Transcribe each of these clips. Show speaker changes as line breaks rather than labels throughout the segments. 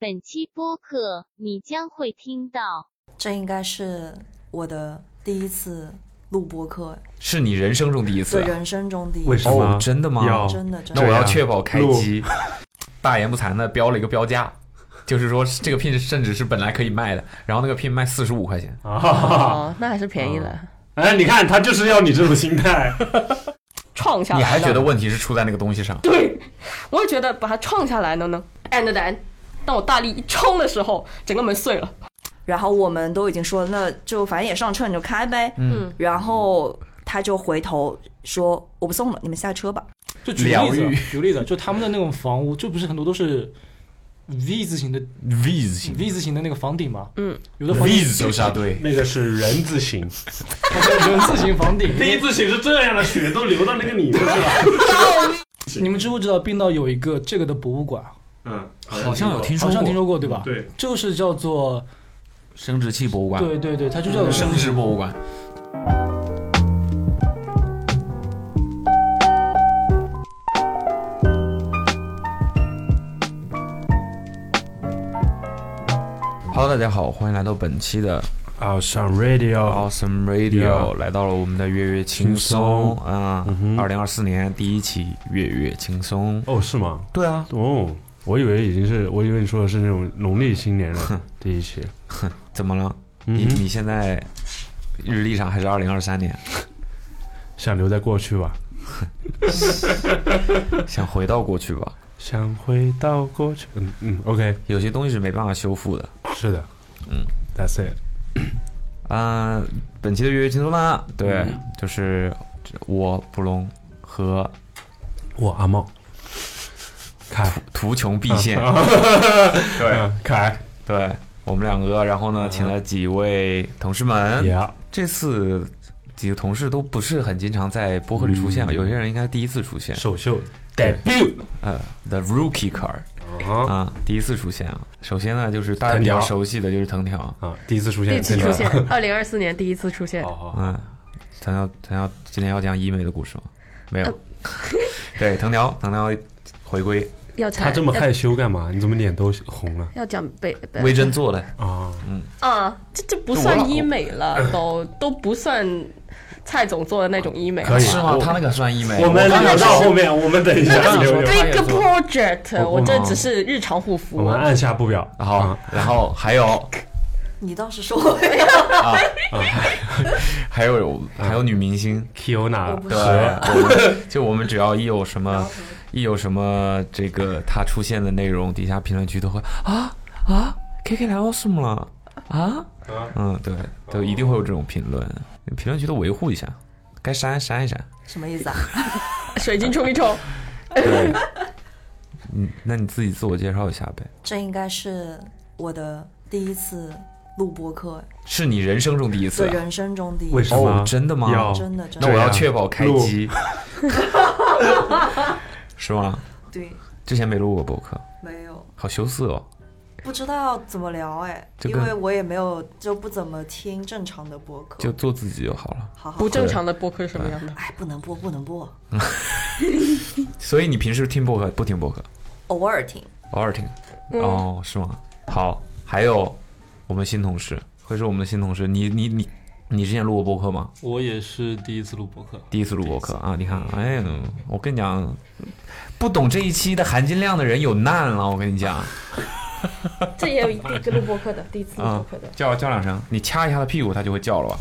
本期播客你将会听到。
这应该是我的第一次录播客，
是你人生中第一次
对
啊、
人生中第一
为
次
什，么
哦真的吗
要
真的真
那
的
我要
对啊
确保开
录
机， 大言不惭的标了一个标价，就是说这个 pin 甚至是本来可以卖的，然后那个 pin 卖四十五块钱。
啊！
哦，那还是便宜的，
哎，你看他就是要你这种心 态，
创下来
你还
了
觉得问题是出在那个东西上？
我也觉得把它创下来了呢。And then，当我大力一冲的时候，整个门碎了。
然后我们都已经说了，那就反正也上车你就开呗，嗯，然后他就回头说我不送了，你们下车吧。
就举个例
疗愈
子，举个例子，就他们的那种房屋，就不是很多都是 V 字形的
V 字形
V 字形的那个房顶嘛？
嗯，
有的房
，V
顶
字形沙堆，
那个是人字形，
它是人字形房顶。
V 字形是这样的，血都流到那个里面去 了。
你们知不知道冰岛有一个这个的博物馆？
嗯，
好像有听
好
说
像听
过
说过对吧？，
对，
就是叫做
生殖器博物馆，
对对对，它就叫
啊嗯生殖博物馆。Hello，大家好，欢迎来到本期的
啊，上 radio，
Awesome Radio，
Yeah
来到了我们的月月轻松啊，二零二四年第一期月月轻松。
哦，是吗？
对啊，
哦，我以为已经是，我以为你说的是那种农历新年了，第一期。
怎么了？你
嗯哼，
你现在日历上还是二零二三年，
想留在过去吧，
想回到过去吧？
想回到过去。嗯嗯，OK，
有些东西是没办法修复的。
是的，嗯，That's it。
嗯、本期的月月轻松啦，对，就是我布隆和
我阿茂，凯，
图穷匕见，对
嗯凯，
对，我们两个，然后呢，请了几位同事们，
呀，
这次几个同事都不是很经常在播客里出现，有些人应该第一次出现。
首秀 debut，
呃，The Rookie Card
啊
啊，第一次出现啊。首先呢，就是大家
藤
比
条
较熟悉的就是藤条，
啊，第一次出
第
现，哦
一次
真
出
的
现， 二零二四年第一次出现。
好好，
嗯，藤条，藤条今天要讲医美的故事吗？没有。 对，藤条，藤条回归
要
他
拆
这么
要
害羞干嘛？你怎么脸都红了
要讲北北
微针做的，
啊？
啊，这这不算医美了，都都不算蔡总做的那种医美。
可以
是吗？
我
他那个算医美，
我们
刚才
聊到后面，我们等一下
那你
留
说
留，
这个 project，
我
我这只是日常护
我
肤
们
啊。
按下不表。
好
啊，，
然后还 有
你倒是说，
还有还有女明星，
，Kiona
啊对，我们 就我们只要一有什么一有什么这个他出现的内容，底下评论区都会啊啊，K K 来 awesome 了啊，嗯，对，都一定会有这种评论，评论区都维护一下，该删删一删。
什么意思啊？
水晶冲一冲，
对，嗯，那你自己自我介绍一下呗，
这应该是我的第一次录播客，
是你人生中第一次
对
啊、
人生中第一
为
次，
什么
哦？真的吗？
要
真的真
那
的
我要
对啊
确保开
录
机， 是吗？
对，
之前没录过博客，
没有
好羞涩哦。
不知道怎么聊哎，
这
因
个
为我也没有就不怎么听正常的播客，
就做自己就好了。
好好
不正常的播客是什么样的？
哎不能播不能播，
所以你平时听播客不听播客，
偶尔听。
偶尔听。
嗯
哦，是吗？好，还有我们新同事，会是我们的新同事。你你你你之前录过播客吗？
我也是第一次录播客，
第一次录播客啊！你看，哎，我跟你讲，不懂这一期的含金量的人有难了。我跟你 讲
这也有一个录播客的，第一次录播
啊
客的，，
叫叫两声，你掐一下他屁股，他就会叫了吧？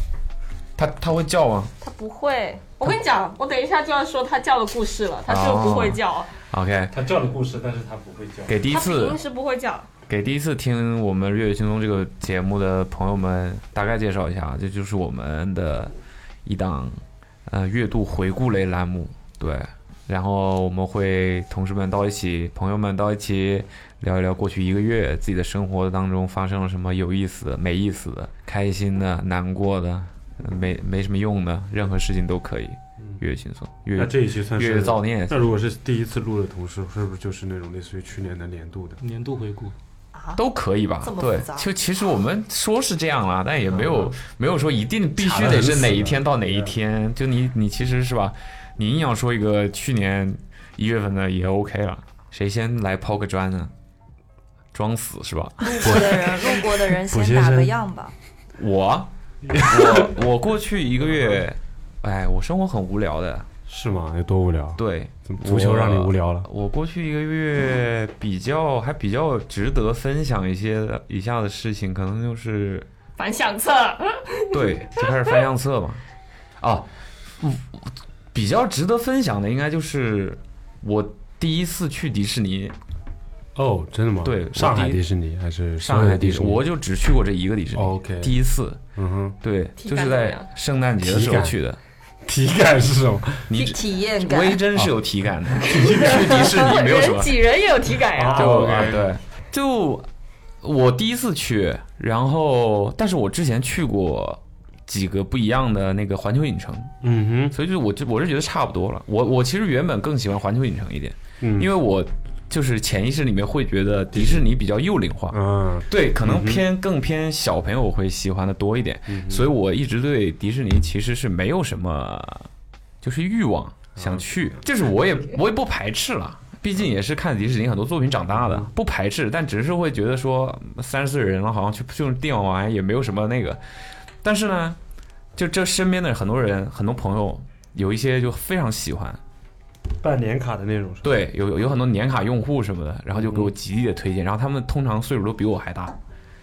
他他会叫吗
他不会。我跟你讲，我等一下就要说他叫的故事了，他就不会叫，
？OK，
他叫的故事，但是他不会叫。
哦给第一
他
次
平时不会叫。
给第一次听我们《月月轻松》这个节目的朋友们大概介绍一下，这就是我们的一档呃月度回顾类栏目，对。然后我们会同事们到一起，朋友们到一起聊一聊过去一个月自己的生活当中发生了什么有意思的、没意思的、开心的、难过的、呃没没什么用的，任何事情都可以。月月轻松，月
那
月
这一期算
月月
是
造孽
那如果是第一次录的同事，是不是就是那种类似于去年的年度的？
年度回顾。
都可以吧
这？么
对
复杂，
就其实我们说是这样啦，但也没有、没有说一定必须得是哪一天到哪一天。就你你其实是吧？你硬要说一个去年一月份的也 OK 了，谁先来抛个砖呢？装死 是吧？
路过的人，路过的人
卜
先
先
打个
生
样吧。
我我我过去一个月，哎，我生活很无聊的，
是吗？有多无聊？
对，
怎么足球让你无聊了？
我过去一个月比较还比较值得分享一些的以下的事情，可能就是
反相册，
对，就开始翻相册嘛。啊，比较值得分享的应该就是我第一次去迪士尼，
哦，真的吗？
对我
上海
第一
迪士尼还是
上海迪
迪
士
士
尼，哦
尼？
我就只去过这一个迪士尼。
OK
第一次，
嗯哼，
对，
体
就
感
是
怎么
在
样
圣诞节的时
体
候
感
去的。
体感是什么？
你
体体验感，
微真是有体感的，哦去迪士尼没有什么
人。挤人也有体感呀、
啊
就、
OK
啊对，就我第一次去，然后但是我之前去过几个不一样的那个环球影城，
嗯哼，
所以就我就我是觉得差不多了。我我其实原本更喜欢环球影城一点，
嗯，
因
为
为我就是潜意识里面会觉得迪士尼比较幼龄化，
嗯
对，可能
嗯哼嗯
偏更偏小朋友会喜欢的多一点，所以我一直对迪士尼其实是没有什么就是欲望
嗯
想去，就是我也我也不排斥了。毕竟也是看迪士尼很多作品长大的，
嗯
不排斥，但只是会觉得说三十岁人了，好像去这种地方玩也没有什么那个。但是呢，就这身边的很多人，很多朋友有一些就非常喜欢，
办年卡的那种是吧，
对，有有有很多年卡用户什么的，然后就给我极力的推荐，然后他们通常岁数都比我还大，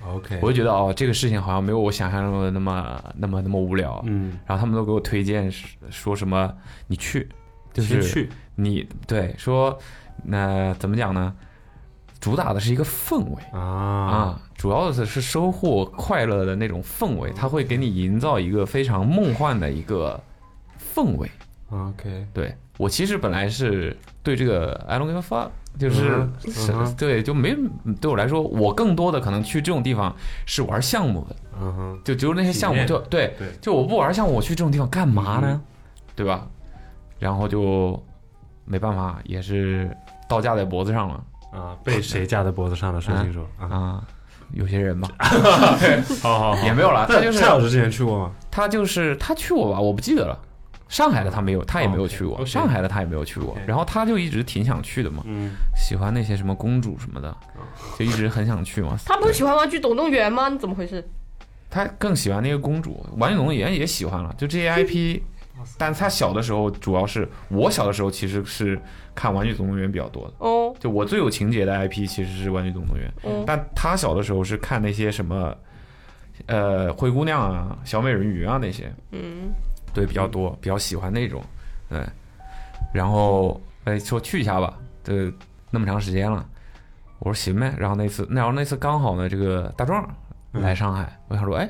，OK，
我就觉得哦，这个事情好像没有我想象中的那么那么那么无聊。
嗯，
然后他们都给我推荐是说什么你去，就
先
是
去，
你对说那、怎么讲呢？主打的是一个氛围
啊
啊，主要的是收获快乐的那种氛围，它会给你营造一个非常梦幻的一个氛围。
，OK，
对我其实本来是对这个 I don't give a fuck，就是
嗯哼
是、
嗯哼
对就没对我来说，我更多的可能去这种地方是玩项目的，
嗯哼，
就只有那些项目
体验
就对
对嗯
就我不玩项目，我去这种地方干嘛呢？对吧？然后就没办法，也是刀架在脖子上了
啊，被谁架在脖子上了？说清楚啊，
啊。有些人吧，
好好
也没有 了，他
蔡
就是
蔡老师之前去过吗？
他就是他去过吧，我不记得了。上海的他没有，他也没有去过。
OK，OK
上海的他也没有去过
哦 OK，
然后他就一直挺想去的嘛。
嗯，
喜欢那些什么公主什么的，就一直很想去嘛。
他不是喜欢玩具总动员吗？你怎么回事？
他更喜欢那个公主，《玩具总动员》也喜欢了，就这些 IP。但他小的时候，主要是我小的时候其实是看《玩具总动员》比较多的，
哦，
就我最有情节的 IP 其实是《玩具总动员》，
嗯
但他小的时候是看那些什么，呃，灰姑娘啊、小美人鱼啊那些，
嗯，
对比较多，比较喜欢那种，对。然后哎说去一下吧，这那么长时间了，我说行呗。然后那次，然后那次刚好呢，这个大壮
嗯
来上海，我想说，哎，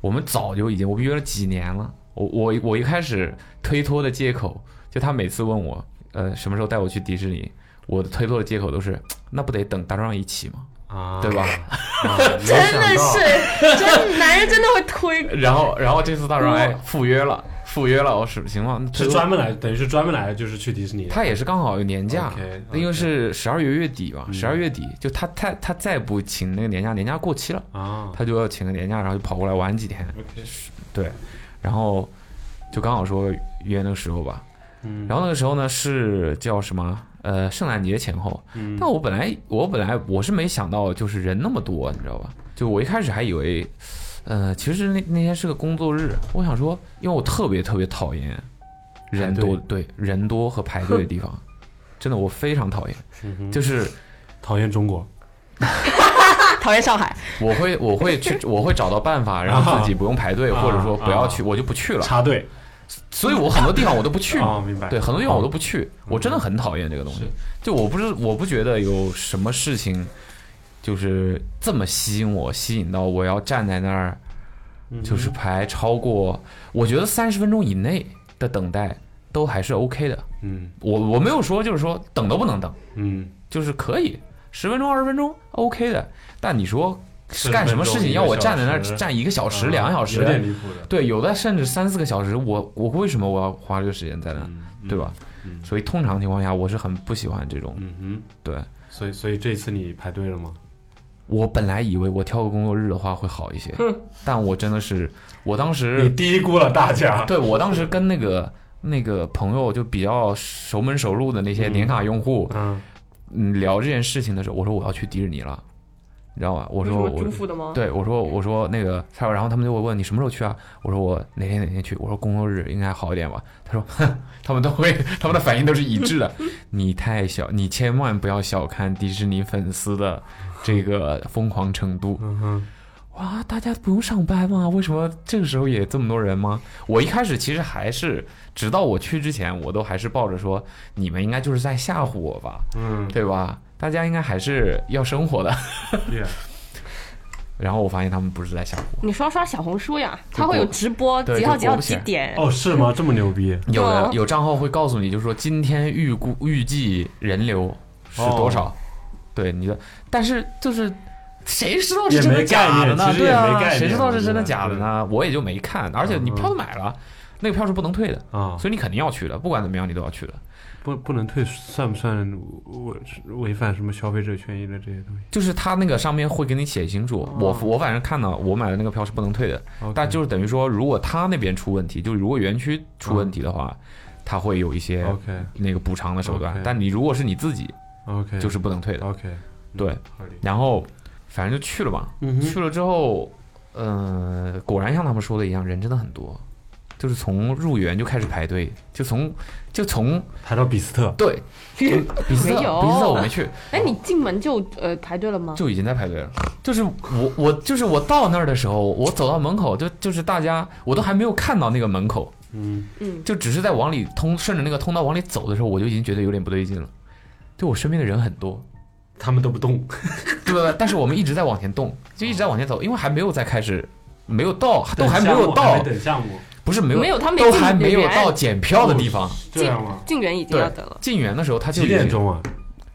我们早就已经，我们约了几年了。我我我一开始推脱的借口，就他每次问我，呃，什么时候带我去迪士尼，我的推脱的借口都是，那不得等大壮一起吗？
啊，
对吧？
啊？
真
真
的是，真男人真的会推。
然后然后这次大壮哎赴约了，赴约了，我说行吗？那推
是
脱
专门来，等于是专门来就是去迪士尼的。
他也是刚好有年假
OK，OK，
那因为是十二月月底吧，十二月底就他他他再不请那个年假，年假过期了，
啊，
他就要请个年假，然后就跑过来玩几天，对，然后就刚好说约那个时候吧，
嗯
然后那个时候呢是叫什么？呃，圣诞节前后，
嗯
但我本来我本来我是没想到就是人那么多，你知道吧？就我一开始还以为，呃，其实那那天是个工作日，我想说，因为我特别特别讨厌人多对人多和排队的地方，真的我非常讨厌，
嗯哼
就是
讨厌中国，
啊讨厌上海，
我会 我会去我会找到办法让自己不用排队，
啊
或者说不要去，我就不去了，
插队
所以我很多地方我都不去。
啊，明白？
嗯
啊
对，很多地方我都不去，我真的很讨厌这个东西。就我不是，我不觉得有什么事情就是这么吸引我，吸引到我要站在那儿，
嗯
就是排超过，我觉得三十分钟以内的等待都还是 OK 的。
嗯
我我没有说就是说等都不能等，
嗯，
就是可以十分钟二十分钟 OK 的。但你说
40
干什么
分钟
事
一
情要
个
我
小
站在那儿
时啊
站一个小时、两小时
有，点离谱的。
对，有的甚至三四个小时，我我为什么我要花这个时间在那，嗯
嗯
对吧？所以通常情况下，我是很不喜欢这种。
嗯
对
哼，所以所以这次你排队了吗？
我本来以为我挑个工作日的话会好一些，但我真的是，我当
你
时
低估了大家。
对我当时跟那个那个朋友就比较熟门熟路的那些年卡用户
嗯
嗯聊这件事情的时候，我说我要去迪士尼了，你知道吧？我
哎
有什
说
么
我
嘱咐的吗？
对，我说我说那个他说，然后他们就会问你什么时候去啊？我说我哪天哪天去。我说工作日应该好一点吧？他说哼，他们都会，他们的反应都是一致的。你太小，你千万不要小看迪士尼粉丝的这个疯狂程度。
嗯哼，
哇，大家不用上班吗？为什么这个时候也这么多人吗？我一开始其实还是，直到我去之前，我都还是抱着说你们应该就是在吓唬我吧，
嗯，
对吧？大家应该还是要生活的。
Yeah
然后我发现他们不是在吓唬我。
你刷刷小红书呀，它
就
会有
国
直播，
对
几
就
号几
国
号
不
几
显
点？
哦，是吗？这么牛逼？
有的
嗯
有账号会告诉你，就是说今天预估预计人流是多
哦
少，对你的，但是就是谁知道是真的假的
也
呢？
没概念其实
对
也没
啊，
概念
谁知道是真的
我觉得嗯
假的呢？我也就没看，而且你票都买了，那个票是不能退的，
啊，
所以你肯定要去的，不管怎么样你都要去的。
不不能退，算不算我违反什么消费者权益的这些东西？
就是他那个上面会给你写清楚，我我反正看到我买的那个票是不能退的，
OK
但就是等于说，如果他那边出问题，就是如果园区出
嗯
问题的话，他会有一些
OK
那个补偿的手段
哦 OK，
但你如果是你自己，
OK，
就是不能退的。
OK，嗯
对，
合理。
然后反正就去了嘛，
嗯
去了之后，呃，果然像他们说的一样，人真的很多，就是从入园就开始排队，就从就从
排到比斯特，
对比斯特
没有
比斯特我没去，
哎，你进门就呃排队了吗？
就已经在排队了。就是我我就是我到那儿的时候，我走到门口就就是大家我都还没有看到那个门口，
嗯，
嗯，
就只是在往里通顺着那个通道往里走的时候，我就已经觉得有点不对劲了。就我身边的人很多，
他们都不 动。
对对对，但是我们一直在往前动，就一直在往前走，因为还没有再开始，没有到，都还没有到，
等项目，
不是没有，
没有他没
都
进
还没有
园
到检票的地方。
这样吗？
进园已经
对
要等了。
进园的时候他就
哦几
已经
点钟啊？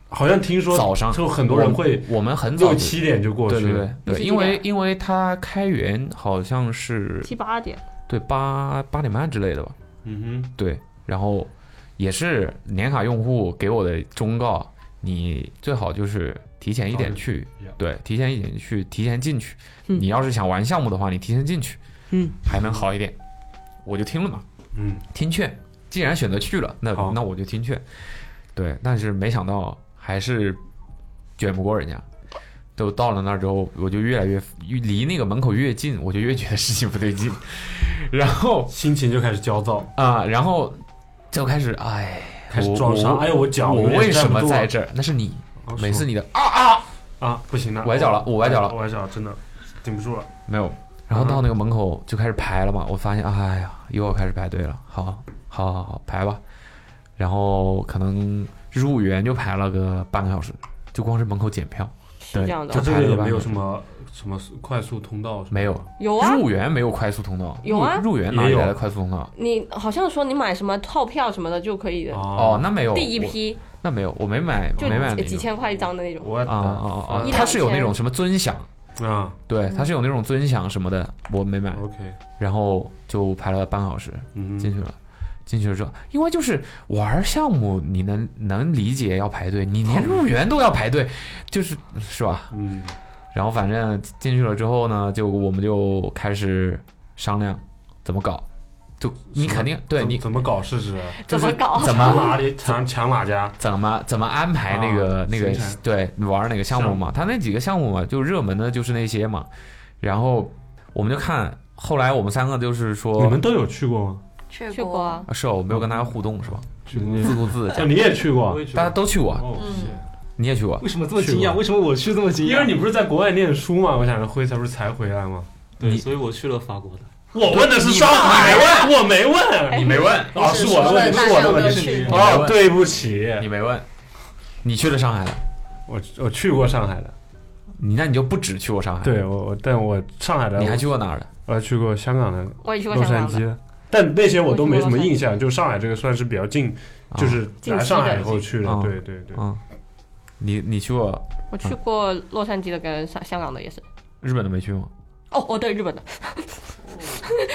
好像听说
早上
就很多人会
我们很早
六
就
七点就过去。
对对对
你
对，
是
因
几
为
点啊
因为他开园好像是
七八点，
对八八点半之类的吧，
嗯哼，
对，然后也是年卡用户给我的忠告，你最好就是提前一点
早
去
一点，
对，提前一点去，提前进去。
嗯
你要是想玩项目的话，你提前进去，
嗯，
还能好一点。我就听了嘛，
嗯，
听劝，既然选择去了，那
好
那我就听劝。对，但是没想到还是卷不过人家。都到了那儿之后，我就越来越越离那个门口越近，我就越觉得事情不对劲。 然后
心情就开始焦躁，
啊、然后就开始哎，
开始
我
撞
我
衫。哎呦，我脚，
我
有点
为什
站不
么
住
在这儿？那是你，
哦
每次
是
你的啊啊
吗啊，不行了，
崴脚了我崴脚了
我崴脚，真的顶不住了。
没有。然后到
嗯
那个门口就开始排了嘛，我发现哎呀，又要开始排队了。好，好，好，好，排吧。然后可能入园就排了个半个小时，就光是门口检票
是
对
这样的
它
就。
这个也没
排了
有
吧
什么什么快速通道，
没有，
有啊，
入园没有快速通道，
有啊
入入园哪里
也有啊
来的快速通道？
你好像说你买什么套票什么的就可以的，
哦
哦，，
那没有，
第一
我
批
那没有，我没买，
就
没买那
几几
个
千块一张的那种。
我
啊啊啊啊
一！
它是有
两
那
千
种什么尊享，
啊啊
对，它是有那种尊享什么的，我没买。
，OK，
然后就排了半个小时，
哦嗯
进
哼，
去了。进去了之后，因为就是玩项目，你能能理解要排队，你连入园都要排队，就是是吧？
嗯，
然后反正进去了之后呢，就我们就开始商量怎么搞，就你肯定对
怎
你
怎么搞试试？
就
怎
是
么搞？
怎
抢
么
哪里抢抢哪家？
怎么怎么安排那个
啊
那个
行程
对玩哪个项目嘛？他那几个项目嘛，就热门的就是那些嘛。然后我们就看，后来我们三个就是说
你，们都有去过吗？
去
去过啊，
啊是哦，我没有跟大家互动是吧？
去过，
自顾自地
那
讲，
哦你也去过？啊
大家都去过，
哦，
嗯
你也去过，
为什么这么惊
去
讶？
过
为什么我去这么惊讶？
因为你不是在国外念书嘛，我想着辉才不是才回来吗？
对，
你
所以我去了法国的。
我问的是上海，我没问，
你没问，
啊，是我的问题，是我的问题。
去
过
哦，对不起，
你没问，你去了上海了，
我我去过上海的，
你那你就不只去过上海，，
对我，我但我上海的，
你还去过哪儿了？
我还去过香港的、
我也去过
洛
香
杉
港
矶
的，
的，但那些我都没什么印象。就上海这个算是比较近，
啊
就是
近哦
来
期
上
的
海以后去
啊
的，对对对。
嗯，你你去过
我去过洛杉矶的跟香香港的也是。
日本的没去吗？
哦哦，对，日本的，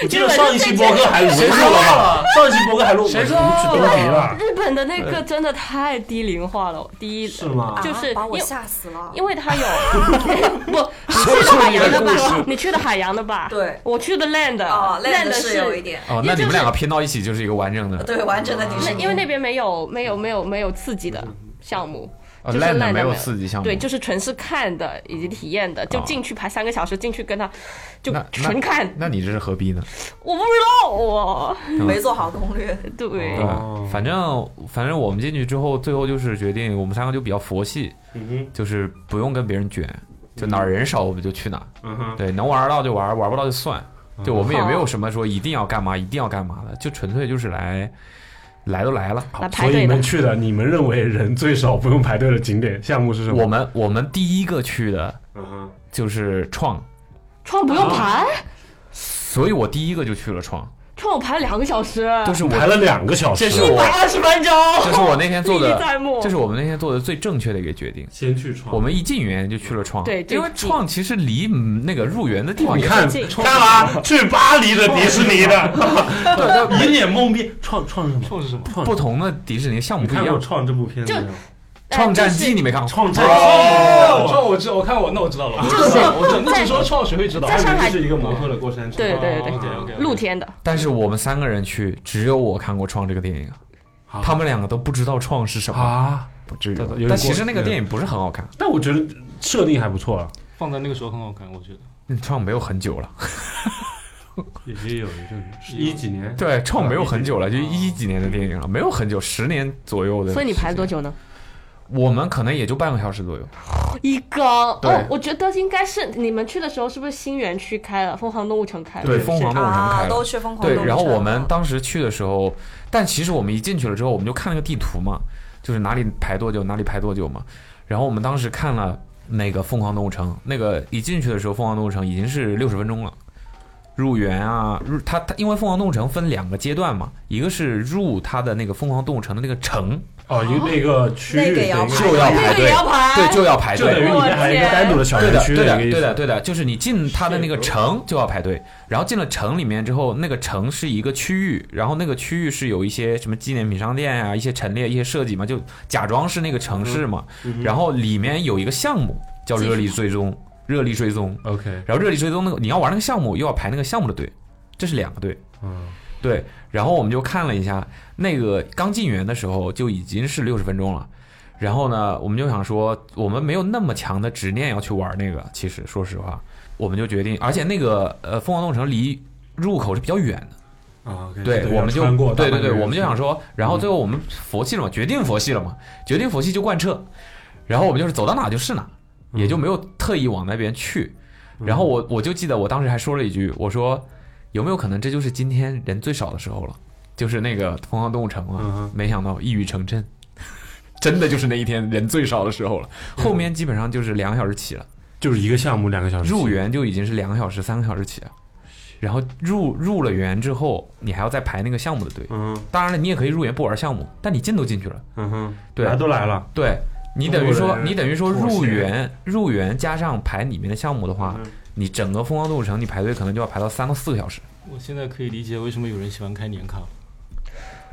我记得上一期博客还我们录了吧？上一期博客还录我们去东迪了，
日本的那个真的太低龄化了。第一
是吗？
就是
把我
因为
吓死了，
因为它 有 不，你去的海洋的吧？你去的海洋的吧？
对，
我去的 land
哦
land
，land 是有一点，
哦，
因
那
为
你
就
们
是
两个拼到一起就是一个完整的，嗯
对，完整的迪
那
士尼，
因为那边没有没有没有没有刺激的项目，
哦
就是
烂的
烂
没有
有
刺激项目
对，就是纯是看的以及体验的，就
哦
进去排三个小时，进去跟他就
那那
纯看，
那你这是何必呢？
我不知道我，
没做好攻略。
对，
对吧？反正反正我们进去之后，最后就是决定我们三个就比较佛系，
嗯哼，
就是不用跟别人卷，就哪儿人少我们就去哪儿，
嗯哼，
对，能玩到就玩，玩不到就算。就我们也没有什么说一定要干嘛，一定要干嘛的，就纯粹就是来，来都来了。
来
所
排
以你
队的
啊
们，去的，你们认为人最少不用排队的景点项目是什么？
我们我们第一个去的
嗯哼，
就是创，
创不用排，
所以我第一个就去了创，
创我排了两个小时，
就是我
排了两个小时，
这是我
二十分钟，
这是我那天做
历
的
历在目，
这是我们那天做的最正确的一个决定。
先去闯。
我们一进园就去了创，
对
因为
就近
创其实离嗯那个入园的地方
哦
你
也
看
这
看吧，去巴黎的迪士尼的，
一脸懵逼，创创是什么？
创是什么？
创
不同的迪士尼项目
你
不一
看过
样。
《创》这部片子没有？
哎
创战
就是
记你没看过？
创战
哦，创我知，我看我那我知道了，我知道了我知道了，那你说创谁会知道？
在上海
就是一个摩托的过山车。
对对对
对，OK，
露天的，
但是我们三个人去，只有我看过《创》这个电影，
啊
他们两个都不知道《创》是什么，
啊，
不至于
对
吧
对有点。
但其
过
实那个电影不是很好看，
但我觉得设定还不错啊。
放在那个时候很好看，我觉得。
嗯《创》没有很久了，
也也有一阵子，一几年？
对，《创》没有很久了，就一几年的电影了，没有很久，十年左右的。
所以你排了多？久呢？
我们可能也就半个小时左右。
一个哦
对，
我觉得应该是你们去的时候，是不是新园区开了，凤凰动物城开了？
对，疯狂动物城
啊
开，了
都。去疯狂
对
动，物
然后
城
我们
啊
了
当时去的时候，但其实我们一进去了之后，我们就看那个地图嘛，就是哪里排多久，哪里排多久嘛。然后我们当时看了那个凤凰动物城，那个一进去的时候，凤凰动物城已经是六十分钟了。入园啊，入它它因为凤凰动物城分两个阶段嘛，一个是入它的那个凤凰动物城的那个城，
哦，一个那个区
那
域
个也要
等于
排
就要
那
排
个也
队，
要排，
对，就要排
哎就等于
队。
里面还有一个单独的小
对
园
的，
区
对
一
的
个，意
对的，
思。
对的，就是你进它的那个城就要排队，然后进了城里面之后，那个城是一个区域，然后那个区域是有一些什么纪念品商店啊，一些陈列、一些设计嘛，就假装是那个城市嘛。然后里面有一个项目叫热力追踪，热力追踪，
OK，
然后热力追踪那个你要玩那个项目，又要排那个项目的队，这是两个队。
嗯，
对，然后我们就看了一下，那个刚进园的时候就已经是六十分钟了。然后呢，我们就想说，我们没有那么强的执念要去玩那个。其实说实话，我们就决定，而且那个呃，凤凰洞城离入口是比较远的，
啊，OK，
对，
对
我
要
们就
穿过大
对对
半个嗯
对，
园
我们就
区
想说，然后最后我们佛系了嘛，决定佛系了嘛，决定佛系就贯彻，然后我们就是走到哪就是哪，也
嗯
就没有特意往那边去。然后我我就记得我当时还说了一句，我说有没有可能这就是今天人最少的时候了，就是那个凤凰动物城
嗯
嘛
哼，
没想到一语成谶， 真的就是那一天人最少的时候了，后面基本上就是两个小时起了。
就是一个项目两个小时。
入园就已经是两个小时、三个小时起了，然后入入了园之后，你还要再排那个项目的队。
嗯哼
当然了，你也可以入园不玩项目，但你进都进去了，
嗯哼，
对
来都来了，
对你等于
中国
说
人
你等于说
妥协嗯
入园入园加上排里面的项目的话，你整个疯狂动物城你排队可能就要排到三到四个小时。
我现在可以理解为什么有人喜欢开年卡了。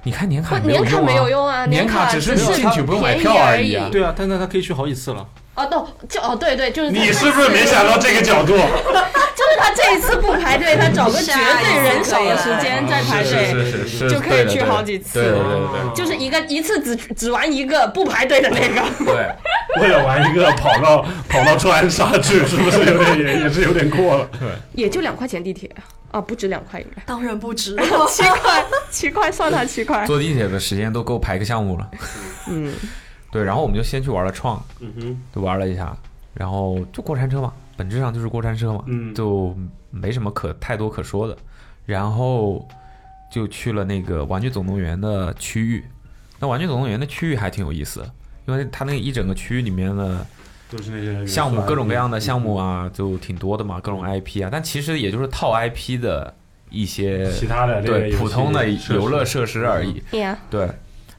你看年卡
不
没有
年卡
用
没有
啊，
用啊，
年
卡
卡只是你进去不用买
便宜
票
而
已啊。
对啊，但是他可以去好几次了。
哦，对，就哦，对 对，就是他
你是不是没想到这个角度？
就是他这一次不排队，他找个绝对人少的时间再排队，
是是
就可以去好几
对对
次。
对对
就是一个一次只只玩一个不排队的那个，
对对。
为了玩一个跑到跑到川沙去，是不是有点也也是有点过了？
也就两块钱地铁啊，不止两块应该
当然不 止，
七块，七块算他七块。
坐地铁的时间都够排个项目了。
嗯，
对，然后我们就先去玩了创，
嗯哼，
就玩了一下，然后就过山车嘛，本质上就是过山车嘛，
嗯
就没什么可太多可说的。然后就去了那个玩具总动员的区域，那玩具总动员的区域还挺有意思的，因为它那一整个区域里面的
都是那些元素
项目，
啊
各种各样的项目啊，就挺多的嘛，各种 IP 啊，但其实也就是套 IP 的一些
其他的这个
对
游戏
普通的
设施
游乐设施而已。
对呀，
对，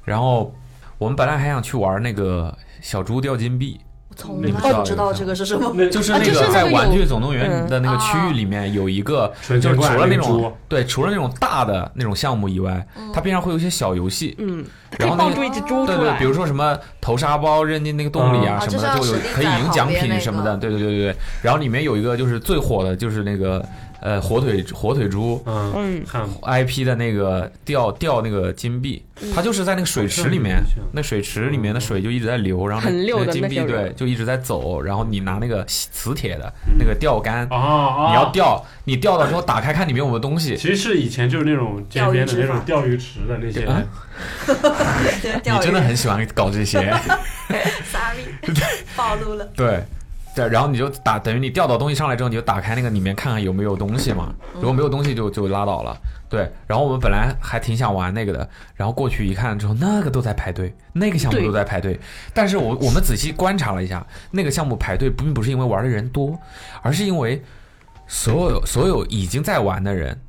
然后我们本来还想去玩那个小猪掉金币，
从
你不知
来
道
不知道这个是什 么。
那
就是
啊
那
就是
个
那
在
个
玩
有
具总动员
嗯
的那个区域里面有一个，
纯
就
洁
是除
怪
了那
灵
种
珠，
对，除了那种大的那种项目以外，它边上会有一些小游戏。
嗯，可
然
以
后
爆
那
出
个。
一只猪
对
出
对，
来哦
比。如说什么头沙包扔进那个洞里啊
嗯
什么
啊
的，
就
就是有
要实力
可以
在
赢
旁
奖
边那
品
个
什么的。对对对对对。然后里面有一个就是最火的，就是那个呃火腿火腿猪
嗯，
嗯，
看
IP 的那个掉掉那个金币，
嗯
它就是在那个水池里面嗯
好像有印象，
那水池里面的水就一直在流，然后那
很溜
那
的
个金币
那条鱼
对就一直在走，然后你拿那个磁铁的那个钓竿，
啊啊，
你要钓，你钓到之后打开看里面有没有东西，
其实是以前就是那种街边的那种钓鱼池的那些，
嗯你真的很喜欢搞这 些，
sorry，暴 露了。
对，对，然后你就打，等于你钓到东西上来之后，你就打开那个里面看看有没有东西嘛，如果没有东西就就拉倒了。对，然后我们本来还挺想玩那个的，然后过去一看之后，那个都在排队，那个项目
对
都在排队。但是我我们仔细观察了一下，那个项目排队并不是因为玩的人多，而是因为所有所有已经在玩的人，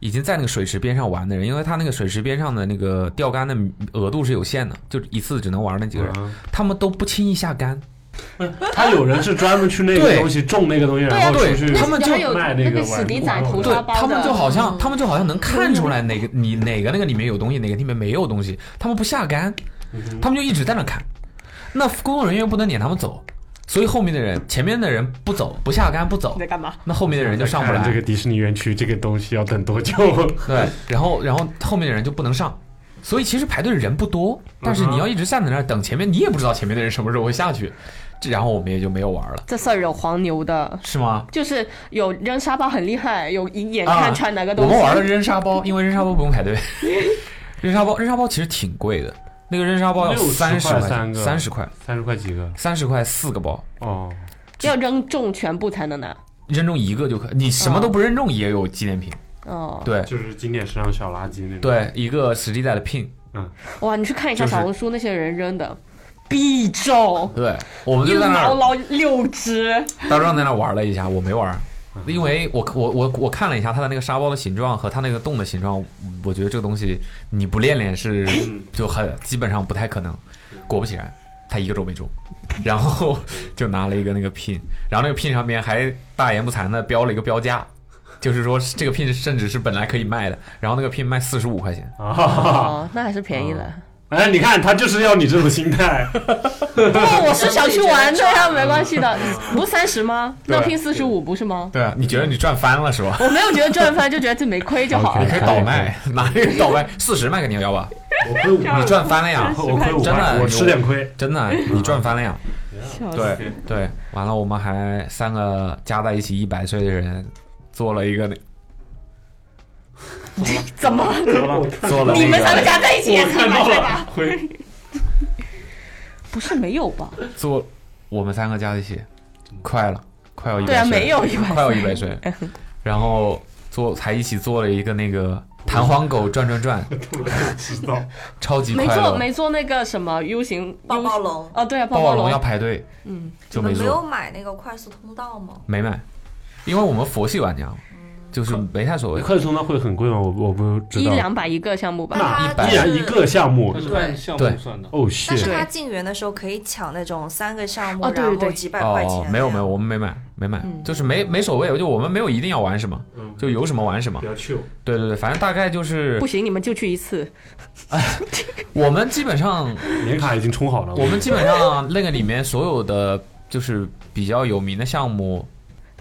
已经在那个水池边上玩的人，因为他那个水池边上的那个钓竿的额度是有限的，就一次只能玩那几个人，
嗯
他们都不轻易下竿。
他有人是专门去那个
对
东西种那个东西，
对
然
啊
后出去
对他们就
还有
卖
那
个
个洗
玩
涤仔
玩
头
偶
对
沙包的，
他们就好像，他们就好像能看出来哪个你哪个那个里面有东西，哪个里面没有东西，他们不下杆，他们就一直在那看。那工作人员不能撵他们走，所以后面的人、前面的人不走，不下杆不走
你，在干嘛？
那后面的人就上不来。
看这个迪士尼园区这个东西要等 多久？
对，然后然后后面的人就不能上，所以其实排队的人不多，但是你要一直站在那儿等前面，你也不知道前面的人什么时候会下去，这然后我们也就没有玩了，
这事儿有黄牛的，
是吗？
就是有扔沙包很厉害，有一眼
啊
看穿哪个
我
东西。
们玩了扔沙包，因为扔沙包不用排 队。扔沙包，扔沙包其实挺贵的，那个扔沙包要
60
三十
块
块
三
钱，
个
三十块，
三十块几个？
三十块四个包，
哦，
要扔中全部才能拿。
扔中一个就可，你
啊
什么都不扔中也有纪念品。
哦，
对
就是经典时尚小垃圾那种。，
对，一个史蒂仔的 pin，
哇，你去看一下
就是
小红书那些人扔的，必中，
对，我们
一
就在那
牢
儿，
牢六只。
大壮在那儿玩了一下，我没玩儿。因为我我我我看了一下它的那个沙包的形状和它那个洞的形状，我觉得这个东西你不练练是就很基本上不太可能。果不其然，他一个都没中，然后就拿了一个那个 pin，然后那个 pin 上面还大言不惭的标了一个标价，就是说这个 pin 甚至是本来可以卖的，然后那个 pin 卖四十五块钱。
啊，
哦，那还是便宜了。
哎，你看他就是要你这种心 态，
不，我是想去玩 的呀，没关系的。不是三十吗？
嗯对
那拼四十五不是吗？
对啊，你觉得你赚翻了是 吧？
我没有觉得赚翻，就觉得自己没亏就好
你
了。
可以倒卖，哎拿那个倒卖四十卖给你要吧？
我亏五，
你赚翻了呀！
我亏五
真
块，
的，
我吃点亏。
真的，你赚翻了呀！
嗯笑死
对对，完了，我们还三个加在一起一百岁的人做了一个那，
怎么？
做了那个
你们三个加在一起也
我
才
看
买
到
对
了
吧？
亏，
不是没有吧？
做我们三个加在一起，
嗯
快了，快要一百
对
岁
啊，
了，
没有一百，
快要一百 岁，然后做才一起做了一个那个弹簧狗转转 转，
知道。
超级
没
快
做
乐。
没做那个什么 U 型
抱抱
U
龙，
啊，对啊，
暴
抱
龙
龙
要排队，
嗯，
就
你
没
们没有
做，
买那个快速通道吗？
没买，因为我们佛系玩家嘛，就是没太所谓。
快速通道会很贵吗？我我不知
一
道。
两百一个项目吧。
那
那
它
一人一
就是。
个项目
它，是按项目算的。
哦
但是
谢，
它进园的时候可以抢那种三个项目，
哦对对
然后
对
几百块
哦
钱。，
没有没有，，我们没买，没买，
嗯
就是没没所谓，就我们没有一定要玩什么，就有什么玩什么
嗯比。较 Q。
对对对，反正大概就是
不行，你们就去一次。
我们基本上，
年卡已经充好了，
我们基本上那个里面所有的就是比较有名的项目，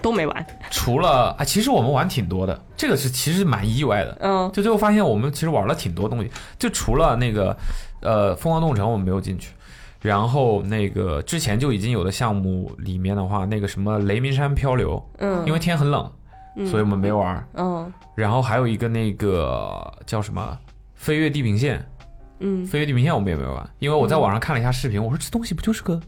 都没玩，
除了啊，其实我们玩挺多的，这个是其实蛮意外的。
嗯，
就最后发现我们其实玩了挺多东西，就除了那个呃疯狂动物城我们没有进去，然后那个之前就已经有的项目里面的话，那个什么雷鸣山漂流，
嗯
因为天很冷，所以我们没玩。
嗯
然后还有一个那个叫什么飞跃地平线，
嗯，
飞跃地平线我们也没有玩，因为我在网上看了一下视频，我说这东西不就是个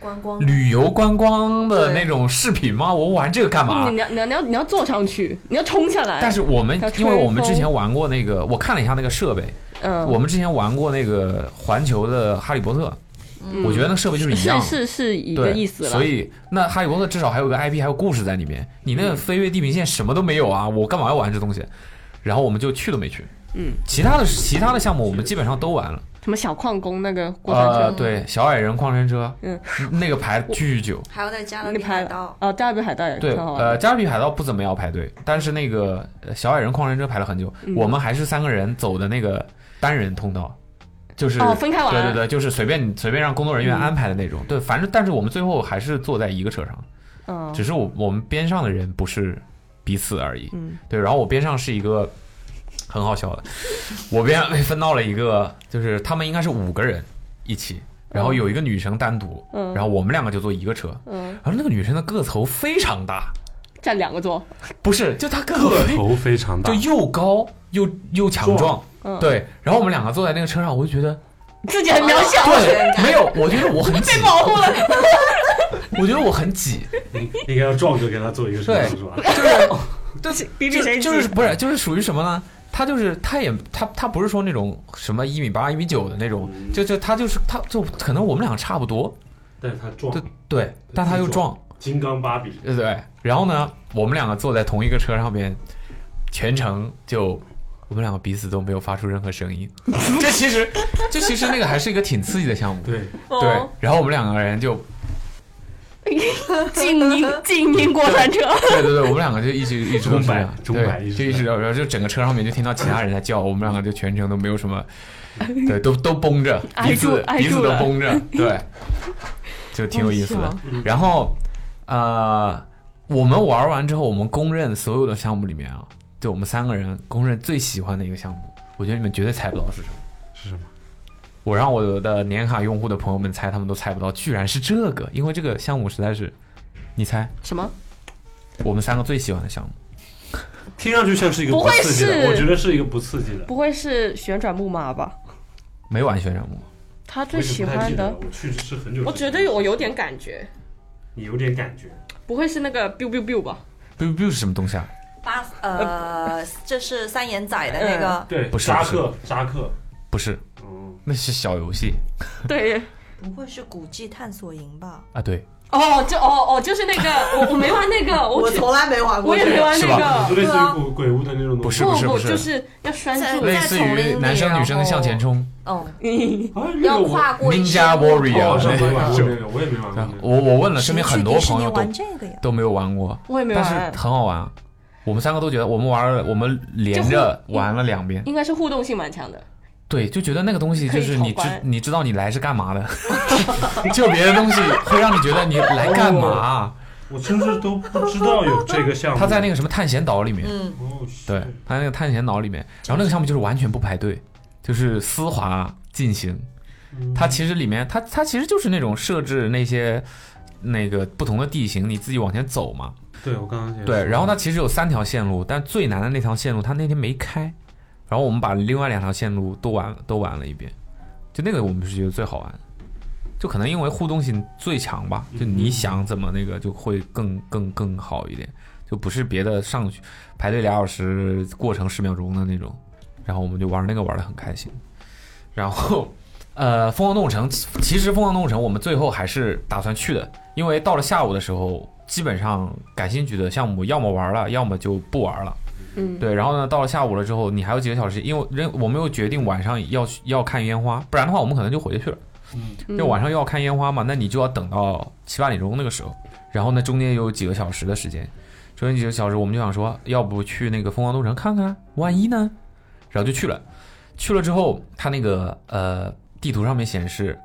观光
旅游观光的那种视频吗？我玩这个干嘛
你？要你要你要你要坐上去，你要冲下来。
啊但是我们
它，吹
因为我们
风
之前玩过那个，我看了一下那个设备，
嗯，
我们之前玩过那个环球的《哈利波特》，
嗯
我觉得那个设备就是一样
是
的，
是是一个
对，
意思了。
所以那《哈利波特》至少还有个 IP，还有故事在里面。你
嗯
那个飞跃地平线什么都没有啊，我干嘛要玩这东西？然后我们就去都没去。
嗯，
其他的其他的项目我们基本上都玩了。
什么小矿工那个过山
呃，
车，
对，小矮人矿山车，
嗯，
那个排巨久。
还有在加勒
那
比
拍
海
了
盗，
啊，加勒比海盗也
对，
挺好玩
呃，
的。
加勒比海盗不怎么要排队，但是那个呃小矮人矿山车排了很久。
嗯
我们还是三个人走的那个单人通道，就是
哦分开玩
对对对，就是随便你随便让工作人员安排的那种。对，反正但是我们最后还是坐在一个车上，
嗯
只是我我们边上的人不是彼此而已。
嗯，
对，然后我边上是一个很好笑的， 我边上 被分到了一个，就是他们应该是五个人一起，然后有一个女生单独，
嗯
然后我们两个就坐一个车，
嗯，
然后那个女生的个头非常大，
占两个座，
不是，就她个头
个头非常大
就，又高又又强壮，
嗯，，
对，然后我们两个坐在那个车上，我就觉得
自己很渺 小，
对，没有，我觉得我很挤
被，保护了，
我觉得我很挤，
应应该要壮哥给他做一个手术是吧？
就是
比比谁挤
就是不是就是属于什么呢？他就是他也他他不是说那种什么一米八一米九的那种，就就他就是他就可能我们俩差不多，
但是他壮
对，对，但他又壮，
金刚芭比，
对对。然后呢，我们两个坐在同一个车上边，全程就我们两个彼此都没有发出任何声音。 这其实这其实那个还是一个挺刺激的项目，
对，
哦
对。然后我们两个人就
静 音静音过山车，
对对对，我们两个就一直一直都是这样，
钟摆钟摆
对，
一直
就一直聊，然后就整个车上面就听到其他人在叫，我们两个就全程都没有什 么，对，都都绷着，
挨
彼
住
此
挨
彼此
住
都
了
绷着， 对，就挺有意思的。然后呃，我们玩完之后，我们公认所有的项目里面啊，对我们三个人公认最喜欢的一个项目，我觉得你们绝对猜不到是什么。
是什么？
我让我的年卡用户的朋友们猜，他们都猜不到，居然是这个，因为这个项目实在是，你猜
什么？
我们三个最喜欢的项目。
听上去像是一个
不会
刺激的，
是
我觉得是一个不刺激的。
不会是旋转木马吧？
没玩旋转木马，
他
我
最
已经
喜
不太
欢
记得了
的，
我去是很久之前，
我觉得我有点感觉，
你有点感觉，
不会是那个 biu biu biu 吧？
biu biu 是什么东西啊？
八
嗯
呃， 这是三眼仔的那个，
对，
不是
扎
不是
克扎克，
不是，
嗯，
那是小游戏
对，
嗯
不会是古迹探索营吧？
啊，对，
哦，就哦哦，就是那个，我我没玩 那个，我只
来没玩
我也没玩
是
那
吧
就
个。
类似于鬼鬼屋的那种东西，
不是
不不，
是
就是要拴住
在
类似于男生女生的向前冲
哦
嗯，
啊，那
要
个我
跨过一
Ninja
生物
Warrior
我好像没玩过
是
那个，我也没玩过那个。
我我问了
谁
身边
去
很多
迪士尼
朋友都
玩这个呀，
都没有玩过，
我也没
但
玩
是，很好玩啊。我们三个都觉得，我们玩了，我们连着玩了两遍，
应该是互动性蛮强的。
对，就觉得那个东西就是你
可以闯
知
关
你知道你来是干嘛的， 就别的东西会让你觉得你来干嘛
哦
啊？
我甚至都不知道有这个项 目。
他在那个什么探险岛里面，
嗯，
哦，
对，他在那个探险岛里面，然后那个项目就是完全不排队，就是丝滑进行，它其实里面，它它其实就是那种设置那些那个不同的地形，你自己往前走嘛。
对我刚刚也
对，
说
然后它其实有三条线路，但最难的那条线路它那天没开，然后我们把另外两条线路都玩都玩了一遍，就那个我们是觉得最好玩的，就可能因为互动性最强吧，就你想怎么那个就会更更更好一点，就不是别的上去排队俩小时过程十秒钟的那种，然后我们就玩那个玩的很开心，然后。呃，疯狂动物城其实疯狂动物城我们最后还是打算去的，因为到了下午的时候，基本上感兴趣的项目要么玩了，要么就不玩了。
嗯，
对，然后呢，到了下午了之后，你还有几个小时，因为人我们又决定晚上要去要看烟花，不然的话我们可能就回去了。
嗯
就晚上又要看烟花嘛，那你就要等到七八点钟那个时候，然后呢中间有几个小时的时间，中间几个小时我们就想说，要不去那个凤凰东城看看，万一呢？然后就去了，去了之后，它那个呃地图上面显示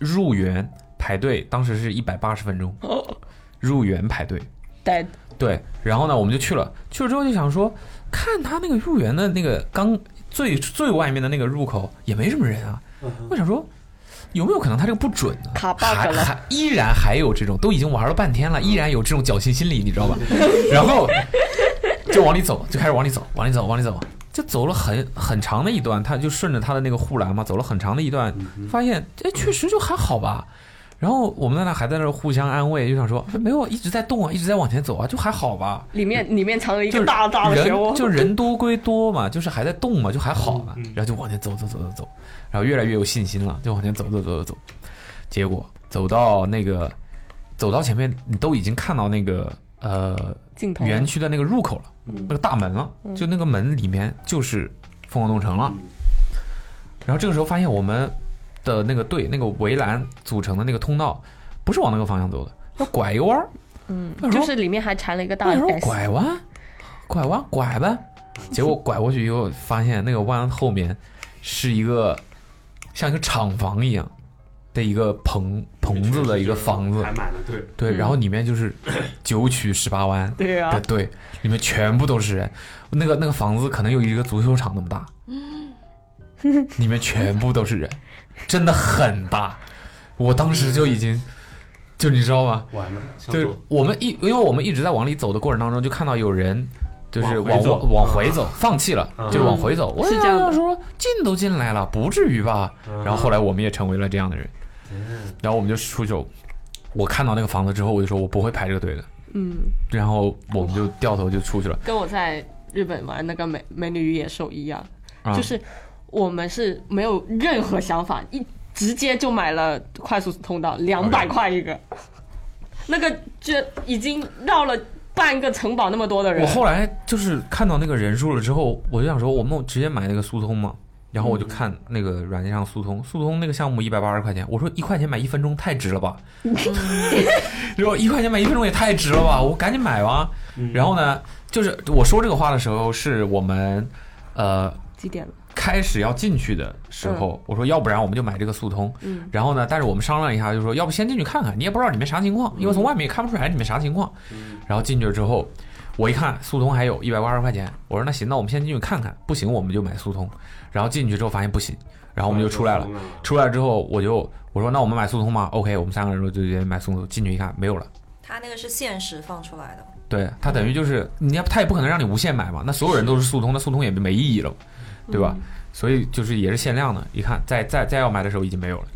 入园排队，当时是一百八十分钟，入园排队，
对，
对，然后呢，我们就去了，去了之后就想说，看他那个入园的那个刚最最外面的那个入口也没什么人啊，我想说。有没有可能他这个不准呢？
卡 bug
还
了
还依然还有这种，都已经玩了半天了，依然有这种侥幸心理，你知道吧？然后就往里走，就开始往里走，往里走，往里走，就走了很很长的一段，他就顺着他的那个护栏嘛，走了很长的一段，发现哎，确实就还好吧。然后我们在那还在那互相安慰，就想 说没有，一直在动啊，一直在往前走啊，就还好吧。
里面里面藏了一
嗯就
个
是
大大的漩
人
涡，嗯
就人多归多嘛，就是还在动嘛，就还好嘛，然后就往前走走走走走，然后越来越有信心了，就往前走走走走走，结果走到那个走到前面，你都已经看到那个呃
镜头
园区的那个入口了，
嗯
那个大门了，就那个门里面就是凤凰洞城
嗯
了。然后这个时候发现我们的那个队那个围栏组成的那个通道，不是往那个方向走的，要拐一个弯儿。
嗯
那，时候
就是里面还缠了一个大啊
那时候
S，
拐弯，拐弯，拐 呗。结果拐过去以后，发现那个弯后面是一个像一个厂房一样的一个棚棚子的一个房子
还，满了，对，
对，
嗯
然后里面就是九曲十八弯，
对呀、
啊
对对，里面全部都是人，那个那个房子可能有一个足球场那么大，里面全部都是人，真的很大，我当时就已经，就你知道吗？
完了，想
就是
走
我们一，因为我们一直在往里走的过程当中，就看到有人就是
往
往
回走
往回走，放弃了，
嗯
就往回走。我
是这样的
想说进都进来了，不至于吧？
嗯
然后后来我们也成为了这样的人，然后我们就出手。我看到那个房子之后，我就说我不会排这个队的，
嗯，
然后我们就掉头就出去了。
跟我在日本玩那个美美女与野兽一样，
啊
就是我们是没有任何想法，一直接就买了快速通道，两百块一个，那个就已经绕了半个城堡那么多的人
我，后来就是看到那个人数了之后，我就想说，我们直接买那个速通嘛。然后我就看那个软件上速通，速通那个项目一百八十块钱，我说一块钱买一分钟太值了吧？ 然后一块钱买一分钟也太值了吧？我赶紧买吧。然后呢，就是我说这个话的时候，是我们呃
几点了？
开始要进去的时候，我说要不然我们就买这个速通。
嗯
然后呢，但是我们商量一下，就说要不先进去看看，你也不知道里面啥情况，因为从外面也看不出来里面啥情况。然后进去之后，我一看速通还有一百八十块钱，我说那行，那我们先进去看看，不行我们就买速通。然后进去之后发现不行，然后我们就出来
嗯
了。
啊
出来之后我就我说那我们买速通吗？OK，我们三个人就直接买速通。进去一看没有了。
它那个是限时放出来的，
对，它等于就是你要，它也不可能让你无限买嘛，那所有人都是速通，那速通也没意义了，对
嗯
吧？所以就是也是限量的，一看再再再要买的时候已经没有了，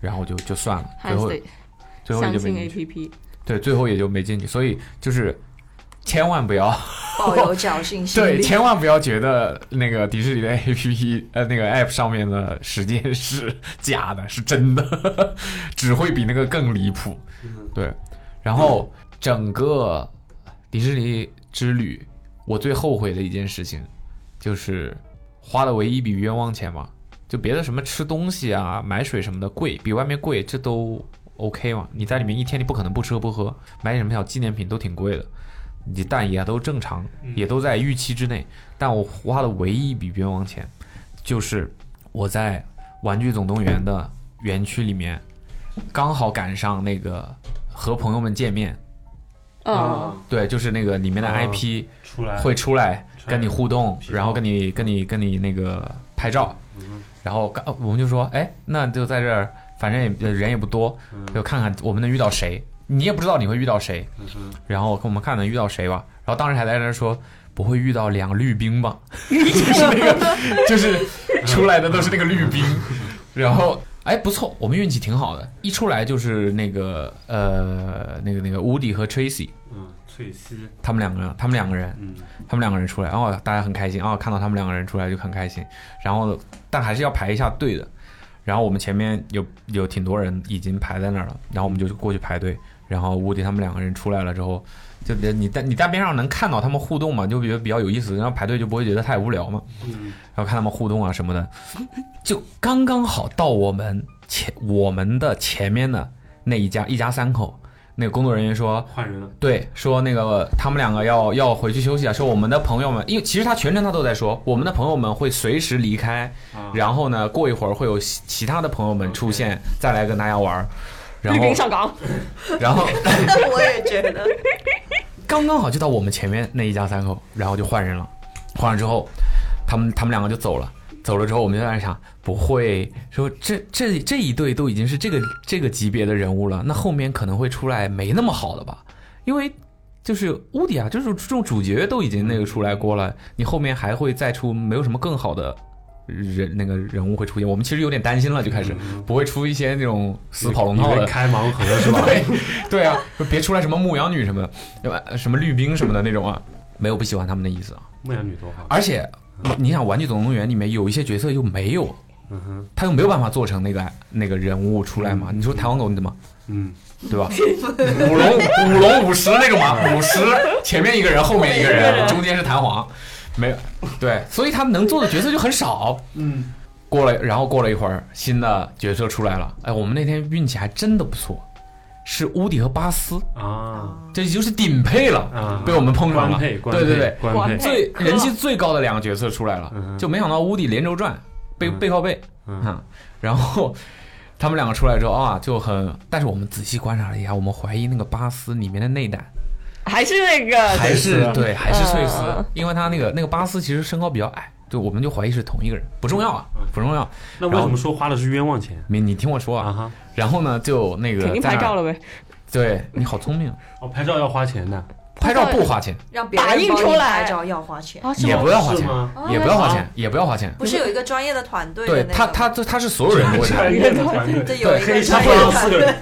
然后就就算了，最
还
后
是
最后也
相
就没
亲
进去，
APP，
对，最后也就没进去，所以就是千万不要
抱有侥幸心
对，
理。
千万不要觉得那个迪士尼的 A P P 呃那个 App 上面的时间是假的，是真的， 只会比那个更离谱。对，然后整个迪士尼之旅，我最后悔的一件事情就是花了唯一一笔冤枉钱嘛，就别的什么吃东西啊、买水什么的贵，比外面贵，这都 OK 嘛。你在里面一天你不可能不吃不喝，买点什么小纪念品都挺贵的，你但也都正常，也都在预期之内。但我花的唯一一笔冤枉钱，就是我在《玩具总动员》的园区里面，刚好赶上那个和朋友们见面，
嗯，
对，就是那个里面的
啊
IP
出来
会出来
出来
跟你互动，
是
然后跟你跟你跟你那个拍照，然后刚我们就说，哎，那就在这儿，反正也人也不多，就看看我们能遇到谁。你也不知道你会遇到谁，然后我们看能遇到谁吧。然后当时还在那儿说不会遇到两绿兵吧， 就是那个 就是出来的都是那个绿兵，然后。哎，不错，我们运气挺好的，一出来就是那个呃，那个那个 Woody 和 Tracy，
嗯，翠西，
他们两个人，他们两个人，
嗯，
他们两个人出来，然、后大家很开心啊、看到他们两个人出来就很开心。然后，但还是要排一下队的。然后我们前面有有挺多人已经排在那儿了，然后我们就过去排队。然后乌迪他们两个人出来了之后，就你在你在边上能看到他们互动嘛，你就觉得比较有意思，然后排队就不会觉得太无聊嘛。
嗯
然后看他们互动啊什么的，就刚刚好到我们前我们的前面的那一家一家三口，那个工作人员说
换人了，
对，说那个他们两个要要回去休息啊，说我们的朋友们，因为其实他全程他都在说，我们的朋友们会随时离开，
啊
然后呢，过一会儿会有其其他的朋友们出现，再来跟大家玩儿。然
绿
后
兵，上岗，
然后
我也觉得，
刚刚好就到我们前面那一家三口，然后就换人了。换了之后，他们他们两个就走了。走了之后，我们就在那想，不会说这这这一对都已经是这个这个级别的人物了，那后面可能会出来没那么好的吧？因为就是乌迪啊，就是这种主角都已经那个出来过了，你后面还会再出没有什么更好的人那个人物会出现。我们其实有点担心了，就开始
嗯
不会出一些那种死跑龙套
以为
的，
开盲盒 是吧？
对 对啊，就别出来什么牧羊女什么的，对吧？什么绿兵什么的那种啊，没有不喜欢他们的意思啊。
牧羊女多好，
而且你想，《玩具总动员》里面有一些角色又没有，
嗯哼，
他又没有办法做成那个那个人物出来嘛？你说台湾狗你怎么
嗯，
对吧？舞龙舞龙舞狮那种嘛，舞狮前面一个人，后面一个人，中间是弹簧，没有对，所以他能做的角色就很少。
嗯，
过了，然后过了一会儿，新的角色出来了。哎，我们那天运气还真的不错，是乌迪和巴斯。
啊
这就是顶配了，
啊，
被我们碰上
官
了。
配，官
对对对
配，官配，
官配
最人气最高的两个角色出来了，
嗯哼
就没想到无敌连轴转，背
嗯
背靠背，嗯，然后他们两个出来之后啊，就很，但是我们仔细观察了一下，我们怀疑那个巴斯里面的内胆
还是那个
还是对，还
啊
是翠丝
嗯，
因为他那个那个巴斯其实身高比较矮，对，我们就怀疑是同一个人，不重要啊，
嗯
不重要。
那为什么说花的是冤枉钱
你你听我说
啊？
啊，
哈，
然后呢，就那个
肯定
在
拍
那儿
照了呗，
对你好聪明，
哦，拍照要花钱的，
拍照不花钱，
让别人
打印
帮你
出来
拍照要花钱，
啊，是
也
吗
不要花
是
钱，
吗？
也不要花钱，也不要花钱。
不是有一个专业的团队
对
的那
他，
个
他他是所有人都会 拍，
业的团队
对有一
可以
个专
差不
业的
多
团
四
队
个人，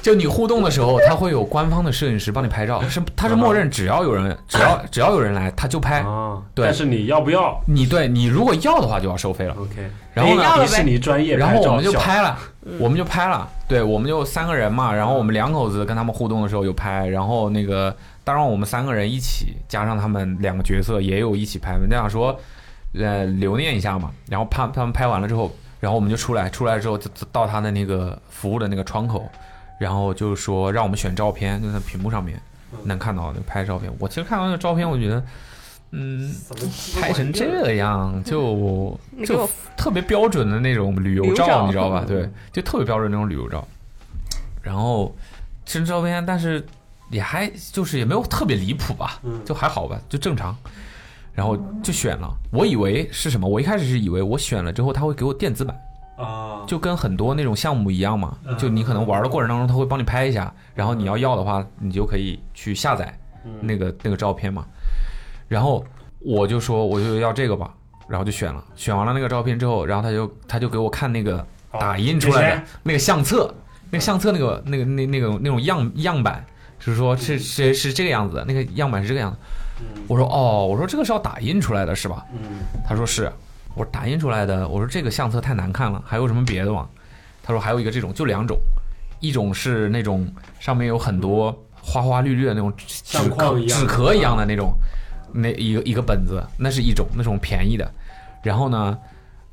就你互动的时候，他会有官方的摄影师帮你拍照，是他是默认只要有人只要只要有人来他就拍，
啊，
对
但是你要不要
你对你如果要的话就要收费了。
？OK，
然后呢
要了呗
迪士尼专业
然
拍
后
照，
我们就拍了，我们就拍了，对，我们就三个人嘛，然后我们两口子跟他们互动的时候有拍，然后那个当然我们三个人一起加上他们两个角色也有一起拍，我们想说，呃，留念一下嘛。然后拍他们拍完了之后，然后我们就出来，出来之后就就到他的那个服务的那个窗口，然后就说让我们选照片，就在屏幕上面能看到那个拍照片。我其实看到那个照片，我觉得，嗯，拍成这样就
你给
就
我
特别标准的那种旅游
旅游
照，嗯
照
你知道吧？对，就特别标准那种旅游照。然后这张照片，但是也还就是也没有特别离谱吧，就还好吧，就正常。然后就选了，我以为是什么？我一开始是以为我选了之后他会给我电子版，
啊，
就跟很多那种项目一样嘛，就你可能玩的过程当中他会帮你拍一下，然后你要要的话，你就可以去下载那个那个照片嘛。然后我就说我就要这个吧，然后就选了，选完了那个照片之后，然后他就他就给我看那个
哦
打印出来
这
的那个相册，那个相册那个那个那那个那种样样板，就是说是是是这个样子的，那个样板是这个样子。我说哦，我说这个是要打印出来的是吧？
嗯，
他说是。我说打印出来的，我说这个相册太难看了，还有什么别的吗？他说还有一个这种，就两种，一种是那种上面有很多花花绿绿的那种纸
相框
壳
一样啊
纸壳一样的那种，那一个一个本子，那是一种那种便宜的。然后呢，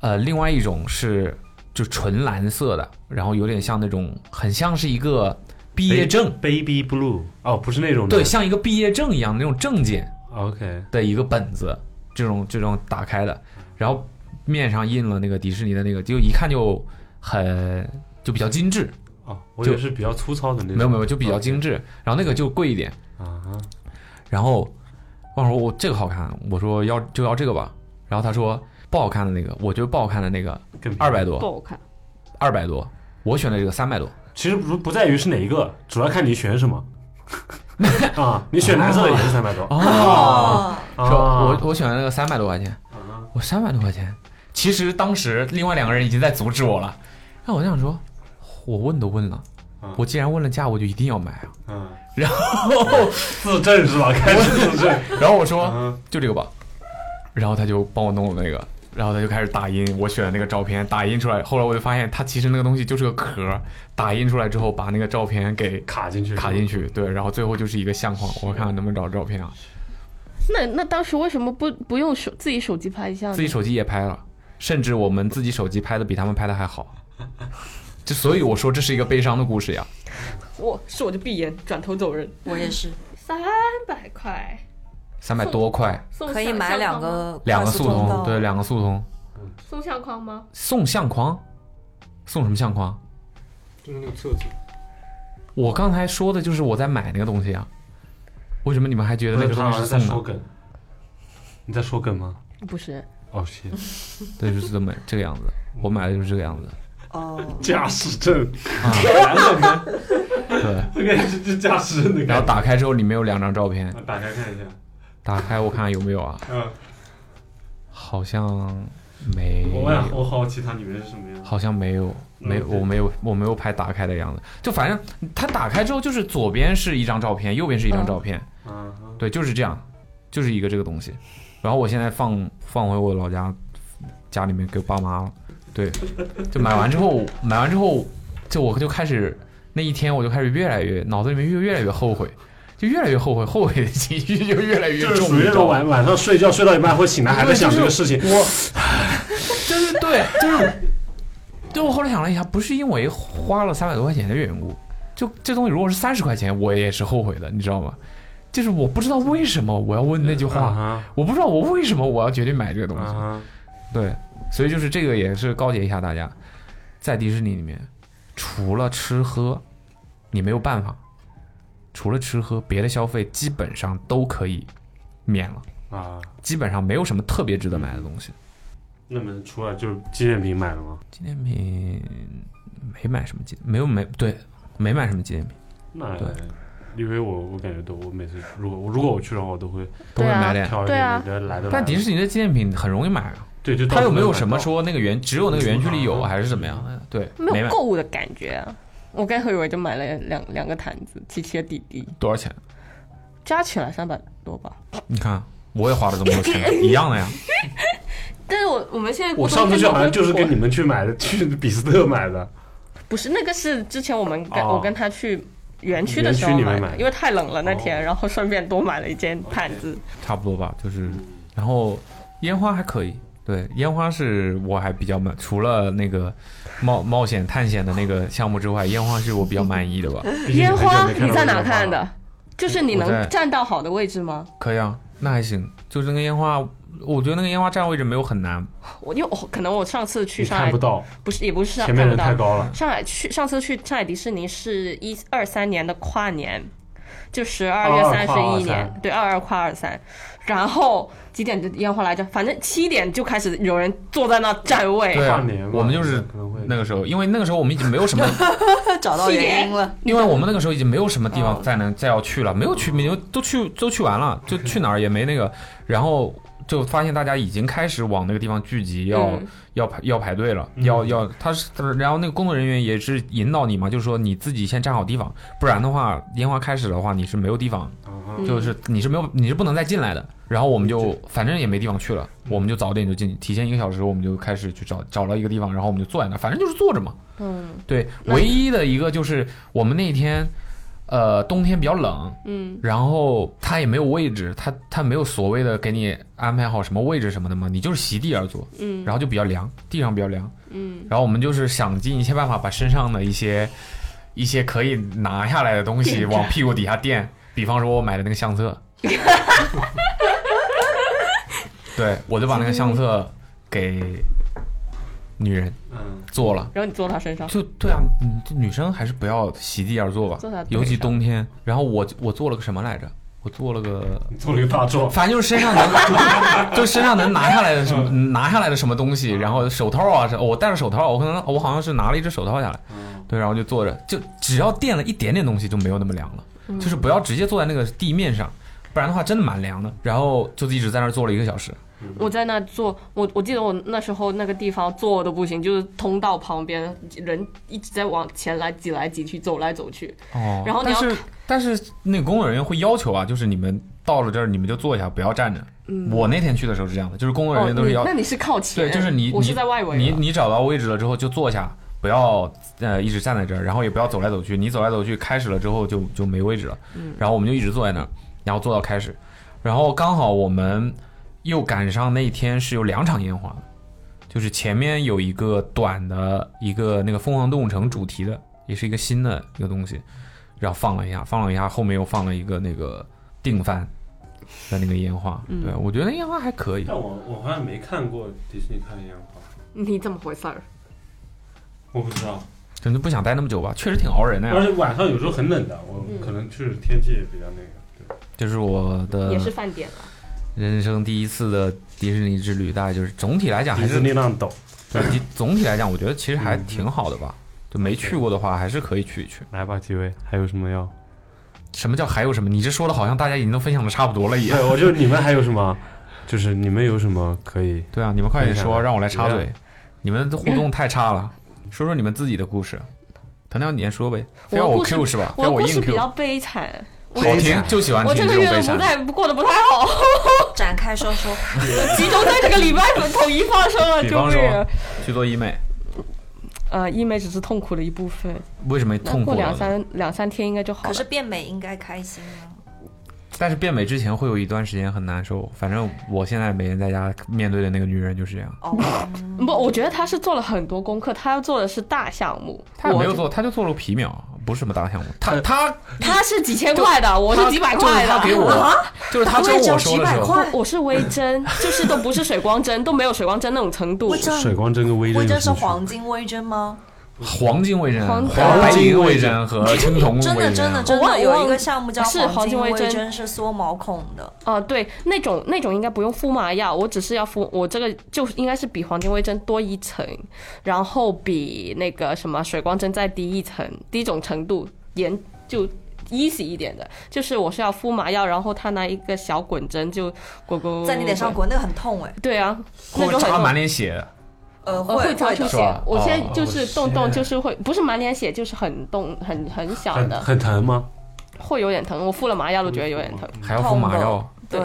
呃，另外一种是就纯蓝色的，然后有点像那种很像是一个毕
哎
业证，
Baby Blue，哦，不是那种的
对，像一个毕业证一样的那种证件。
，OK，
的一个本子，这种这种打开的，然后面上印了那个迪士尼的那个，就一看就很就比较精致，
哦，我以
就
为是比较粗糙的那种，
没有没有就比较精致，然后那个就贵一点，
啊，
然后我说我这个好看，我说要就要这个吧，然后他说不好看的那个，我觉得不好看的那个
更便宜
二百
不
多，
好看，
二百多，我选的这个三百多，
其实不不在于是哪一个，主要看你选什么。啊，你选蓝色的也是三百多
哦，
啊！嗯
说我我选的那个三百多块钱，我三百多块钱。其实当时另外两个人已经在阻止我了，那我就想说，我问都问了，我既然问了价，我就一定要 买啊。
嗯，
然后
自证是吧？开始自证，
然后我说
嗯
就这个吧，然后他就帮我弄了那个，然后他就开始打印我选的那个照片，打印出来。后来我就发现他其实那个东西就是个壳，打印出来之后把那个照片给
卡进去，
卡进。去，对，然后最后就是一个相框。我看看能不能找照片啊。
那那当时为什么不不用手自己手机拍一下呢？
自己手机也拍了，甚至我们自己手机拍的比他们拍的还好。 就所以我说这是一个悲伤的故事呀。
我是我就闭眼转头走人，
我也是
三百块
三百多块，
送
可以
相
买
相
两
框吗
个
两个
快速
速
通
通，
道
对，两个速通，
送相框吗？
送相框，送什么相框？
就是那个册子，
我刚才说的就是我在买那个东西啊。为什么你们还觉得那
那
个
个
东
好
西是
像在
送
说
的？
梗，你在说梗吗？
不是，
哦，谢，
对，就是这么这个样子。我买的就是这个样子。
哦，
驾驶证，
对，
这个是驾驶证的
然
感
后打开之后里面有两张照片
觉。，打开看一下，
打开我看看有没有啊？
嗯，
好像没有。
我啊想我好奇它里面是什么样。
好像没有，没有
嗯对
我没有我没有拍打开的样子，就反正它打开之后就是左边是一张照片，右边是一张照片，
嗯，
对，就是这样，就是一个这个东西。然后我现在放放回我老家，家里面给我爸妈了，对，就买完之后 买完之后，就我就开始那一天我就开始越来越脑子里面越越来越后悔。就越来越后悔，后悔的情绪就越来越
就
重，
是属于
你知
那
道
种
吗
晚晚上睡觉睡到一半会醒来还在想这个事情，
我就是对，就是，对我后来想了一下，不是因为花了三百多块钱的缘故，就这东西如果是三十块钱，我也是后悔的，你知道吗？就是我不知道为什么我要问那句话，
啊
我不知道我为什么我要决定买这个东西，
啊，
对，所以就是这个也是告诫一下大家，在迪士尼里面，除了吃喝，你没有办法，除了吃喝，别的消费基本上都可以免了，
啊。
基本上没有什么特别值得买的东西。
那么除了就是纪念品买了吗？
纪念品没买什么纪，没有没对，没买什么纪念品，
那
对
因为我我感觉都，我每次如果如果我去的话，我都会
都会
对啊
买点。
挑一
对啊
点来的来的。
但迪士尼的纪念品很容易买啊，
对，就到
它又
处
没有
能买
什么
到
说那个园只有那个园区里有啊 还是怎么样的？对，
没
没
有
买
购物的感觉啊。我跟何以为就买了两两个毯子，琪琪的弟弟，
多少钱？
加起来三百多吧。
你看我也花了这么多 钱，一样的呀。
但是我我们现在
我上次去
就
好像就是跟你们去买的，去比斯特买的。
不是那个是之前我们跟、
哦
我跟他去园区的时候
园区里面买
买
哦
的，因为太冷了那天，然后顺便多买了一件毯 子。
差不多吧，就是，然后烟花还可以，对，烟花是我还比较满，除了那个冒冒险探险的那个项目之外，烟花是我比较满意的吧。
毕竟
烟
很久
花
没到
你在
烟
哪
花
看
了？
的？就是你
我在
能站到好的位置吗？
可以啊，那还行，就是那个烟花，我觉得那个烟花站位置没有很难，
我因为我可能我上次去
你
上
看
海
不到，
不是也不是上啊
前面人
看
太
不到
高了。
上海去上次去上海迪士尼是一二三年的跨年，就十二月
22
三十一年，
23
对，二二跨二三。然后几点的烟花来着？反正七点就开始有人坐在那站位，
对啊
跨年嘛
我们就是
可能会
那个时候，因为那个时候我们已经没有什么，
找到原因了。
因为我们那个时候已经没有什么地方再能再要去了，没有去，没有都去都去完了，就去哪儿也没那个，然后就发现大家已经开始往那个地方聚集，要、
嗯
要排要排队了，要要他是，他是然后那个工作人员也是引导你嘛，就是说你自己先站好地方，不然的话烟花开始的话你是没有地方，
嗯
就是你是没有你是不能再进来的。然后我们就反正也没地方去了，我们就早点就进，提前一个小时我们就开始去找找了一个地方，然后我们就坐在那儿，反正就是坐着嘛。
嗯
对，唯一的一个就是我们那天，呃，冬天比较冷，
嗯，
然后他也没有位置，他他没有所谓的给你安排好什么位置什么的嘛，你就是席地而坐，
嗯，
然后就比较凉，地上比较凉，
嗯，
然后我们就是想尽一切办法把身上的一些一些可以拿下来的东西
垫着
往屁股底下垫，比方说我买的那个相 册，对我就把那个相册给女人
嗯，
做了。
然后你坐他身上，
就对啊，你这女生还是不要席地而坐吧
嗯坐在，地
尤其
上
冬天。然后我我做了个什么来着？我做了个，
你做了一个大壮，
反正就是身上能， 就身上能拿下来的什么，
嗯
拿下来的什么东西，然后手套啊，是我戴着手套，我可能我好像是拿了一只手套下来，
嗯
对，然后就坐着，就只要垫了一点点东西就没有那么凉了，
嗯
就是不要直接坐在那个地面上，不然的话真的蛮凉的。然后就一直在那儿坐了一个小时，
我在那坐，我我记得我那时候那个地方坐的不行，就是通道旁边人一直在往前来挤来挤去，走来走去，
哦
然后你
但
要
是但是那个工作人员会要求啊，就是你们到了这儿你们就坐一下，不要站着。我那天去的时候是这样的，就是工作人
嗯哦，
员都是
你
要，
那你是靠前，
对，就是你
我是
你
在外围的，
你你找到位置了之后就坐下，不要呃一直站在这儿，然后也不要走来走去，你走来走去开始了之后就就没位置了。
嗯
然后我们就一直坐在那儿，然后坐到开始，然后刚好我们又赶上那天是有两场烟花的，就是前面有一个短的一个那个凤凰动物城主题的，也是一个新的一个东西，然后放了一下，放了一下，后面又放了一个那个定番的那个烟花，
嗯
对我觉得烟花还可以。
但我我好像没看过迪士尼看的烟花，
你怎么回事儿？
我不知道。
真的不想待那么久吧，确实挺熬人的呀。
而且晚上有时候很冷的，我
嗯
可能就是天气也比较那个。对
这是我的
也是饭点了。
人生第一次的迪士尼之旅，大概就是总体来讲还
迪士
是
尼嗯浪抖，
对其总体来讲，我觉得其实还挺好的吧。就没去过的话，还是可以去一去。
来吧，几位，还有什么要？
什么叫还有什么？你这说的好像大家已经都分享的差不多了一样。
对，我就是你们还有什么？就是你们有什么可以？
对啊，你们快点
分
说，
享
让我来插
一
嘴。你们的互动太差了，说说你们自己的故事。藤条，你先说呗，非要
我
我
故事
Q 是吧？非要
我的故
硬
事比较
Q。
悲惨，
好听就喜欢
我
听
这
这种
个月
悲
不
惨。
太过得不太好，
展开说说，
集中在这个礼拜统一发生了，
比
就
方
是
说去做医美，
呃，医美只是痛苦的一部分，
为什么
那
痛苦
过
了
两
呢？
三两三天应该就好
可
了
是。变美应该开心啊。
但是变美之前会有一段时间很难受，反正我现在每天在家面对的那个女人就是这样，
哦，
不，我觉得他是做了很多功课，他要做的是大项目，
她也
我
没有做，她就做了个皮秒，不是什么大项目，他他
他是几千块的，我是几百块
他给我
的。，
啊
就是他跟我说的时候，
我我是微针，就是都不是水光针，都没有水光针那种程度
微。针
水光针跟微针
微
有
针
什
是
么区别，
黄金微针吗？
黄金微针、
黄
白银微
金
针和青铜微
真的
针，
真的
我
真
忘
的
我
有
忘
一个项目叫
是黄
黄
金
金
微
微
针
针，是缩毛孔的。
啊、对，那种那种应该不用敷麻药，我只是要敷，我这个就是应该是比黄金微针多一层，然后比那个什么水光针再低一层，低一种程度严就 easy 一点的，就是我是要敷麻药，然后他拿一个小滚针就滚滚
在你脸上
滚。
滚，那个很痛哎，
对啊，那
或者
种很
插
痛
满脸血，
呃，
呃，会
会
擦
会
出
的，
是
血
吧。
我现在
哦
就是动
哦
动，
是
就是会不是满脸血，就是很动，很很小
很
的，
很疼吗？
会有点疼。我敷了麻药都觉得有点疼，
还要敷麻药，
对，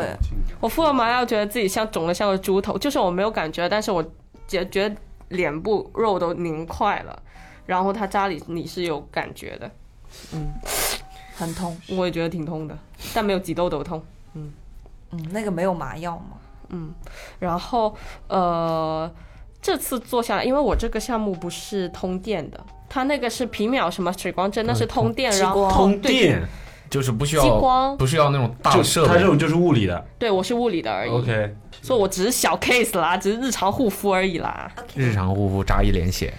我敷了麻药觉得自己像肿的像个猪头，就是我没有感觉，但是我觉觉得脸部肉都凝块了。然后它扎里你是有感觉的，
很痛。
我也觉得挺痛的，但没有挤痘痘痛。
嗯，那个没有麻药吗？
然后呃，这次做下来，因为我这个项目不是通电的，它那个是皮秒什么水光针，那是通电，然后
通
哦对
电，
就是不需
呃激
要，
光
不是要那种大
就
设
它这
备，
种就是物理的。
对我是物理的而已。
OK，
所以我只是小 case 啦，只是日常护肤而已啦，
日常护肤扎一脸血，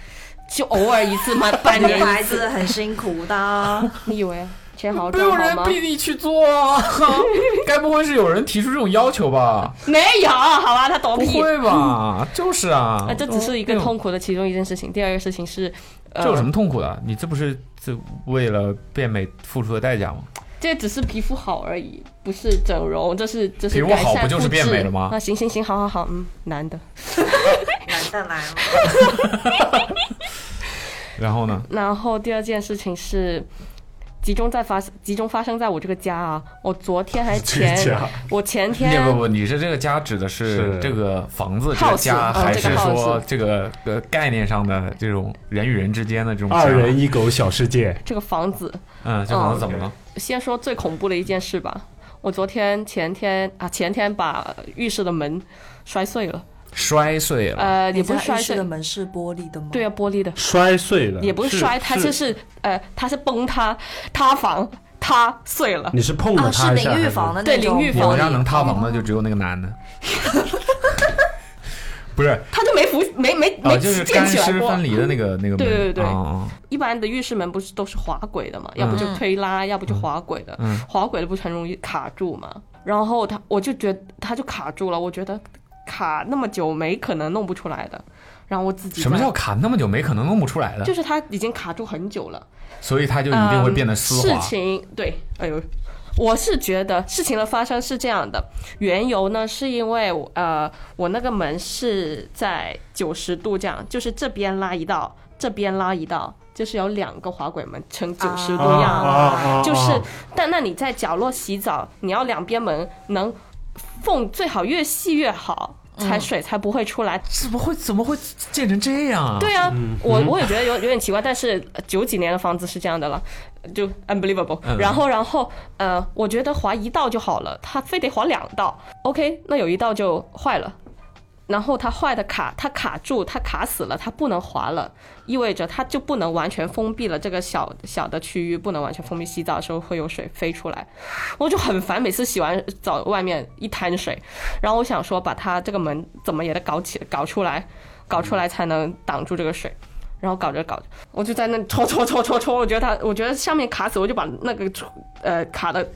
就偶尔一次 嘛，半
女
年
孩
一次。
子很辛苦 的，
你以为钱好赚
哎
好吗？
你去做啊， 该不会是有人提出这种要求吧？
没有，好吧，他懂
不
屁。
会吧？就是啊
哦啊，，这只是一个痛苦的其中一件事情。第二个事情是，呃，
这有什么痛苦的？你这不是这为了变美付出的代价吗？
这只是皮肤好而已，不是整容，这是这
皮
是
肤
改
好
善
不就是
肤
变
质
美了吗
啊，行行行，好好好，嗯，男的。
男的来了。
然后呢？
然后第二件事情是。集中在发集中发生在我这个家啊！我昨天 还前
这个家
我前天
不不，你是这个家指的是
是
这个房子、这个
House，
家，
嗯
还
这
是
个
说
house
这个呃概念上的这种人与人之间的这种家
二人一狗小世界，
这个房子
嗯，这房子怎么了？
先说最恐怖的一件事吧。我昨天前天啊前天把浴室的门摔碎了，
摔碎了，
呃，也
你
不是
家
摔
浴室
碎
的，门是玻璃的吗？
对啊，玻璃的，
摔碎了。
也不是摔，它就是呃，它是崩塌塌房，塌碎了。
你是碰了
啊，是
它一下，
淋浴房的
对
那种。
淋浴
你
房
们
里
家能塌房的就只有那个男 的，不是
它就没扶，没没
啊，
没
就是
建
干
起来
湿
过
分。离的那 个那个门，
对对对
啊
一般的浴室门不是都是滑轨的嘛，要不就推拉，要不就滑轨的。
嗯
滑轨的不是很容易卡住嘛？然后它我就觉得它就卡住了，我觉得卡那么久没可能弄不出来的。然后我自己
什么
在
叫卡那么久没可能弄不出来的
就？是它已经卡住很久了，
所以它就一定会变得丝滑
嗯。事情对，哎呦，我是觉得事情的发生是这样的，缘由呢是因为我呃，我那个门是在九十度这样，就是这边拉一道，这边拉一道，就是有两个滑轨门呈九十度
啊
样。
啊 啊！
就是，但那你在角落洗澡，你要两边门能缝最好越细越好，才水才不会出来。
怎么会怎么会建成这样啊？
对啊，我我也觉得有有点奇怪，但是呃九几年的房子是这样的了，就 unbelievable
嗯。
然后然后呃，我觉得划一道就好了，它非得划两道。OK，那有一道就坏了。然后它坏的卡，它卡住，它卡死了，它不能滑了，意味着它就不能完全封闭了这个小小的区域，不能完全封闭。洗澡的时候会有水飞出来，我就很烦，每次洗完澡外面一滩水，然后我想说把它这个门怎么也得搞起搞出来，搞出来才能挡住这个水。然后搞着搞着，我就在那戳戳戳戳戳，我觉得它，我觉得上面卡死，我就把那个戳呃卡的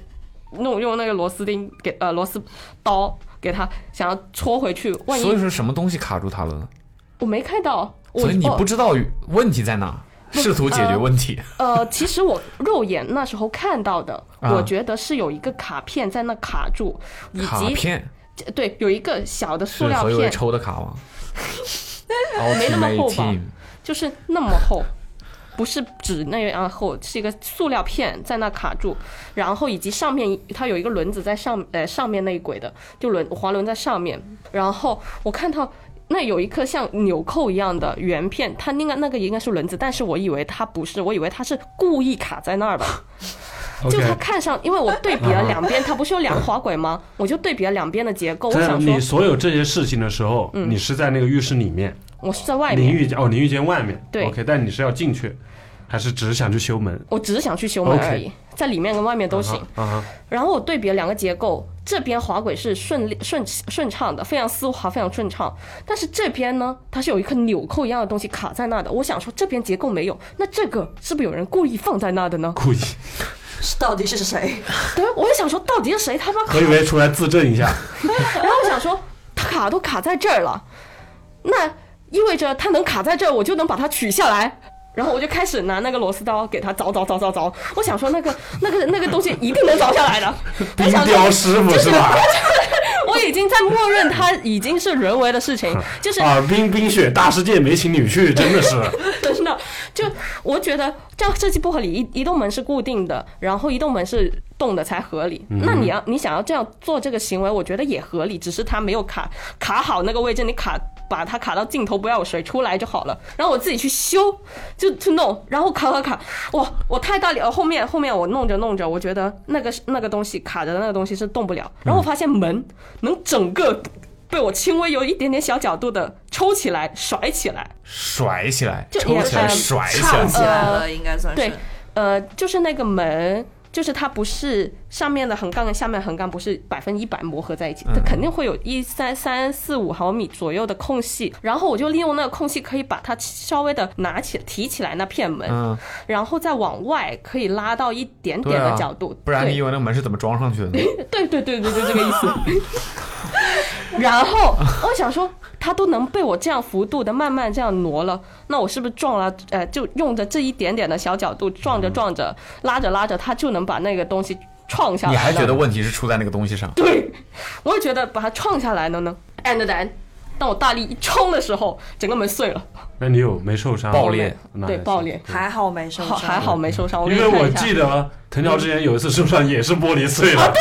弄用那个螺丝钉给呃螺丝刀给它想要戳回去，万
所以
一
说什么东西卡住它了呢？
我没看到，我
所以你
哦
不知道问题在哪，试图解决问题。
呃，其实我肉眼那时候看到的，
啊
我觉得是有一个卡片在那卡住，以
卡
及
片
对有一个小的塑
是
料
何以为
片，
抽的卡吗？
没那么
Ultimate
厚吧
Team
就是那么厚，不是纸那样厚，是一个塑料片在那卡住，然后以及上面它有一个轮子在上呃上面那一轨的，就轮滑轮在上面，然后我看到。那有一颗像纽扣一样的圆片，它应该那个应该是轮子，但是我以为它不是，我以为它是故意卡在那 儿的。就它看上，因为我对比了两边，它不是有两滑轨吗？我就对比了两边的结构，我
在
想
你
说，嗯
所有这些事情的时候，你是在那个浴室里面，
我是在外
淋
面，
浴间哦，淋浴间外面。
对
OK，但你是要进去，还是只是想去修门？
我只是想去修门
OK
而已在里面跟外面都行。
啊哈，
然后我对比了两个结构，这边滑轨是顺利顺顺畅的，非常丝滑，非常顺畅。但是这边呢，它是有一颗纽扣一样的东西卡在那的。我想说，这边结构没有，那这个是不是有人故意放在那 的呢？
故意，
是到底是谁？
对，啊我就想说，到底是谁他妈卡
我以为出来自证一下。
然后我想说，卡都卡在这儿了，那意味着它能卡在这儿，我就能把它取下来。然后我就开始拿那个螺丝刀给它凿凿凿凿凿，我想说那个那个那个东西一定能凿下来的。 我
冰
想说
雕师傅是吧？
我已经在默认它已经是人为的 事
啊
情，就是
哈尔滨冰雪大世界没请你去，真的是。
真的，就我觉得这样设计不合理。一一栋门是固定的，然后一栋门是动的才合理。那你要你想要这样做这个行为，我觉得也合理，只是它没有卡卡好那个位置，你卡把它卡到尽头，不要有水出来就好了。然后我自己去修，就去弄，然后卡卡卡，哇，我太大力了。后面后面我弄着弄着，我觉得那个那个东西卡着的那个东西是动不了，然后我发现门能整个。被我轻微有一点点小角度的抽起来、甩起来，
甩起来，
就
抽起
也
来，
呃
甩起来
唱，起来了，应该算是
对。呃，就是那个门，就是它不是上面的横杠跟下面的横杠不是百分一百磨合在一起，
嗯
它肯定会有一三三四五毫米左右的空隙。然后我就利用那个空隙，可以把它稍微的拿起提起来那片门，
嗯，
然后再往外可以拉到一点点
对
的
啊
角度，
不然
对
你以为那个门是怎么装上去的呢？
对对对对，就这个意思。 然后我想说，他都能被我这样幅度的慢慢这样挪了，那我是不是撞了？呃，就用着这一点点的小角度撞
嗯
着撞着，拉着拉着，他就能把那个东西撞下来
你
了。
还觉得问题是出在那个东西上？
对，我也觉得把它撞下来了呢。And then，当我大力一冲的时候，整个门碎了，
那你有没受伤？
爆裂，
那
对，
还
爆
行。
裂。
还好没受
好，
伤，
还
啊
好没受伤。我给
因
你
为
看
我
一下。
记得藤条之前有一次受伤也是玻璃碎了，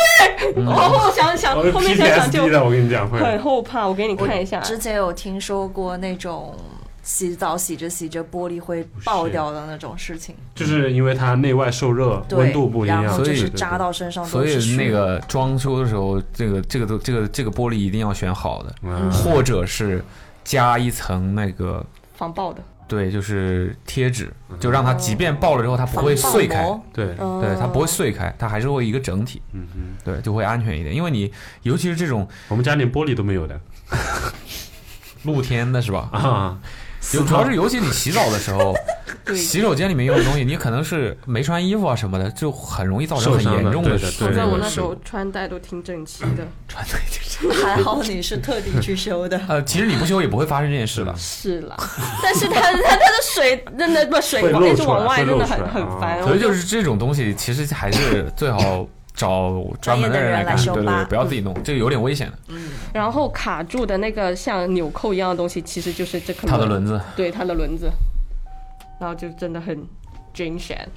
然哦后我想想，
我是
后面想想就
PTSD 的，我跟你讲会。
很后怕。我给你看一下，
之前有听说过那种洗澡洗着洗着玻璃会爆掉的那种事情，
就是因为它内外受热，
对
温度不一样，
然后
所
就
以
是扎到身上都
所
是
以
血。
那个装修的时候，这个这个都这个这个玻璃一定要选好的，
嗯
或者是加一层那个
防爆的。
对，就是贴纸，就让它即便爆了之后，它不会碎开，
对，
嗯
对，它不会碎开，它还是会一个整体，
嗯哼，
对，就会安全一点。因为你尤其是这种
我们家连玻璃都没有的
露天的是吧？
啊，
有主要是尤其你洗澡的时候，洗手间里面用的东西，你可能是没穿衣服啊什么的，就很容易造成
受
很
伤的
严重
对的
事
对
好
的
在我
对
那
的
时候穿戴都挺整齐的，
穿在就是，
还好你是特地去修的
呃，其实你不修也不会发生这件事的。
是啦。 但是它它它的水真的不水
会
往一直
漏出来
往外，
会
真
漏
的
出
很
来
很烦。
所以就
我
是这种东西，其实还是最好找专门人
专业的
来干，对对
人来修
对，
吧
不要自己弄，这个有点危险的。
然后卡住的那个像纽扣一样的东西，其实就是这颗
它的轮子，
对它的轮子，然后就真的很。惊险，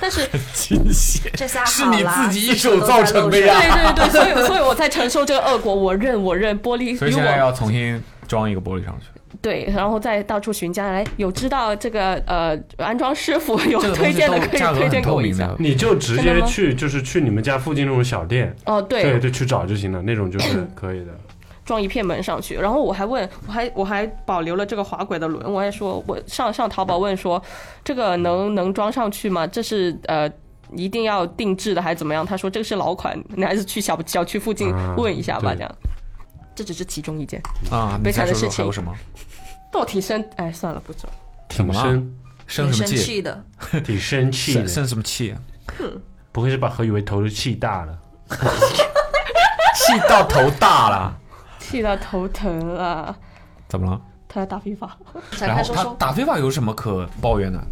但是对
这下
是
好
你
啦
自己一手造成的呀。
对 对，所以所以我在承受这个恶果，我认我认，玻璃
所以
如
现在
果
要重新装一个玻璃上去。
对，然后再到处询价，来有知道这个呃安装师傅有
这个东
哦推
西
荐的
都
可以
价格
推
很
荐给
透
我一
明
下。
的，
你就直
真的
接
吗
去，就是去你们家附近那种小店，
哦，
哎
对，
对对，去找就行了，那 种就是可以的。
装一片门上去。然后我还问，我还我还保留了这个滑轨的轮，我还说我上上淘宝问说，这个能能装上去吗？这是呃。一定要定制的还是怎么样？他说这个是老款，你还是去小小区附近
啊
问一下吧。
对
这样，嗯这只是其中一件。
啊，你
悲惨
再
的
说说
事
还有
情
什么？
但我挺生，哎，算了，不说。
怎么
挺
了生
生，
挺
什
生
么气？
气的，
挺 生气
生
的，
生什么气？
不会是把何雨薇头气大了？
气到头大 了？
气到头疼啊！
怎么了？
他要打FIFA，
展
然
开
后
说
他
说。
打非法有什么可抱怨的？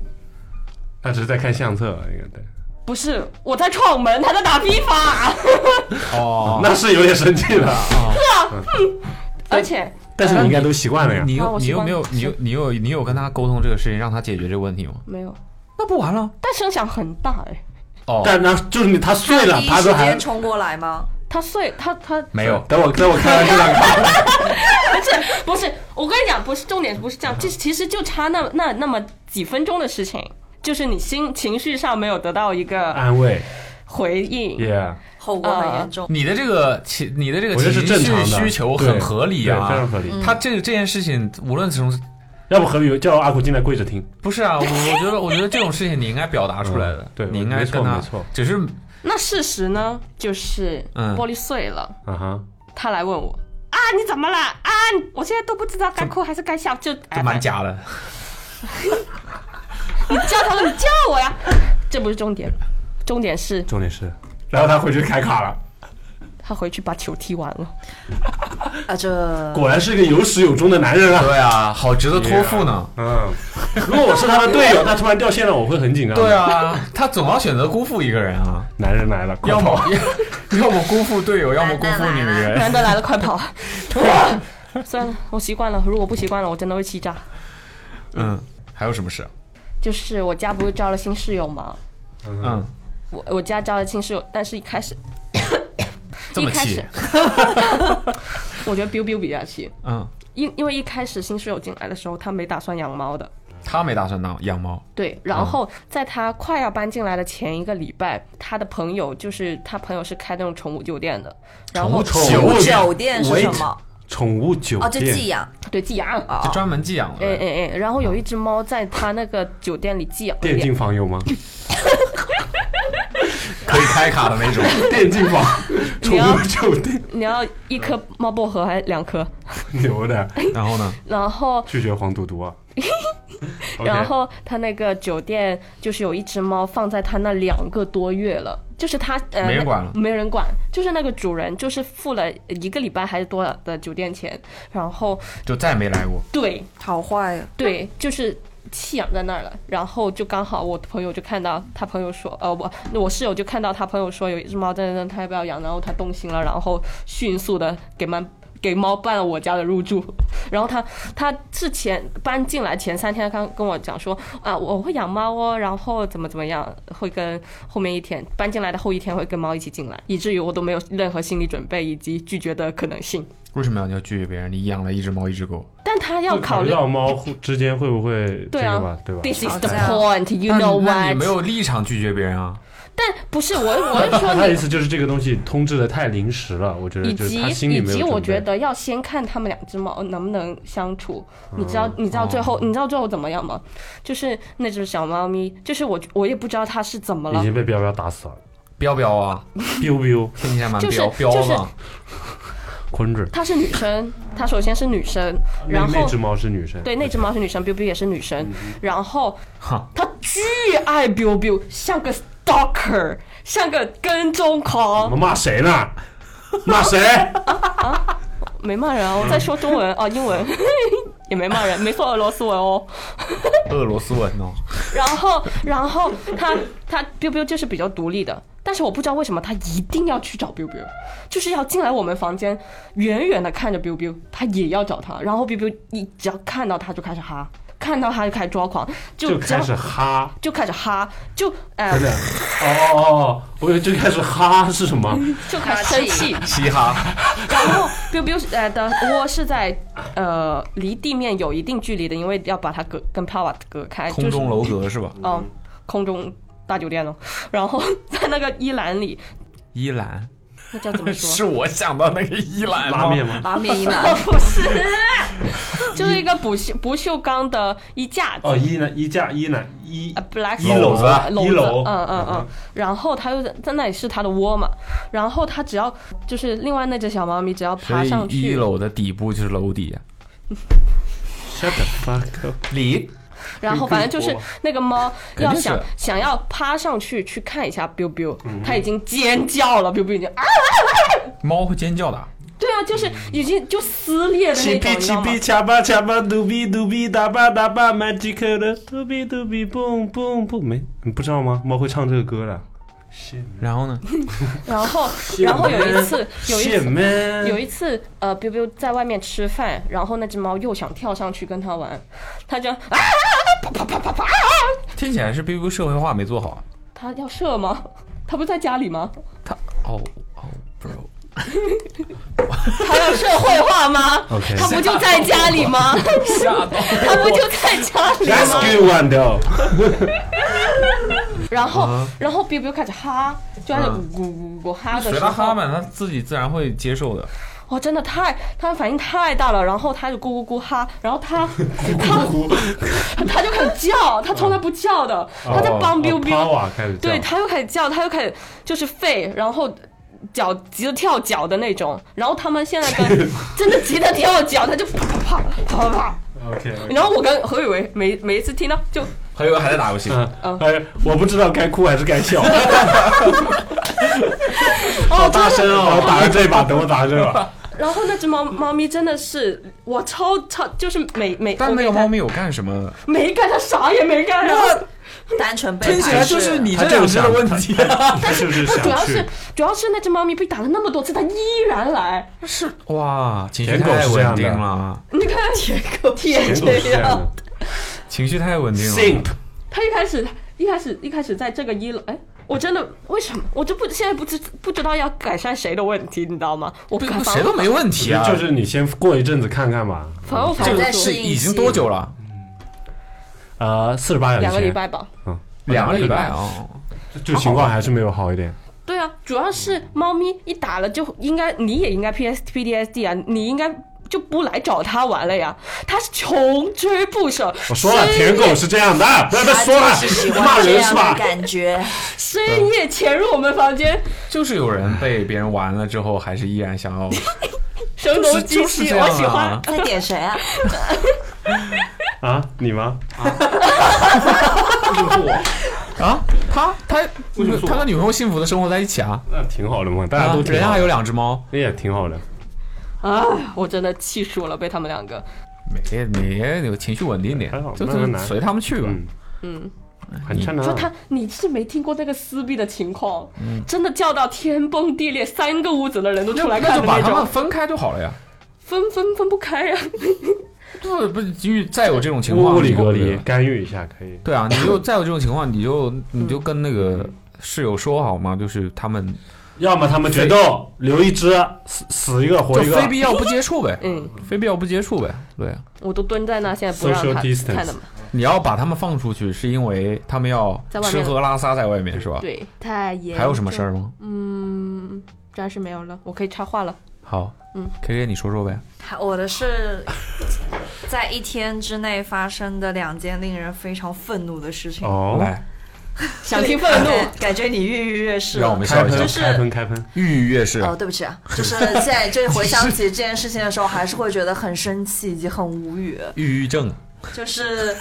他只是在看相册，应该对，
不是我在撞门，他在打 FIFA，
哦，
那是有点生气了。啊
而且
但是你应该都习惯了呀。
你
啊
有
我
你
习
有
惯
没有你有你有你有跟他沟通这个事情，让他解决这个问题吗？
没有，
那不完了
但声响很大哎，
哦，
但那就是你他碎了
第，一
他
时
都还
间冲过来吗？
他碎，他他
没有
等我等我开完这张 卡，
不是不是，我跟你讲，不是重点，不是这样，这其实就差那那那么几分钟的事情，就是你心情绪上没有得到一个
安慰
回应。
啊，yeah，
后果很严重。
你的这个情，你的这个
我觉
情
得是正常
绪
的
需求
对
很合理
嗯
对非常
啊。
合理。
他这这件事情，无论从
要不何宇叫阿古进来跪着听，
不是啊，我我觉得我觉得这种事情你应该表达出来的
嗯，对
你应该
没错
跟他
没错，
只是
那事实呢，就是
嗯
玻璃碎了，
啊哈，
他来问我啊，你怎么了啊？我现在都不知道该哭还是该笑，就
这
哎，
蛮假的。
你叫他们，你叫我呀， 这不是重点，重点是
重点是，然后他回去开卡了，
他回去把球踢完了。
呃
啊，这
果然是个有始有终的男人啊。
对啊，好值得托付呢。
嗯，如果我是他的队 友，他突然掉线了，我会很紧张。
对，啊，他总要选择辜负一个人 啊，
男人来了，快
要
跑
么 要么辜负 队友，要么辜负女人。
难得来了，快跑！算了，我习惯了。如果不习惯了，我真的会气炸。
嗯，还有什么事？
就是我家不是招了新室友吗？
嗯，
我我家招了新室友，但是一开始
这么
一开
气
始。我觉得 biu biu 比较气，
嗯，
因因为一开始新室友进来的时候，他没打算养猫的。
他没打算当养猫。
对，
啊
然后在他快要搬进来的前一个礼拜，他的朋友就是他朋友是开那种宠物酒店的，然后
宠
酒
物
酒店是什么？
宠物酒
哦，就寄
店，
养
对寄养，哎
就专门寄养的。
哎哎，然后有一只猫在他那个酒店里寄养了
电
两
竞房 有吗？
可以开卡的那 种。
电竞房，宠
你要
物酒店，
你要一颗猫薄荷还是两颗？
牛的，
然后呢？
然后
拒绝黄赌毒 啊。
然后他那个酒店就是有一只猫放在他那两个多月了，就是他呃
没人管了
那没人管，就是那个主人就是付了一个礼拜还是多少的酒店钱，然后
就再也没来过。
对
好坏呀，
对就是。弃养在那儿了，然后就刚好我朋友就看到他朋友说，呃，我我室友就看到他朋友说有一只猫在那，他要不要养？然后他动心了，然后迅速的给猫给猫办了我家的入住， 然后他他之前搬进来前三天，他刚跟我讲说啊，我会养猫哦，然后怎么怎么样，会跟后面一天搬进来的后一天会跟猫一起进来，以至于我都没有任何心理准备以及拒绝的可能性。
为什么要你要拒绝别人？你养了一只猫，一只狗，
但他要
要
考
考虑
虑
到猫互之间会不会这
对
个
啊
吧，对吧？
，This is
吵
the
架
point, you
那
know
那你没
what？
有立场拒绝别人啊？
但不是我，我是说
他的意
你。
思就是这个东西通知的太临时了，我觉得
以
就是
及
他心里
以
没有
及，我
准备
觉得要先看他们两只猫能不能相处。
嗯
你知道，你知道最
哦
后，你知道最后怎么样吗？就是那只小猫咪，就是我，我也不知道它是怎么
已
了，
经被彪彪打死了，
彪彪啊，
彪彪
天津还蛮
就是
彪啊彪
就是
嘛。
坤子，
她是女生，她首先是女生，
那
然后
那只猫是嗯女生，
对那只猫是女生，biu biu 也是女生，然后
哈
她巨爱 biu biu，像个 stalker，像个跟踪
我
狂。
们骂谁呢？骂谁？
没骂人啊，我在说中文啊，英文 也没骂人，没说俄罗斯文哦。
俄罗斯文哦，
然后，然后她她 biu biu 就是比较独立的。但是我不知道为什么她一定要去找 biu biu，就是要进来我们房间，远远的看着 biu biu，她也要找他。然后 biu biu 一只要看到他就开始哈，看到他 就开始抓狂，
就
只要
开始哈，
就开始哈，就哎、
真的，哦哦哦，我以为就开始哈是什 么？
就开始生气。
嘻哈。
然后 biu biu 呃的窝是在呃离地面有一定距离的，因为要把它隔跟 power 隔开，
空中
就
楼
是
阁是吧？
嗯，空中大酒店哦。然后在那个衣篮里，
依兰
那叫怎 么说？
我想到那个依兰
拉面吗？
拉面 一男，
不是，就是一个不锈不锈钢的衣架子。
哦，一男一架一男一
啊，black
一楼子啊
楼
一楼
嗯嗯嗯，然后他又在在那里是他的窝嘛，然后他只要就是另外那只小猫咪只要
所
爬上
以一
去，
楼的底部就是楼底啊。
shut the fuck up，
里
然后反正就是那个猫
肯
要
定是嗯
想想要趴上去去看一下 biu biu，它已经尖叫了，biu biu 已经啊，
猫会尖叫的啊，
对啊，就是已经就撕裂的那种，你知道吗？
恰吧恰吧，嘟比嘟比，打吧打吧，magic 的嘟比嘟比，蹦蹦蹦，没，你不知道吗？猫会唱这个歌的。
然 后呢？
然后然后有 一次有一
谢
次。
嗯
man，
有一次，呃，biu biu 在外面吃饭，然后那只猫又想跳上去跟它玩，它就啊，
听起来是 biu biu 社会化没做好啊。
啊它要射吗？它不是在家里吗？
他哦哦，bro，
它要社会化吗？
OK
它不就在家里吗？
吓到
它不就在家里
，That's
吗？
good one though。
然后，然后 biu biu 开始哈，就开始
嗯
咕咕咕咕哈的
随
时
他
候，
哈嘛，他自己自然会接受的。
哇，真的太他们反应太大了，然后他就咕咕咕哈，然后他他 他就开始叫，他从来不叫的，
哦
他在帮 biu
趴
biu，
瓦开始叫
对，他又开始叫，他又开始就是吠，然后。脚急得跳脚的那种，然后他们现在跟真的急得跳脚，他就啪啪啪啪啪啪，
OK，
然后我跟何雨薇每每一次听到就
还有还在打游戏，
嗯，哎，我不知道该哭还是该 笑，
哦，真
大
的
声哦！我打个这把，等我打个这把。
然后那只猫猫咪真的是我超超，就是每每
但
我
那
给
个
它
猫咪有干什么？
没干，它啥也没干。然后
单纯被
听起来
排
就是
斥
你
他
这
就
两只的
想
问题。
他是不是
主要
想
是
去？
主要是那只猫咪被打了那么多次，它依然来。
是哇，情绪
舔狗
太
是这
稳
样的
定了，
你看舔狗舔
全都是这样
样
的。。
情绪太稳定了。
Simp，
它一开始一开始一开始在这个一楼，哎，我真的为什么我就不现在不知不知道要改善谁的问题，你知道吗？我不
不谁都没问题啊，
就是你先过一阵子看看吧。
反正我
还
反
在
正
适
说
应
已经
期
多久了？
呃，四十八小时
两个礼
前，
拜吧。
两个礼拜
两
啊。
就情况还是没有好一点。
对啊，主要是猫咪一打了就应该，你也应该 P S P D S D 啊，你应该就不来找它玩了呀。它是穷追不舍，
我说了，
深
舔狗
夜
是这样的，不要再
他
说
啊
了
就是喜，
骂
欢这
人
样
是
的
吧？
感觉，
深夜潜入我们房间，
就是有人被别人玩了之后，还是依然 想要，
声
就
东
是
击
就是
西，
这
我
样
喜欢
啊。。
在点谁啊？
啊，你吗？
啊，他他
为什么是我
他跟女朋友幸福的生活在一起啊，
那挺好的嘛，大家都
啊人
挺
家
好
还
的，
有两只猫，
那也挺好的。
啊！我真的气死我了，被他们两个。
没没有情绪稳定点
还好，
就
慢慢
是
来
随他们去吧。
嗯嗯，很正
说
常
他，你是没听过那个撕逼的情况，
嗯
真的叫到天崩地裂，三个屋子的人都出来
那
看
就
的
把
那
他们
种，
分开就好了呀。
分分分不开啊呀、
不不，遇再有这种情况，
物理
你就
隔离
不
干预一下可以。
对啊，你就再有这种情况，你就你就跟那个室友说好嘛，就是他们
要么他们决斗，留一只死死一个活
就
一个
非。必要不接触呗，
嗯，
非必要不接触呗。对，啊
我都蹲在那，现在不让
Social
他
distance
看他们。
你要把他们放出去，是因为他们要
在外
吃
面
喝拉撒在外面是吧？
对，太严。
哦还有什么事儿？吗？
嗯，暂时没有了，我可以插话了。
好，嗯，K K 你说说呗。
我的是在一天之内发生的两件令人非常愤怒的事情。
哦，
来，
想听愤怒？
感感觉你跃跃越是了。
让我们
开
笑一
喷
笑
就。是
开喷开喷，
郁郁越是
哦，对不起啊， 就是现在就回想起这件事情的时候，还是会觉得很生气以及很无语。
郁郁症，
就是，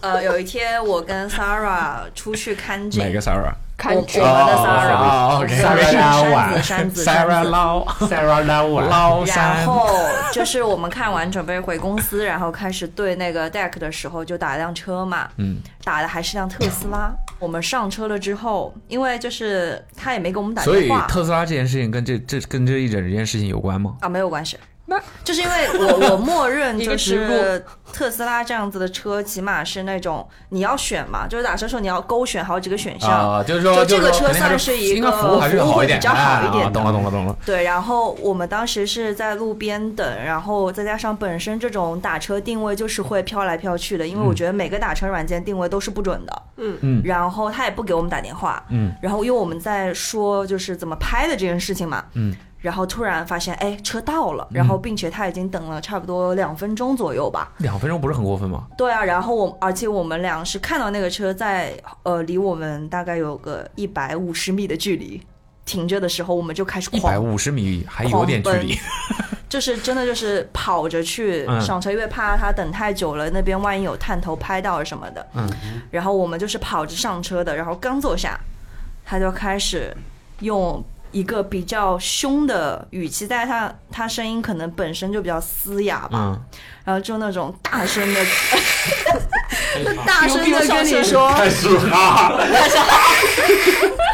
呃，有一天我跟 Sarah 出去看景，
哪个 Sarah？
看
我
剧
我们的
哦
Sarah，山子山子
，OK
Sarah Lau
山 子
Sarah
山子。
捞
Sarah 拉我
捞
然
山，
后就是我们看完准备回公司，然后开始对那个 deck 的时候就打一辆车嘛，
嗯，
打的还是辆特斯拉。我们上车了之后，因为就是他也没给我们打
所以
电话，
特斯拉这件事情跟这这跟这一整件事情有关吗？
啊，没有关 系。那就是因为我我默认
一
就
个植入
是 特斯拉这样子的车，起码是那种你要选嘛，就是打车时候你要勾选好几个选项。
啊，就是说，
就这个
就是说
车
肯定还
算是一个
应该服务还是好一点，
服务会比较好一点
啊
的
懂了，懂了，懂了。
对，然后我们当时是在路边等，然后再加上本身这种打车定位就是会飘来飘去的，因为我觉得每个打车软件定位都是不准的。
嗯
嗯
然后他也不给我们打电话。
嗯，
然后因为我们在说就是怎么拍的这件事情嘛。
嗯。
然后突然发现，哎，车到了，然后并且他已经等了差不多两分钟左右吧。
两分钟不是很过分吗？
对啊，然后我而且我们俩是看到那个车在呃离我们大概有个一百五十米的距离停着的时候，我们就开始
一
狂
百五十米还有点距离，
就是真的就是跑着去
嗯
上车，因为怕他等太久了，那边万一有探头拍到什么的。
嗯，
然后我们就是跑着上车的，然后刚坐下，他就开始用一个比较凶的语气，但是他他声音可能本身就比较嘶哑吧，
嗯，
然后就那种大声的，
哎
大声的跟你说，
开始哈，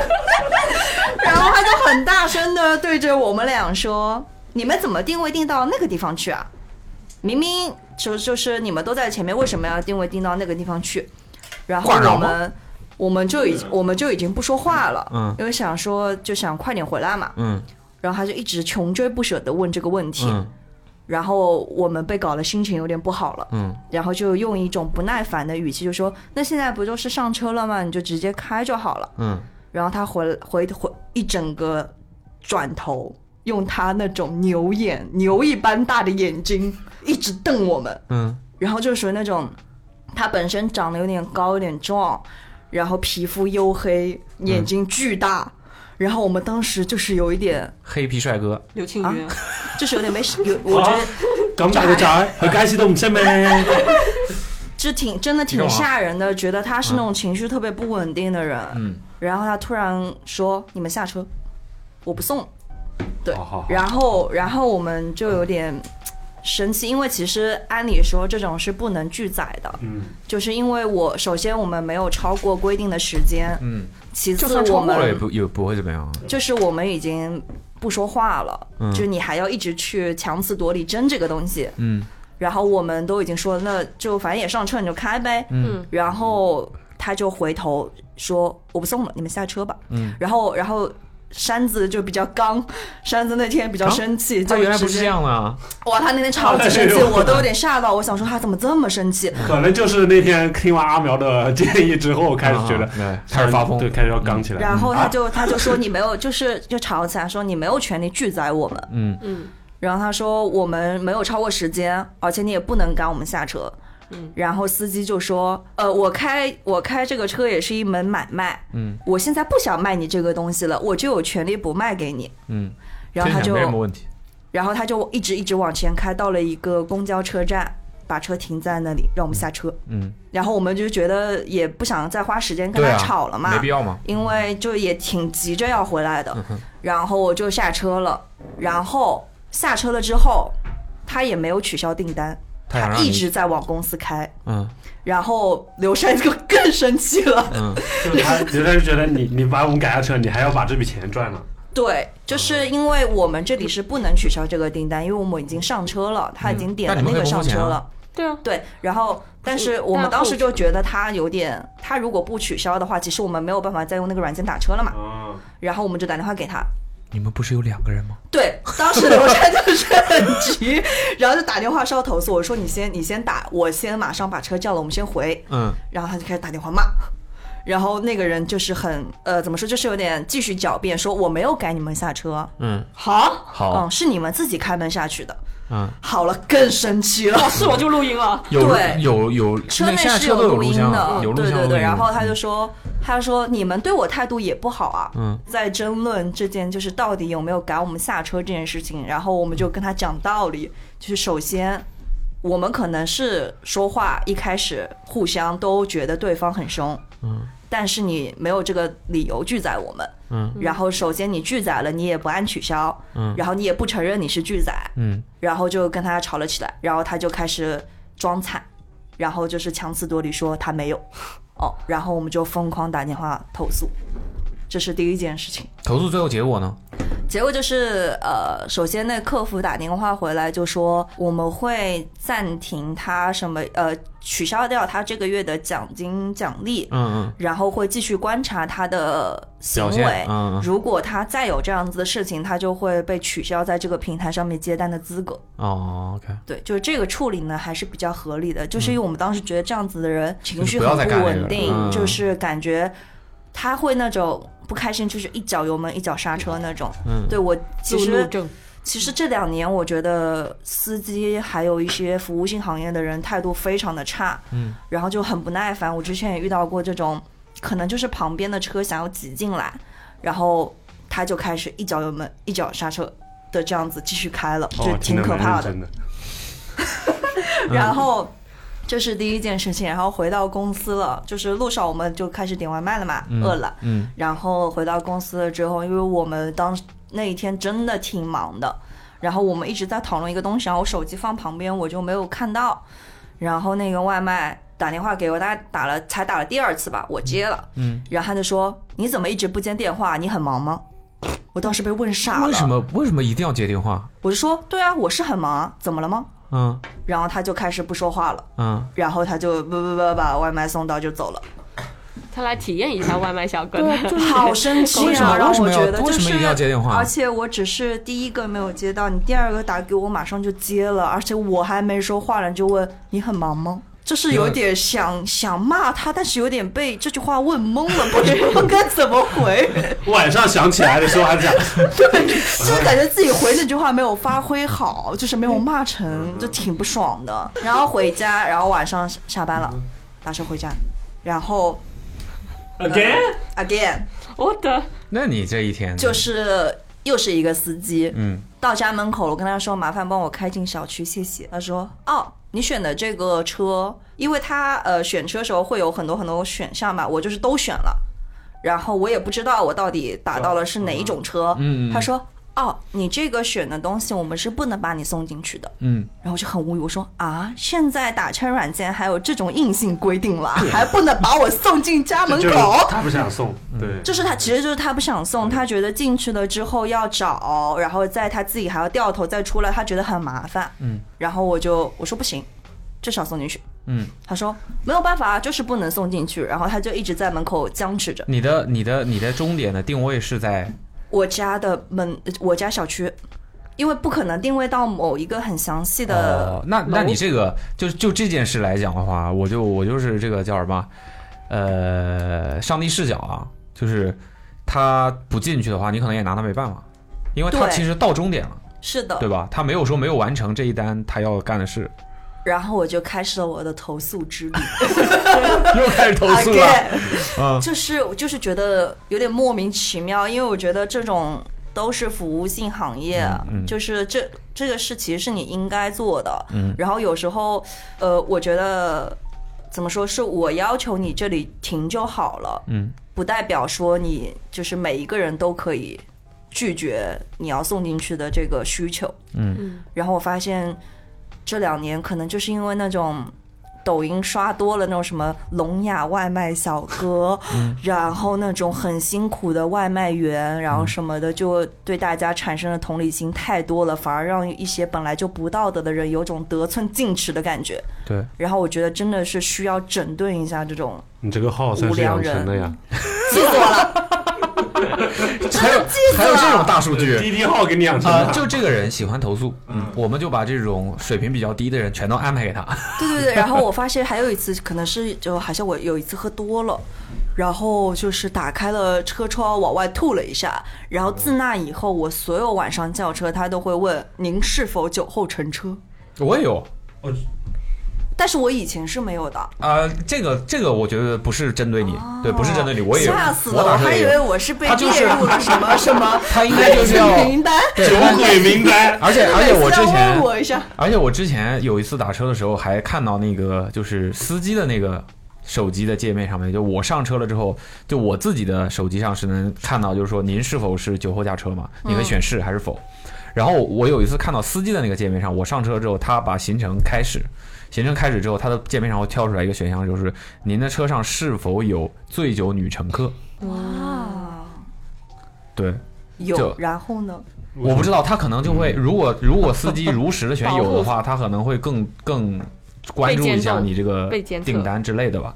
然后他就很大声的对着我们俩说：“你们怎么定位定到那个地方去啊？明明就就是你们都在前面，为什么要定位定到那个地方去？”然后
挂扰
我
吗
们我们就已我们就已经不说话了，
嗯
因为想说就想快点回来嘛。
嗯
然后他就一直穷追不舍的问这个问题，
嗯
然后我们被搞得心情有点不好了。
嗯，
然后就用一种不耐烦的语气就说：“那现在不就是上车了吗？你就直接开就好了。”
嗯，
然后他回回回一整个转头，用他那种牛眼、牛一般大的眼睛一直瞪我们，
嗯，
然后就属于那种，他本身长得有点高，有点壮，然后皮肤黝黑，眼睛巨大，然后我们当时就是有一点，
黑皮帅哥，
刘青云，
啊
就是有点没有，我觉得
咁大個仔，佢街市都唔識咩？
这挺真的挺吓人的，觉得他是那种情绪特别不稳定的人，
嗯，
然后他突然说：“你们下车，我不送。”对，
好好好
然后然后我们就有点生气，因为其实按理说这种是不能拒载的，
嗯，
就是因为我首先我们没有超过规定的时间，
嗯，
其
就
次
算
我
超过了也
们
不也不会怎么样啊，
就是我们已经不说话了，
嗯
就是你还要一直去强词夺理争这个东西，
嗯
然后我们都已经说那就反正也上车你就开呗，
嗯
然后他就回头说我不送了，你们下车吧，
嗯，
然后然后。山子就比较刚，山子那天比较
啊
生气，就
他原来不
直
是
接
这样的哎啊，
哇，他那天超级 生气，我都有点吓到，我想说他怎么这么生气？
可能就是那天听完阿苗的建议之后，开始觉得
啊对开始发疯，
对，开始要刚起来。
然后他
嗯
就
啊
他就说你没有，就是就吵起来说你没有权利拒载我们。
嗯
嗯，
然后他说我们没有超过时间，而且你也不能赶我们下车。
嗯，
然后司机就说：“呃，我开我开这个车也是一门买卖，
嗯，
我现在不想卖你这个东西了，我就有权利不卖给你。
嗯，”
然后他
听
就
起来没什么问题，
然后他就一直一直往前开，到了一个公交车站，把车停在那里，让我们下车。
嗯，
然后我们就觉得也不想再花时间跟
对
他
啊，
吵了嘛，
没必要嘛，
因为就也挺急着要回来的。
嗯
然后我就下车了，然后下车了之后，他也没有取消订单，
他想
他
让
一
你
直在往公司开。
嗯
然后刘山就更生气了，
嗯
就是他，刘他就觉得你你把我们赶下车，你还要把这笔钱赚 了。
对，就是因为我们这里是不能取消这个订单，因为我们已经上车了，他已经点了
嗯
那
但
个
你们可以
上
不付钱
车
啊
了。
对啊，
对，然后但是我们当时就觉得他有点，他如果不取消的话，其实我们没有办法再用那个软件打车了嘛。
嗯，
然后我们就打电话给他，
你们不是有两个人吗？
对，当时刘山就是很急，然后就打电话是要投诉我说你先你先打，我先马上把车叫了，我们先回。
嗯
然后他就开始打电话骂，然后那个人就是很呃怎么说，就是有点继续狡辩，说我没有赶你们下车，
嗯，
好，
好，
嗯，是你们自己开门下去的。
嗯，
好了，更生气了。
哦，是我就录音了，
有
对
有有，
车
那
内
现在
是
车都有
录音
像
的
啊，，有录
对
像
对
录
对。
音
然后他就说，他说你们对我态度也不好啊，
嗯
在争论这件就是到底有没有赶我们下车这件事情，然后我们就跟他讲道理，就是首先。我们可能是说话一开始互相都觉得对方很凶，
嗯，
但是你没有这个理由拒载我们，
嗯，
然后首先你拒载了，你也不按取消，
嗯
然后你也不承认你是拒载，
嗯
然后就跟他吵了起来，然后他就开始装惨，然后就是强词夺理说他没有，哦，然后我们就疯狂打电话投诉，这是第一件事情。
投诉最后结果呢？
结果就是，呃，首先那客服打电话回来就说我们会暂停他什么，呃，取消掉他这个月的奖金奖励，
嗯嗯，
然后会继续观察他的行
表
为
现，。嗯
如果他再有这样子的事情，他就会被取消在这个平台上面接单的资格。
哦，OK，
对，就是这个处理呢还是比较合理的，就是因为我们当时觉得这样子的人情绪
嗯不要
很
再
不
干这个
稳
了
定，
嗯
就是感觉他会那种不开心，就是一脚油门一脚刹车那种。
嗯
对我其
路怒
实
症，
其实这两年我觉得司机还有一些服务性行业的人态度非常的差，
嗯，
然后就很不耐烦。我之前也遇到过这种，可能就是旁边的车想要挤进来，然后他就开始一脚油门一脚刹车的这样子继续开了，就
哦，
挺可怕的。
真的。
嗯
然后这是第一件事情，然后回到公司了，就是路上我们就开始点外卖了嘛，
嗯
饿了。
嗯
然后回到公司了之后，因为我们当那一天真的挺忙的，然后我们一直在讨论一个东西，然后我手机放旁边，我就没有看到。然后那个外卖打电话给我，大概打了才打了第二次吧，我接了，
嗯，
然后他就说：“你怎么一直不接电话？你很忙吗？”我当时被问傻了，
为什？么为什么一定要接电话？
我就说：“对啊，我是很忙啊，怎么了吗
嗯？”
然后他就开始不说话了。
嗯，
然后他就不不不把外卖送到就走了，
他来体验一下外卖小哥的，
好生
为
气
什么
啊！让
为什
我
么要
觉得
为
就
什么一定要接
是，
电话
而且我只是第一个没有接到，你第二个打给我马上就接了，而且我还没说话呢，你就问你很忙吗？就是有点想想骂他，但是有点被这句话问懵了，不知 道该怎么回，
晚上想起来的时候 还想，
就是感觉自己回那句话没有发挥好，就是没有骂成，就挺不爽的。然后回家，然后晚上下班了，打车回家，嗯然后
again，
again
我的
那你这一天
就是又是一个司机，
嗯，
到家门口了，我跟他说麻烦帮我开进小区，谢谢。他说哦，你选的这个车，因为他呃选车时候会有很多很多选项嘛，我就是都选了，然后我也不知道我到底打到了是哪一种车。
嗯嗯嗯
他说哦，你这个选的东西我们是不能把你送进去的。
嗯，
然后我就很无语，我说啊，现在打车软件还有这种硬性规定了，
啊
还不能把我送进家 门
就是
口？
他不想送，
嗯
对，
就是他，其实就是他不想送，他觉得进去了之后要找，然后在他自己还要掉头再出来，他觉得很麻烦。
嗯，
然后我就我说不行，至少送进去。
嗯，
他说没有办法，就是不能送进去。然后他就一直在门口僵持着。
你的你的你的终点的定位是在
我家的门，呃我家小区，因为不可能定位到某一个很详细的
哦，那那你
楼
这个就就这件事来讲的话，我就我就是这个叫什么，呃，上帝视角啊，就是他不进去的话，你可能也拿他没办法，因为他
对
其实到终点了，
是的
对。吧？他没有说没有完成这一单他要干的事，
然后我就开始了我的投诉之旅。
又开始投诉了。
again，就是我就是觉得有点莫名其妙，因为我觉得这种都是服务性行业，
嗯嗯
就是这这个事其实是你应该做的。
嗯
然后有时候，呃，我觉得怎么说是我要求你这里停就好了，
嗯，
不代表说你就是每一个人都可以拒绝你要送进去的这个需求。
嗯
嗯，
然后我发现这两年可能就是因为那种。抖音刷多了那种什么聋哑外卖小哥，然后那种很辛苦的外卖员，然后什么的，就对大家产生的同理心太多了，反而让一些本来就不道德的人有种得寸进尺的感觉。
对，
然后我觉得真的是需要整顿一下这种，
你这个号算是养成的呀，
气死我了！
还有还有这种大数据。
滴滴号给你养成
啊、
的，
就这个人喜欢投诉，嗯，我们就把这种水平比较低的人全都安排给他。
对对对，然后我发现还有一次，可能是就好像我有一次喝多了，然后就是打开了车窗往外吐了一下，然后自那以后，我所有晚上叫车，他都会问您是否酒后乘车，
我也有，
但是我以前是没有的，
啊，这个这个我觉得不是针对你，对，不是针对你，我也有
哦吓死
我
了，我
打车
还
也
以
有
为我是被
他 就是
列入了什么什么
他应该 就是要
黑名单，
酒鬼名单，
而且而且我之
每次要问
前，
我一下，
而且我之前有一次打车的时候，还看到那个就是司机的那个手机的界面上面，就我上车了之后，就我自己的手机上是能看到，就是说您是否是酒后驾车嘛？你可以选是还是否。然后我有一次看到司机的那个界面上，我上车之后，他把行程开始，行程开始之后，他的界面上会跳出来一个选项，就是您的车上是否有醉酒女乘客？
啊，
对，就
有，然后呢？
我不知道，他可能就
嗯
会，如果如果司机如实的选有的话，他可能会更更关注一下你这个
被监测嗯
订单之类的吧。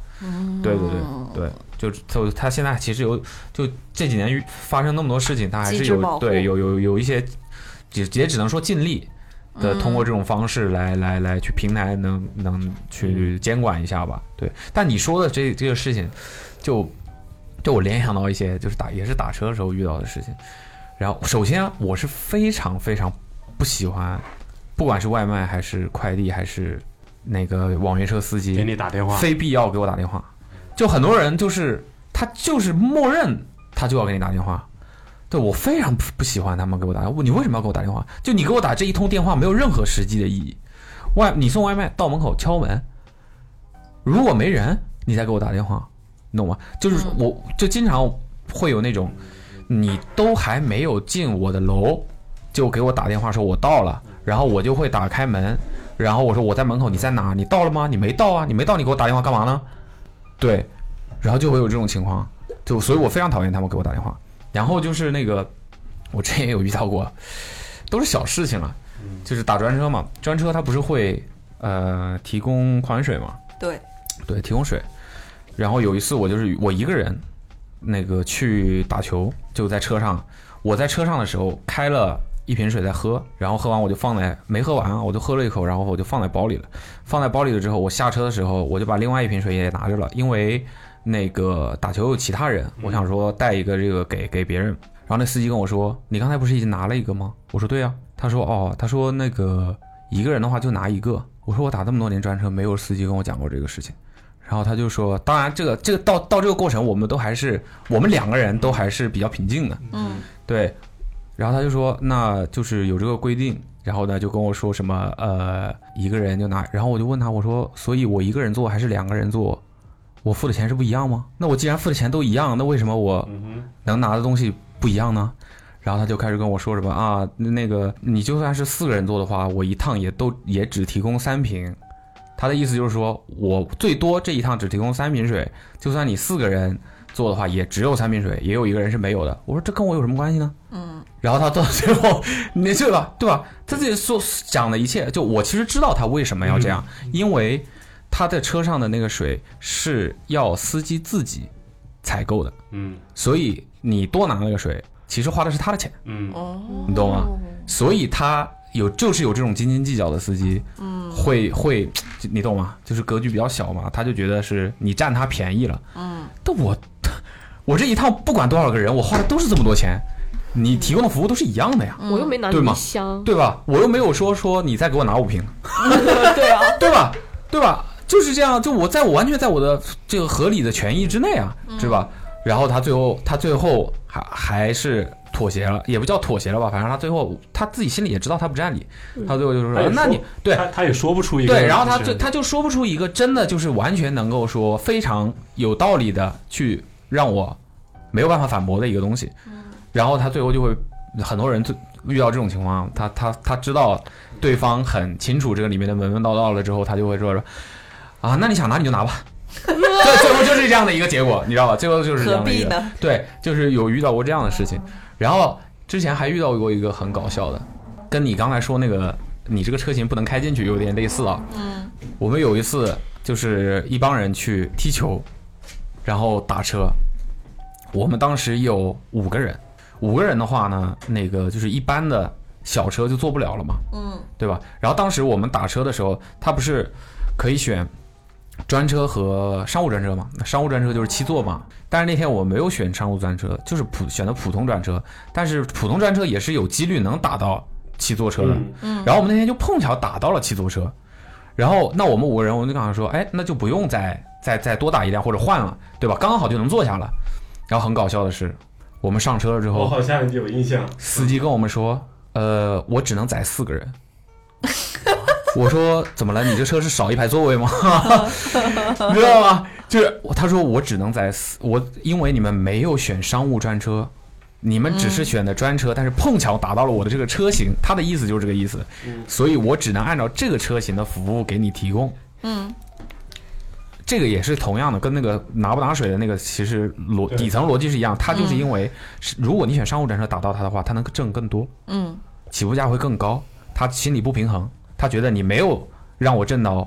对对对对，就就他现在其实有，就这几年发生那么多事情，他还是
机制保
有
护
对有有有一些，也也只能说尽力
嗯
的通过这种方式来来来去平台能能
嗯
去监管一下吧。对，但你说的这这个事情，就就我联想到一些就是打也是打车的时候遇到的事情。然后首先啊我是非常非常不喜欢，不管是外卖还是快递还是那个网约车司机，
给你打电话，
非必要给我打电话。就很多人就是他就是默认他就要给你打电话，对我非常不不喜欢他们给我打电话。你为什么要给我打电话？就你给我打这一通电话没有任何实际的意义。外你送外卖到门口敲门，如果没人你再给我打电话，你懂吗？就是我就经常会有那种你都还没有进我的楼就给我打电话说我到了，然后我就会打开门，然后我说我在门口，你在哪？你到了吗？你没到啊，你没到，你给我打电话干嘛呢？对，然后就会有这种情况，就所以我非常讨厌他们给我打电话。然后就是那个，我之前也有遇到过，都是小事情了，就是打专车嘛，专车它不是会呃提供矿泉水嘛？
对，
对，提供水。然后有一次我就是我一个人，那个去打球，就在车上，我在车上的时候开了一瓶水在喝，然后喝完我就放在没喝完啊，我就喝了一口，然后我就放在包里了。放在包里了之后，我下车的时候我就把另外一瓶水也拿着了，因为那个打球有其他人，我想说带一个这个给给别人。然后那司机跟我说：“你刚才不是已经拿了一个吗？”我说：“对呀、他说：“哦，他说那个一个人的话就拿一个。”我说：“我打这么多年专车，没有司机跟我讲过这个事情。”然后他就说：“当然，这个这个到到这个过程，我们都还是我们两个人都还是比较平静的。”
嗯，
对。然后他就说，那就是有这个规定。然后呢，就跟我说什么呃，一个人就拿。然后我就问他，我说，所以我一个人做还是两个人做，我付的钱是不一样吗？那我既然付的钱都一样，那为什么我能拿的东西不一样呢？然后他就开始跟我说什么啊，那个你就算是四个人做的话，我一趟也都也只提供三瓶。他的意思就是说我最多这一趟只提供三瓶水，就算你四个人做的话，也只有三瓶水，也有一个人是没有的。我说这跟我有什么关系呢？然后他到最后， 你对吧？对吧？他自己所讲的一切，就我其实知道他为什么要这样，
嗯
因为他在车上的那个水是要司机自己采购的，
嗯
所以你多拿那个水，其实花的是他的钱，
嗯
哦，
你懂吗？所以他有就是有这种斤斤计较的司机，嗯，会会，你懂吗？就是格局比较小嘛，他就觉得是你占他便宜了，嗯，但我我这一趟不管多少个人，我花的都是这么多钱，你提供的服务都是一样的呀，
我又没拿
对
你
嘛
一箱，
对吧？我又没有说说你再给我拿五瓶，
对啊，
对吧？对吧？就是这样，就我在我完全在我的这个合理的权益之内啊，
嗯
是吧？然后他最后他最后还还是妥协了，也不叫妥协了吧，反正他最后他自己心里也知道他不占理，他最后就说：“
他也说
那你对
他他也说不出一个
对，然后他就
就是
他就说不出一个真的就是完全能够说非常有道理的去让我没有办法反驳的一个东西，
嗯
然后他最后就会很多人就遇到这种情况，他他他知道对方很清楚这个里面的门门道道了之后，他就会说说啊，那你想拿你就拿吧。 对，最后就是这样的一个结果，你知道吧？最后就是这样的
何必
一个
呢，
对，就是有遇到过这样的事情。然后之前还遇到过一个很搞笑的，跟你刚才说那个你这个车型不能开进去有点类似啊。嗯，我们有一次就是一帮人去踢球，然后打车，我们当时有五个人，五个人的话呢，那个就是一般的小车就坐不了了嘛，嗯，对吧？然后当时我们打车的时候，它不是可以选专车和商务专车嘛？那商务专车就是七座嘛。但是那天我没有选商务专车，就是普选的普通专车，但是普通专车也是有几率能打到七座车的。然后我们那天就碰巧打到了七座车，然后那我们五个人，我们就跟他说，哎，那就不用再再再多打一辆或者换了，对吧？刚刚好就能坐下了。然后很搞笑的是，我们上车了之后，
我好像有印象，
司机跟我们说，呃，我只能载四个人。 我说怎么了？你这车是少一排座位吗？ 你知道吗？就是我他说我只能载四，我因为你们没有选商务专车，你们只是选的专车，但是碰巧打到了我的这个车型，他的意思就是这个意思，所以我只能按照这个车型的服务给你提供。这个也是同样的，跟那个拿不拿水的那个其实逻
对
底层逻辑是一样，它就是因为是如果你选商务专车打到它的话，它能挣更多，嗯，起步价会更高，他心里不平衡，他觉得你没有让我挣到，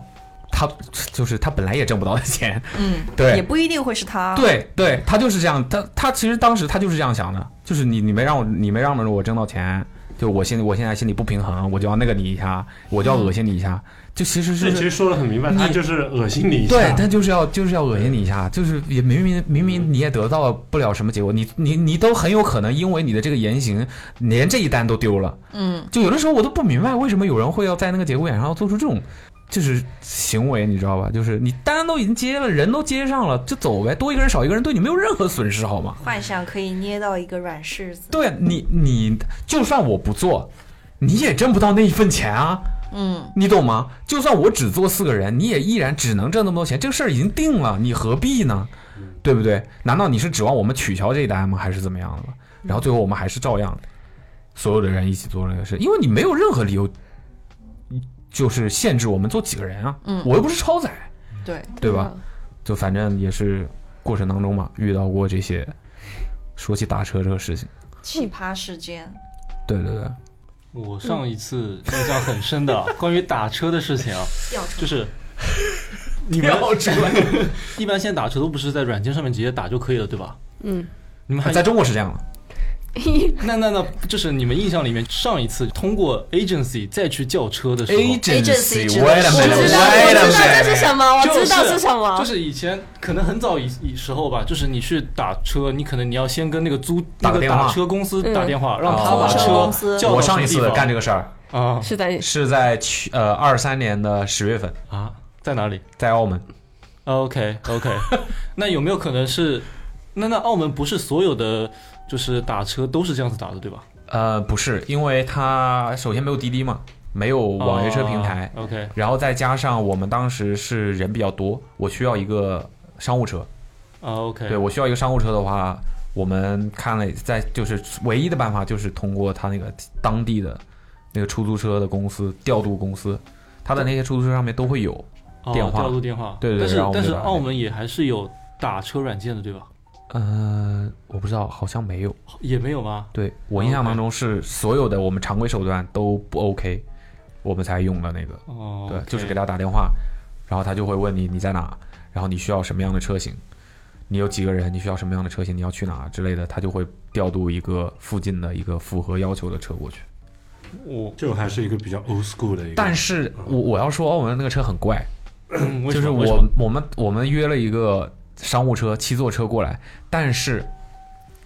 他就是他本来也挣不到的钱，嗯，
也
对。
不一定会是他。，
对对，他就是这样，他他其实当时他就是这样想的，就是你你没让我你没让着我挣到钱，就我现我现在心里不平衡，我就要那个你一下，我就要恶心你一下，就其实
这
是
其实说的很明白，他
你
就是恶心你一下，
对他就是要就是要恶心你一下，就是也明明明明你也得到不了什么结果，你你你都很有可能因为你的这个言行，连这一单都丢了。嗯，就有的时候我都不明白为什么有人会要在那个节骨眼上做出这种就是行为，你知道吧？就是你单都已经接了，人都接上了，就走呗，多一个人少一个人对你没有任何损失，好吗？
幻想可以捏到一个软柿子。
对啊你你就算我不做，你也挣不到那一份钱啊。
嗯，
你懂吗？就算我只做四个人，你也依然只能挣那么多钱，这个事儿已经定了，你何必呢？对不对？难道你是指望我们取消这一单吗？还是怎么样的？然后最后我们还是照样，所有的人一起做了这个事，因为你没有任何理由，就是限制我们做几个人啊。嗯，我又不是超载，
对
对吧？就反正也是过程当中嘛，遇到过这些。说起打车这个事情，
奇葩事件，
对对对，
我上一次印象很深的关于打车的事情啊，就是你们一般现在打车都不是在软件上面直接打就可以了，对吧？
嗯，
你们还
在中国是这样的，
那那那，就是你们印象里面上一次通过 agency 再去叫车的时候，
Agency，
指的
wait a
是
minute，
我知道，
wait a
我知道这是
minute
什么，我
就是
知道是什么，
就是以前可能很早以以时候吧，就是你去打车，你可能你要先跟那个租
打
那
个
个
电话
打车公司打电话，让他
哦
把
租车
车
公司
叫
我上一次干这
个
个事儿
啊
是在
是在去呃二三年的十月份，
啊，在哪里
在澳门。
？OK OK，那有没有可能是？那那澳门不是所有的就是打车都是这样子打的，对吧？
呃，不是，因为它首先没有滴滴嘛，没有网约车平台，
啊 OK，
然后再加上我们当时是人比较多，我需要一个商务车。
啊 OK，
对我需要一个商务车的话，我们看了在就是唯一的办法就是通过他那个当地的那个出租车的公司调度公司，他的那些出租车上面都会有。
哦
电话
调度电话，
对对
但
然后
是
我们
但是
就打
澳门也还是有打车软件的，对吧？
呃，我不知道，好像没有。
也没有吗？
对我印象当中是所有的我们常规手段都不 OK，我们才用了那个。
哦，
对
OK
就是给他打电话，然后他就会问你你在哪，然后你需要什么样的车型，你有几个人，你需要什么样的车型，你要去哪之类的，他就会调度一个附近的一个符合要求的车过去。
我
这种还是一个比较 old school 的一个。
但是我嗯我要说澳门那个车很怪，
嗯为
就
什
是
么为什
我
么
我们我们约了一个商务车七座车过来，但是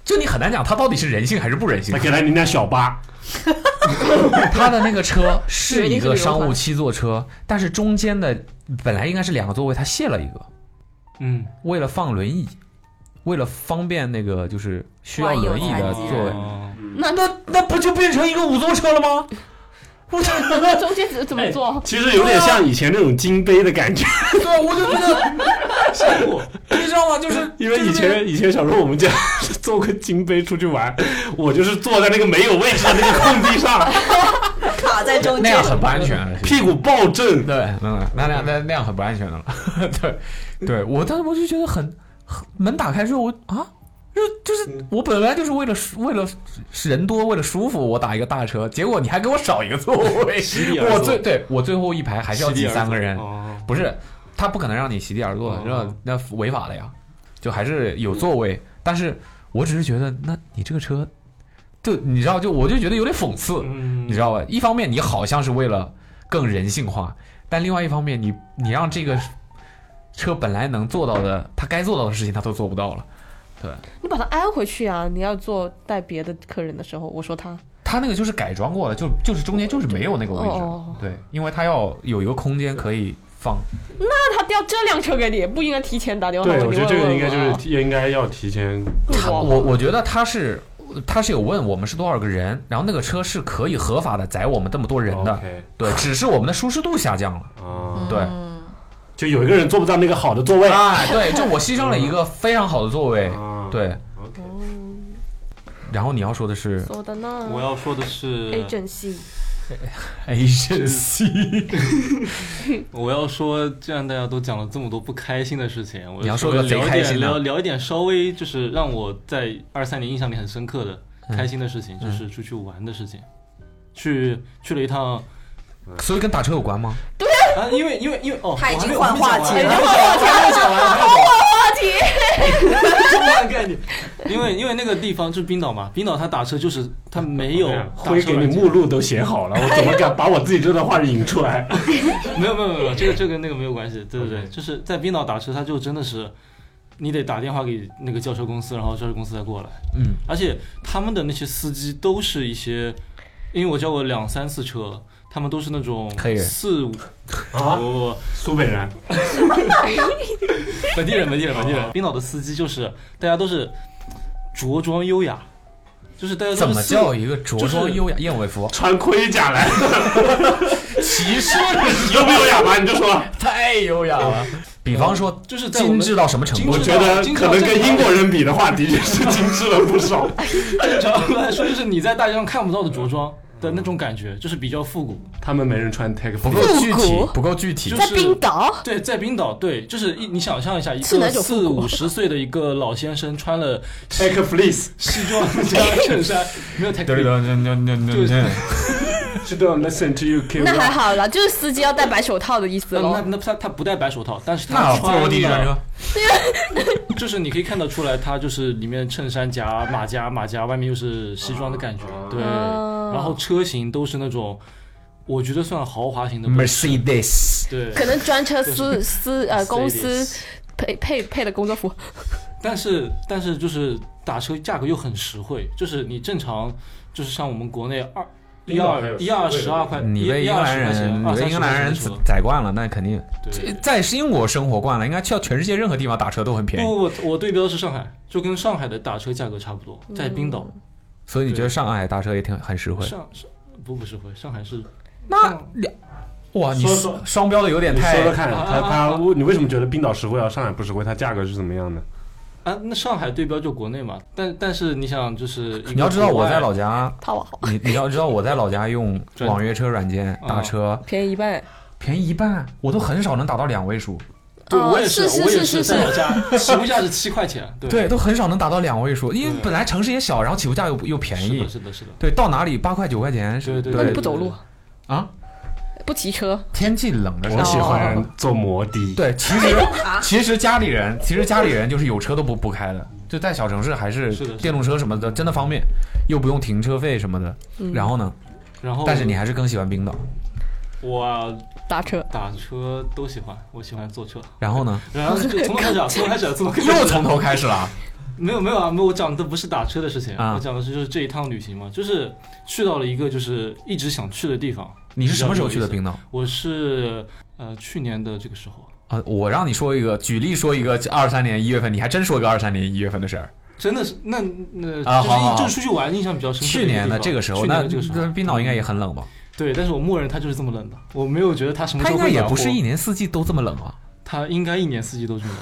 就你很难讲它到底是人性还是不人性
他。给了你辆小巴，
它的那个 车是一个商
原
务
因
七座车，但是中间的本来应该是两个座位，它卸了一个，
嗯，
为了放轮椅，为了方便那个就是需要
万一有
轮椅的
残疾
座位。
哦
那那那不就变成一个五座车了吗？我操！
那中间怎怎么做？
其实有点像以前那种金杯的感觉，
对，我就觉得， 你知道吗？就是
因为以前以前小时候我们家坐个金杯出去玩，我就是坐在那个没有位置的那个空地上，
卡在中
那
间
样。很不安全，
屁股抱正。
对，那那那那那样很不安全的了。 对，对我当时我就觉得很，很门打开之后我啊，就就是我本来就是为了为了人多为了舒服，我打一个大车，结果你还给我少一个座位
席地，而 坐
我最对我最后一排还是要
席地
挤
而
三个
坐
人，
哦
不是他不可能让你席地而坐，那、
哦
那违法了呀，就还是有座位，但是我只是觉得，那你这个车，就你知道，就我就觉得有点讽刺，
嗯
你知道吧？一方面你好像是为了更人性化，但另外一方面你你让这个车本来能做到的，他该做到的事情他都做不到了。
你把它挨回去啊！你要做带别的客人的时候，我说他
他那个就是改装过的，就就是中间就是没有那个位置，
哦
对，因为他要有一个空间可以放。
那他调这辆车给你，不应该提前打电话？
对，
你
我觉得这
问
个
问哦
应该
我
就是应该要提前
他
哇
我我觉得他是他是有问我们是多少个人，然后那个车是可以合法的载我们这么多人
哦
的，
OK
对，只是我们的舒适度下降了，
啊，
对。
嗯
就有一个人坐不到那个好的座位。
啊，对，就我牺牲了一个非常好的座位，
嗯
啊
对。
OK
然后你要说的是
说的呢
我要说的是
哎 agency
agency，
我要说，既然大家都讲了这么多不开心的事情，我
你要
说
说个贼
聊一
开
点
心的
聊聊一点稍微就是让我在二三年印象里很深刻的、开心的事情，就是
嗯
出去玩的事情，去去了一趟
所以跟打车有关吗？
啊，因为因为因为哦，
他已
我还没哎
经换话题了
我还没讲完，我还没讲完，换话题，这么概念。因为因为那个地方就是冰岛嘛，冰岛它打车就是它没有打
辉
车
给你
软件
目录都写好了，我怎么敢把我自己这段话引出来？
没有没有没有没有，这个这个那个没有关系，对对对，就是在冰岛打车，它就真的是你得打电话给那个轿车公司，然后轿车公司再过来。
嗯，
而且他们的那些司机都是一些，因为我叫过两三次车，他们都是那种
黑人
四五
啊
不不不
苏北人，
本地人，本地人，本地
哦
人。冰岛的司机就是大家都是着装优雅，就是大家都是
怎么
四
叫一个着装
就是
优雅燕尾服？
穿盔甲来，
歧视
有没有哑巴？你就说，
太优雅了。比方说，
就是在我
精
们
致到什么程
精
度
我
致？
觉得可能跟英国人比的话，的确是精致了不少。
正常来说， 就是你在大街上看不到的着装的那种感觉，就是比较复古。
他们没人穿 tag，
不够具体，不够具体
就。
在
是
冰岛，
对，在冰岛，对，就是一你想象一下，一
是哪
个
种
四
复古
五十岁的一个老先生，穿了
tag fleece，
西装加衬衫，没有太
对对对对对对
就是
对，
知道 listen to you Q。
那还好了，就是司机要戴白手套的意思
那那
喽。
那他他不戴白手套，但是
那
他
不如
穿
我弟弟转
了，
车，
就是你可以看得出来，他就是里面衬衫夹马甲马甲，外面又是西装的感觉，对。
哦
然后车型都是那种，我觉得算豪华型的奔驰，
Mercedes，
对。
可能专车
就
司司呃公司
Mercedes
配配配的工作服，
但是但是就是打车价格又很实惠，就是你正常就是像我们国内二一二一二十二块，
你被
一
英
二
格
十
兰
块钱，
人，
二
你
三
被
十
英格
块
兰
钱
人
的车
宰惯了，那肯定
对。
在英国生活惯了，应该去到全世界任何地方打车都很便宜。
不不不，我对标的是上海，就跟上海的打车价格差不多，
嗯
在冰岛
所以你觉得上海打车也挺很实惠？
上上不不是会，上海是
那两哇，你
说说
双标的有点
你
太
说说看，他他你为什么觉得冰岛实惠啊？上海不实惠？它价格是怎么样的？
啊，那上海对标就国内嘛，但但是你想就是一个
你要知道
国
我
外
在老家，
套我好，
你你要知道我在老家用
真的
网约车软件
啊
打车，
便宜一半。
便宜一半，我都很少能打到两位数，
对
哦
我也
是
是
是
我也
是是
在老家起步价是七块钱，对
对，都很少能打到两位数，因为
对
本来城市也小，然后起步价又又便
是
宜
的，是的是的，
对，到哪里八块九块钱，
对对
那你
对
不走路
啊？
不骑车？
天气冷的时候，哦
我喜欢坐摩的，
对，其实其实家里人，其实家里人就是有车都不不开的，就在小城市还是
是的是的
电动车什么的，真的方便，又不用停车费什么的。然后呢，
然后
但是你还是更喜欢冰岛。
我
打车？
打车都喜欢，我喜欢 坐车，
然后呢，
然后就从头开始啊，从头开始啊，从头开始 啊，
又从头开始了。
没有没有啊，没有，我讲的不是打车的事情，
啊
我讲的是就是这一趟旅行嘛，就是去到了一个就是一直想去的地方。
你是什么时候去的
比较有意
冰岛？
思？我是呃去年的这个时候，
啊，我让你说一个，举例说一个二三年一月份，你还真说一个二三年一月份的事儿。
真的是那那、
啊
就是
好好好
就是出去玩印象比较深刻
去
一个地方。
年的这个时候，
去
那
年的这个时候，
那冰岛应该也很冷吧？
对，但是我默认它就是这么冷的，我没有觉得它什么
它
时
应
候
该
嗯会
也
暖
不是
和
一，年四季都这么冷啊，
它应该一年四季都这么冷，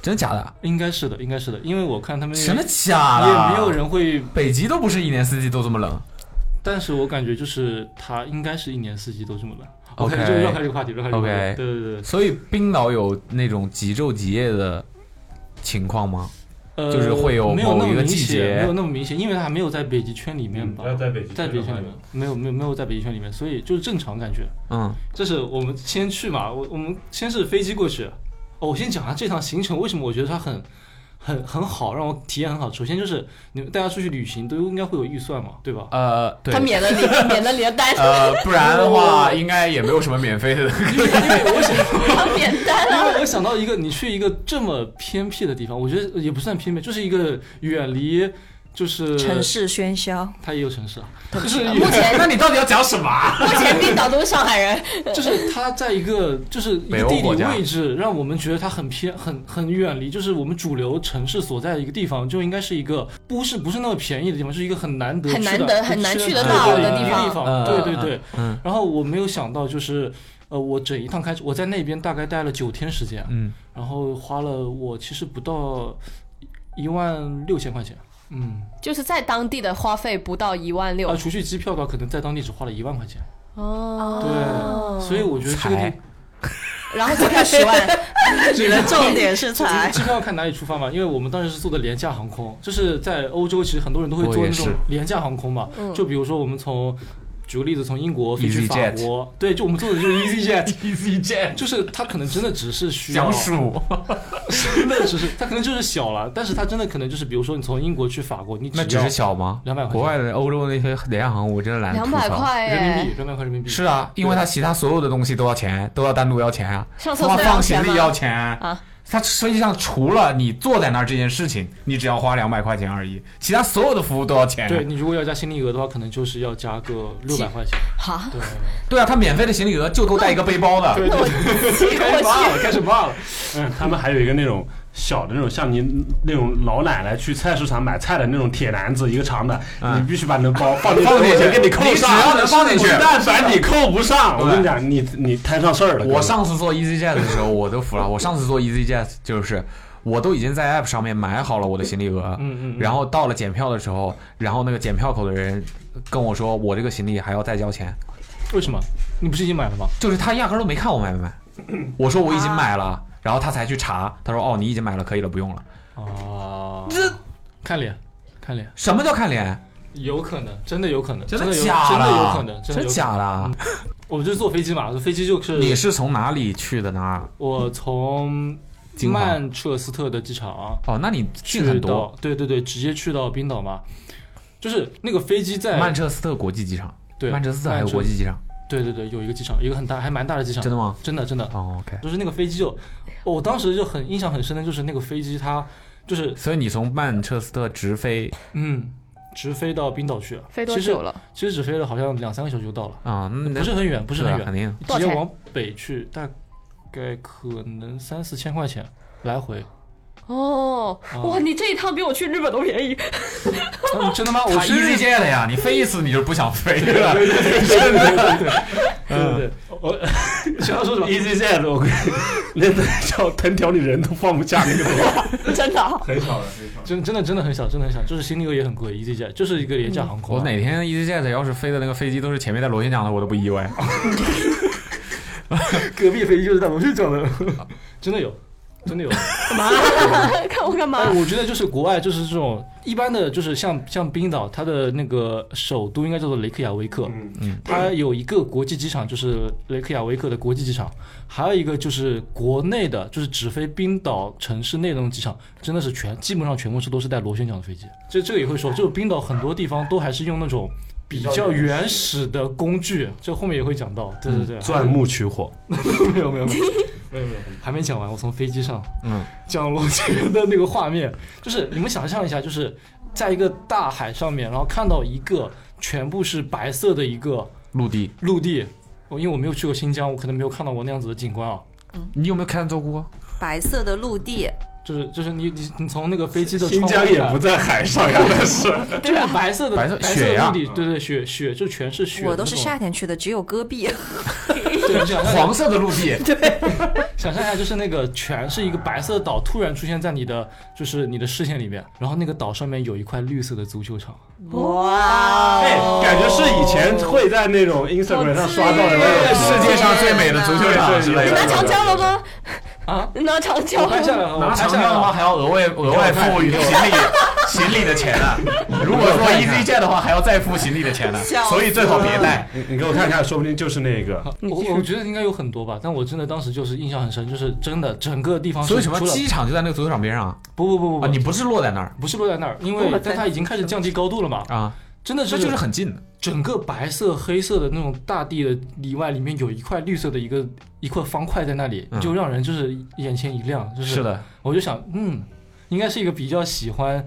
真的假的？
应该是的，应该是的，因为我看他们
真的假的？
也没有，人会，
北极都不是一年四季都这么冷。啊
但是我感觉就是它应该是一年四季都这么冷。哦
OK
就绕开这个话题，绕开这个话题。
OK
对对对对，
所以冰岛有那种极昼极夜的情况吗？
呃，
就是会有
没有那
某
么
一个
明
季
显
节
没有那么明显，因为它还没有在北极圈里面吧？
嗯要在北极圈
在北
的
极
话
圈里面，没有没有没有在北极圈里面，所以就是正常感觉。
嗯，
这是我们先去嘛，我我们先是飞机过去。哦，我先讲下这趟行程为什么我觉得它很很很好，让我体验很好。首先就是你们大家出去旅行都应该会有预算嘛，对吧？
呃，对
他，免了你免了你的单，
啊
呃，不然的
哦
话应该也没有什么免费的。
他免单
因
了。
为我想到一个，你去一个这么偏僻的地方，我觉得也不算偏僻，就是一个远离，就是
城，市喧嚣，
它也有城市啊，就是
目
远
前
那你到底要讲什么啊？
目前冰岛都是上海人，
就是它在一个就是一
北
个
欧
地
国
理
家
位置，让我们觉得它很偏、很很远离，就是我们主流城市所在的一个地方，就应该是一个不是不是那么便宜的地方，是一个很难得
很
去
难
的
得
就
很难
去
去
的
得
地
到
方
的
一
地
个
方
嗯
哦对
嗯
对对。
嗯
然后我没有想到，就是呃，我整一趟开始，我在那边大概待了九天时间，啊
嗯，
然后花了我其实不到一万六千块钱。嗯，
就是在当地的花费不到一万
啊，
六。
除去机票的话，可能在当地只花了一万块钱。
哦，
所以我觉得这个地
才
然后机票十万，你的重点是财。
机票看哪里出发嘛，因为我们当时是坐的廉价航空，就是在欧洲，其实很多人都会
我
坐
也
那
是
种廉价航空嘛。就比如说我们从，举个例子，从英国飞去
EasyJet
法国，对，就我们坐的就是 EasyJet，
Easy Jet
就是它可能真的只是需要
讲，数，
真的只是它可能就是小了，但是它真的可能就是，比如说你从英国去法国，你
那只
要
是小吗？
200块钱
国外的欧洲那些廉价航空，我真的懒得
两
吐
百
槽。
块
人民
哎
币，，两百块人民币
是啊，因为它其他所有的东西都要钱，都要单独要钱啊，
上厕
放
所
放行
钱
李
吗？
要钱
啊。
它实际上除了你坐在那儿这件事情，你只要花两百块钱而已，其他所有的服务都要钱。
对你如果要加行李额的话，可能就是要加个六百块钱。
哎哈，
对，
对啊，他免费的行李额就够带一个背包的。
对对，开始骂了，开始骂了。
嗯，他们还有一个那种小的那种，像你那种老奶奶去菜市场买菜的那种铁篮子，一个长的，
嗯
你必须把你的包啊放进去，
放进去
我就给你扣上，
你只要能放进去
滚蛋反你扣不上。我跟你讲，你你摊上事儿了。
我上次坐 EasyJet 的时候，我都服了。我上次坐 EasyJet 就是，我都已经在 App 上面买好了我的行李额，
嗯嗯嗯
然后到了检票的时候，然后那个检票口的人跟我说，我这个行李还要再交钱，
为什么？你不是已经买了吗？
就是他压根儿都没看我买没买，我说我已经买了，然后他才去查，他说哦你已经买了，可以了，不用了。
啊，看脸，看脸。
什么叫看脸？
有可能，真的有可能，
真
的有，
假
真
的？啊
的有可能，真
真
的有可能
假的？啊
我就坐飞机嘛，飞机就是
你是从哪里去的呢？
我从
金华
曼彻斯特的机场
哦，那你
去
近很多。
到，对对对，直接去到冰岛嘛，就是那个飞机在
曼彻斯特国际机场，
哎对
曼彻斯特还有
曼彻
国际机场。
对对对，有一个机场，一个很大，还蛮大的机场，
真的吗？
真的真的，
哦，OK。
就是那个飞机就，哦我当时就很印象很深的就是那个飞机它就是
所以你从曼彻斯特直飞
嗯。直飞到冰岛去，
飞多久？了？
其实只飞了好像两三个小时就到了，
啊？那
不是很远，不是
对
很
啊
远
肯，定。
多少
直接
钱
往北去，大概可能三四千块钱来回。
哦，哇，你这一趟比我去日本都便宜。
嗯真的吗？我
他
是日
EasyJet 的呀，你飞一次你就不想飞 了，真的。
对对对，嗯我
嗯
想要说 什么？
EasyJet，我跟 连叫藤条里人都放不下那个头。
真的啊，
很少的，很少的。
真真的真的很小，真的很小，就是新力也很贵，EasyJet 就是一个廉价航空
我
啊。
哪天 EasyJet 要是飞的那个飞机都是前面带螺旋桨的，我都不意 外。
隔壁飞机就是在我去讲的，啊真的有，真的有。
看我干嘛
哎，？我觉得就是国外就是这种一般的，就是像像冰岛，它的那个首都应该叫做雷克雅未克，
嗯
它有一个国际机场，就是雷克雅未克的国际机场，还有一个就是国内的，就是只飞冰岛城市内的那种机场，真的是全基本上全部是都是带螺旋桨的飞机。这这个也会说，就是冰岛很多地方都还是用那种比较原始嗯的工具，这后面也会讲到。对对对，
钻木取火，
没有没有没有 没有没有，还没讲完，我从飞机上
嗯，
降落前的那个画面，就是你们想象一下，就是在一个大海上面，然后看到一个全部是白色的一个
陆地，
陆地。我因为我没有去过新疆，我可能没有看到过那样子的景观啊。
你有没有看到 过？
白色的陆地，
就是就是你你你从那个飞机的
新
窗
疆
户
也
看
不在海上呀，但 是
就是白色
啊
的
白色
色
雪呀
的陆地，对对雪雪就全是雪。
我都是夏，天去的，只有戈壁。
对，你想象一下
黄色的陆 地，
想象一下，就是那个全是一个白色的岛，突然出现在你的就是你的视线里面，然后那个岛上面有一块绿色的足球场，
哇
哎，感觉是以前会在那种 Instagram 上刷到的那种
世界上最美的足球场之类
你
的。
拿长枪了吗？
啊，
你拿长枪
我拍下来
了吗？
了，我
拿
拍
长
下
枪
来
的
了
话，。还要额外额外付行李 行李的钱啊。如果说 EasyJet 的话，还要再付行李的钱呢、啊所以最好别带。
你你给我看看，说不定就是那个。
我我觉得应该有很多吧，但我真的当时就是印象很深，就是真的整个地方是
所以什么
除了
机场就在那个足球场边上啊？
不不不不
啊，你不是落在那儿
不是落在那嗯儿，因为但它已经开始降低高度了嘛，
啊？
真的
这
是
就是很近的。
整个白色黑色的那种大地的里外，里面有一块绿色的一个一块方块在那里，
嗯
就让人就是眼前一亮，就是
是的，
我就想，嗯，应该是一个比较喜欢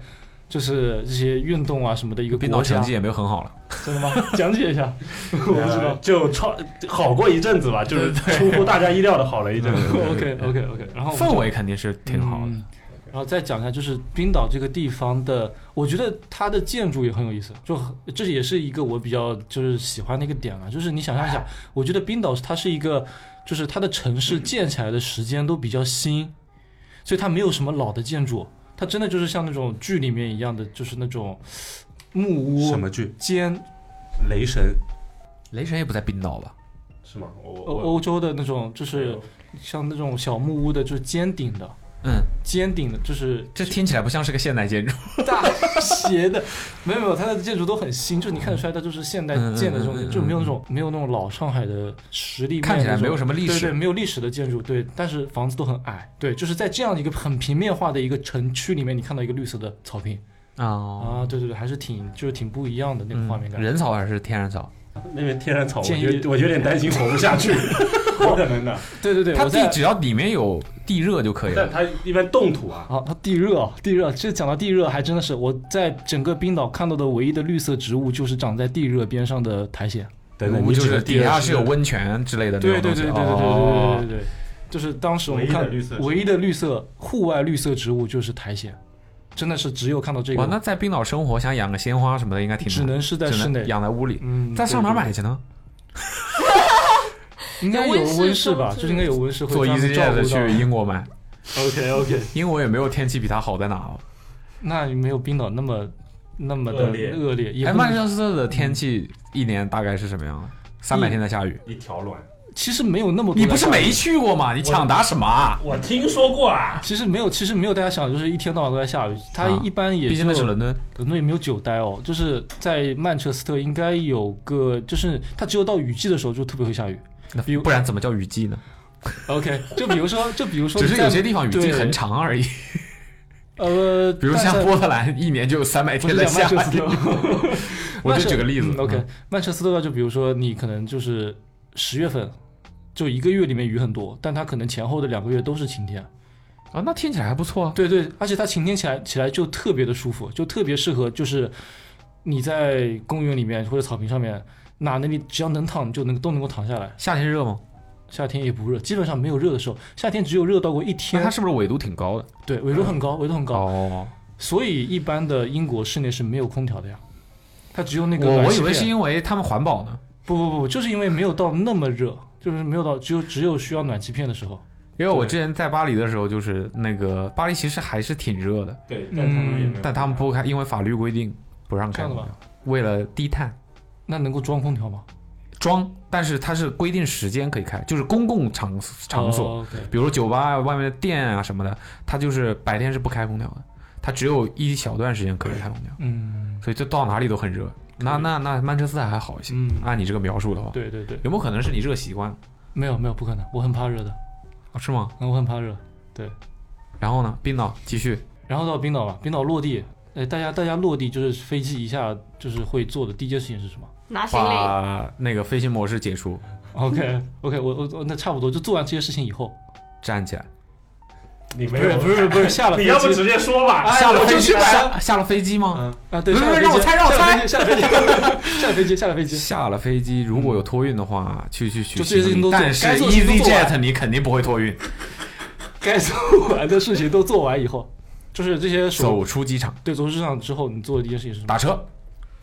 就是这些运动啊什么的一个
冰
国
岛
家
成绩，也没有很好了。
真的吗？讲解一下，我不知道
呃。就超好过一阵子吧，就是出乎大家意料的好了一阵子。
OK OK OK，然后我们
氛
就
围肯定是挺好的。
嗯然后再讲一下，就是冰岛这个地方的，我觉得它的建筑也很有意思，就很这也是一个我比较就是喜欢的一个点啊。就是你想象一下，我觉得冰岛它是一个，就是它的城市建起来的时间都比较新，所以它没有什么老的建筑，它真的就是像那种剧里面一样的，就是那种木 屋
什么剧？
间
雷神
雷神也不在冰岛吧？
是吗？我
欧
我
欧洲的那种，就是像那种小木屋的，就是尖顶的，
嗯，
尖顶的，就是
这听起来不像是个现代建 筑。
大斜的，没有没有，它的建筑都很新，就你看得出来，它就是现代
嗯嗯
建的这
嗯嗯
种，
嗯
就没有那种没有那种老上海的实力面那种，
看起来没有什么历史
对对，没有历史的建筑，对，但是房子都很矮，对，就是在这样一个很平面化的一个城区里面，你看到一个绿色的草坪
哦，
啊，对对对，还是挺就是挺不一样的那个
嗯
画面感。
人草还是天然草？
那边天然草，我
建议
有我有点担心活不下 去，不可能的。
对对对，
它
我
地
在
只要里面有地热就可以
但
了。
它一般冻土啊，
好，它地热啊，地热，这讲到地热，还真的是我在整个冰岛看到的唯一的绿色植物，就是长在地热边上的苔藓。
等等，
不
你
就
指
是
的
底下是有
温。
温泉之类的那
对
种
对
东西？
对对对对
哦
对对对对，就是当时我们
唯一的
看
绿色植物
唯一的绿色户外绿色植物就是苔藓，真的是只有看到这
哇，
个，
那在冰岛生活，想养个鲜花什么的，应该挺
只
难
能是在
只
室内。
养在屋里。
嗯，
在上哪
对
儿？买去呢？
对应该有温室吧，就是应该有温室会
坐
专门照
EasyJet 的
顾到。
去英国买，
OK OK，
英国也没有天气比它好在哪儿。啊
那没有冰岛那么那么的
恶劣
恶劣，也
哎，
不
曼啊
能
彻斯特的天气一年大概是什么样的？三百天在下雨，
一条卵，
其实没有那么多。
你不是没去过吗？你抢答什么啊？
我听说过啊，
其实没有，其实没有大家想的，就是一天到晚都在下雨。它
啊
一般也
毕
就
竟那是伦敦，
伦敦也没有久待哦，就是在曼彻斯特应该有个，就是它只有到雨季的时候就特别会下雨。
那
比如
不然怎么叫雨季呢？
OK，就比如 说，就比如说
只
在，
是有些地方雨季
对
很，长而已，
呃，
比如
但
像
在
波特兰，一年就有三百
不是
天在
讲曼
下
彻斯
雨。
特，
我就举个例子
嗯 OK，
嗯
曼彻斯特就比如说你可能就是十月份，就一个月里面雨很多，但它可能前后的两个月都是晴天。
啊，那听起来还不错啊。
对对，而且它晴天起来起来就特别的舒服，就特别适合就是你在公园里面或者草坪上面，哪那里只要能躺你就能都能够躺下来。
夏天热吗？
夏天也不热，基本上没有热的时候，夏天只有热到过一
那
天。
啊它是不是纬度挺高的？
对，纬度很高，纬度很高，
哦，
所以一般的英国室内是没有空调的呀，它只有那个
我
暖
我
气
以为
片
是因为他们环保呢，
不不不，就是因为没有到那么热，就是没有到只有只有需要暖气片的时候。
因为我之前在巴黎的时候，就是那个巴黎其实还是挺热的，
对，但他们也没有
但他们不开，因为法律规定不让
这
开
样的
空
吧
调，为了低碳
那能够装空调吗？
装，但是它是规定时间可以开，就是公共场场所，
哦，OK
比如酒吧啊、外面的店啊什么的，它就是白天是不开空调的，它只有一小段时间可以开空调，
嗯，
所以就到哪里都很热。那那那曼彻斯特还好一些，
嗯
按你这个描述的话，
对对对，
有没有可能是你热习惯了？
没有没有，不可能，我很怕热的，嗯
哦是吗？
嗯我很怕热。
然后呢，冰岛继续，
然后到冰岛吧，冰岛落地，呃，大家大家落地就是飞机一下就是会做的第一件事情是什 么
拿行李，
把那个飞行模式解除，
？OK OK，我我我那差不多就做完这些事情以后，
站起来，
你
不
没
是
有，
不是不是下了飞
你
机，
要不直接说吧，
哎
下了
我就
飞机
去买了
下下了飞机吗？
啊对，
不是
下了
不是让我
飞机
猜让我猜
下了飞机，下了飞机，下了飞机，下了飞机。
下了飞机，如果有托运的话，去去取
嗯就这些事情都
行李。
做
但是
该做的事情都做完嗯
EasyJet 你肯定不会托运，
该做完的事情都做完以后， 就是这些手
走出机场
对，走出市场之后，你做的第一件事情是什么？
打车。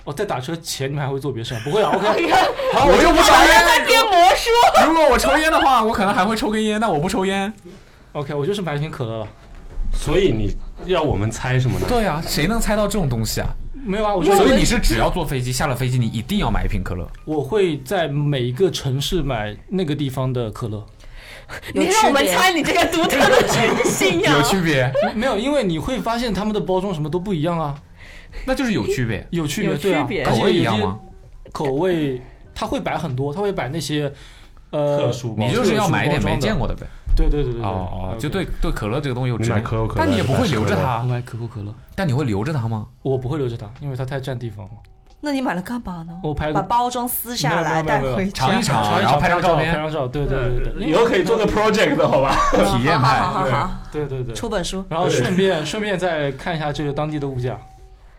哦，在打车前你们还会做别的事啊？不会啊，OK，
哎我又不抽
在变魔术。
烟，如果我抽烟的话，我可能还会抽根烟，但我不抽烟。
OK，我就是买一瓶可乐了。
所以你要我们猜什么呢？
对啊，谁能猜到这种东西啊？
没有啊，我就
所以你是只要坐飞机，下了飞机你一定要买一瓶可乐。
我会在每一个城市买那个地方的可乐。
有
你让我们
区别
猜你这个独特 的啊信信仰
有。区别，
没有，因为你会发现他们的包装什么都不一样啊，
那就是有区别。
有区别，
有
对啊
区别，
口味一样吗？？
口味，他会摆很多，他会摆那些呃
特殊包
你就是要买一点没见。过的呗。
对对对对对，
哦哦，就
OK
对。对可乐这个东西有执
你买
念，
可口可乐，
但你也不会留着
我
它，
买可口可乐，
但你会留着 它吗？
我不会留着它，因为它太占地方了。
那你买了干嘛呢？
我拍
把
个
包装撕下来
没有
带
没有没有没
回
有
尝
家
一。尝，
尝一
然后拍
张
张照
拍
片，
张照，对对对对，
以后可以 做个 project 的好吧？
体验
好
派。
好啊好，
对对对，
出本书。
然后顺便顺便再看一下这个当地的物价。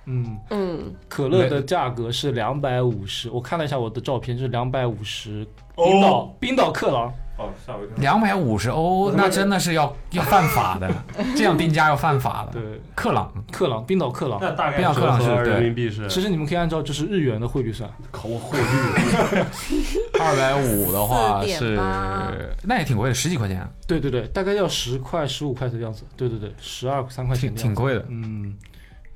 嗯，
嗯，
可乐的价格是两百五十，我看了一下我的照片是两百五十
哦
冰岛冰岛克朗，
哦，吓我一跳！
两百五十欧，那真的是要要犯法 的，这样定价要犯法的。
对，
克朗，
克朗冰岛克朗。
那大概
比较
是
克朗是
合人
对
民币是
其实你们可以按照就是日元的汇率算，
考我汇 率，
二百五的话
4.8
是，那也挺贵的，十几块钱，
对对对，大概要十块十五块的样子，对对对，十二三块钱
挺
的样
挺
子，
贵的。
嗯，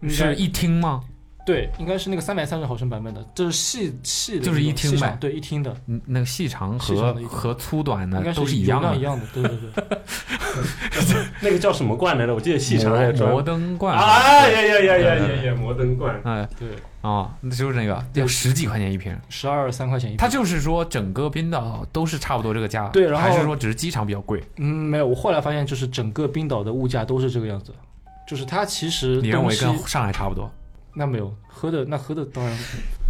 应该
是一听吗？
对，应该是那个三百三十毫升版本的，这是细细的那种，
就是一听呗
细长对一听的，
嗯那个细长
细
和
长的一个
和粗短
应该
的都
是
一
样
样
一
的。
样的，对对 对，
那个叫什么罐来着？我记得细长还
摩
是专
摩登罐
啊呀呀呀呀呀呀！摩登罐，
哎
哎对，
哦，那就是那个要十几块钱一瓶。
十二三块钱一瓶。
它就是说整个冰岛都是差不多这个价，
对然后
还是说只是机场比较贵？
嗯，没有，我后来发现就是整个冰岛的物价都是这个样子，就是它其实
你认
东
为
西
跟上海差不多？
那没有喝的那喝的当然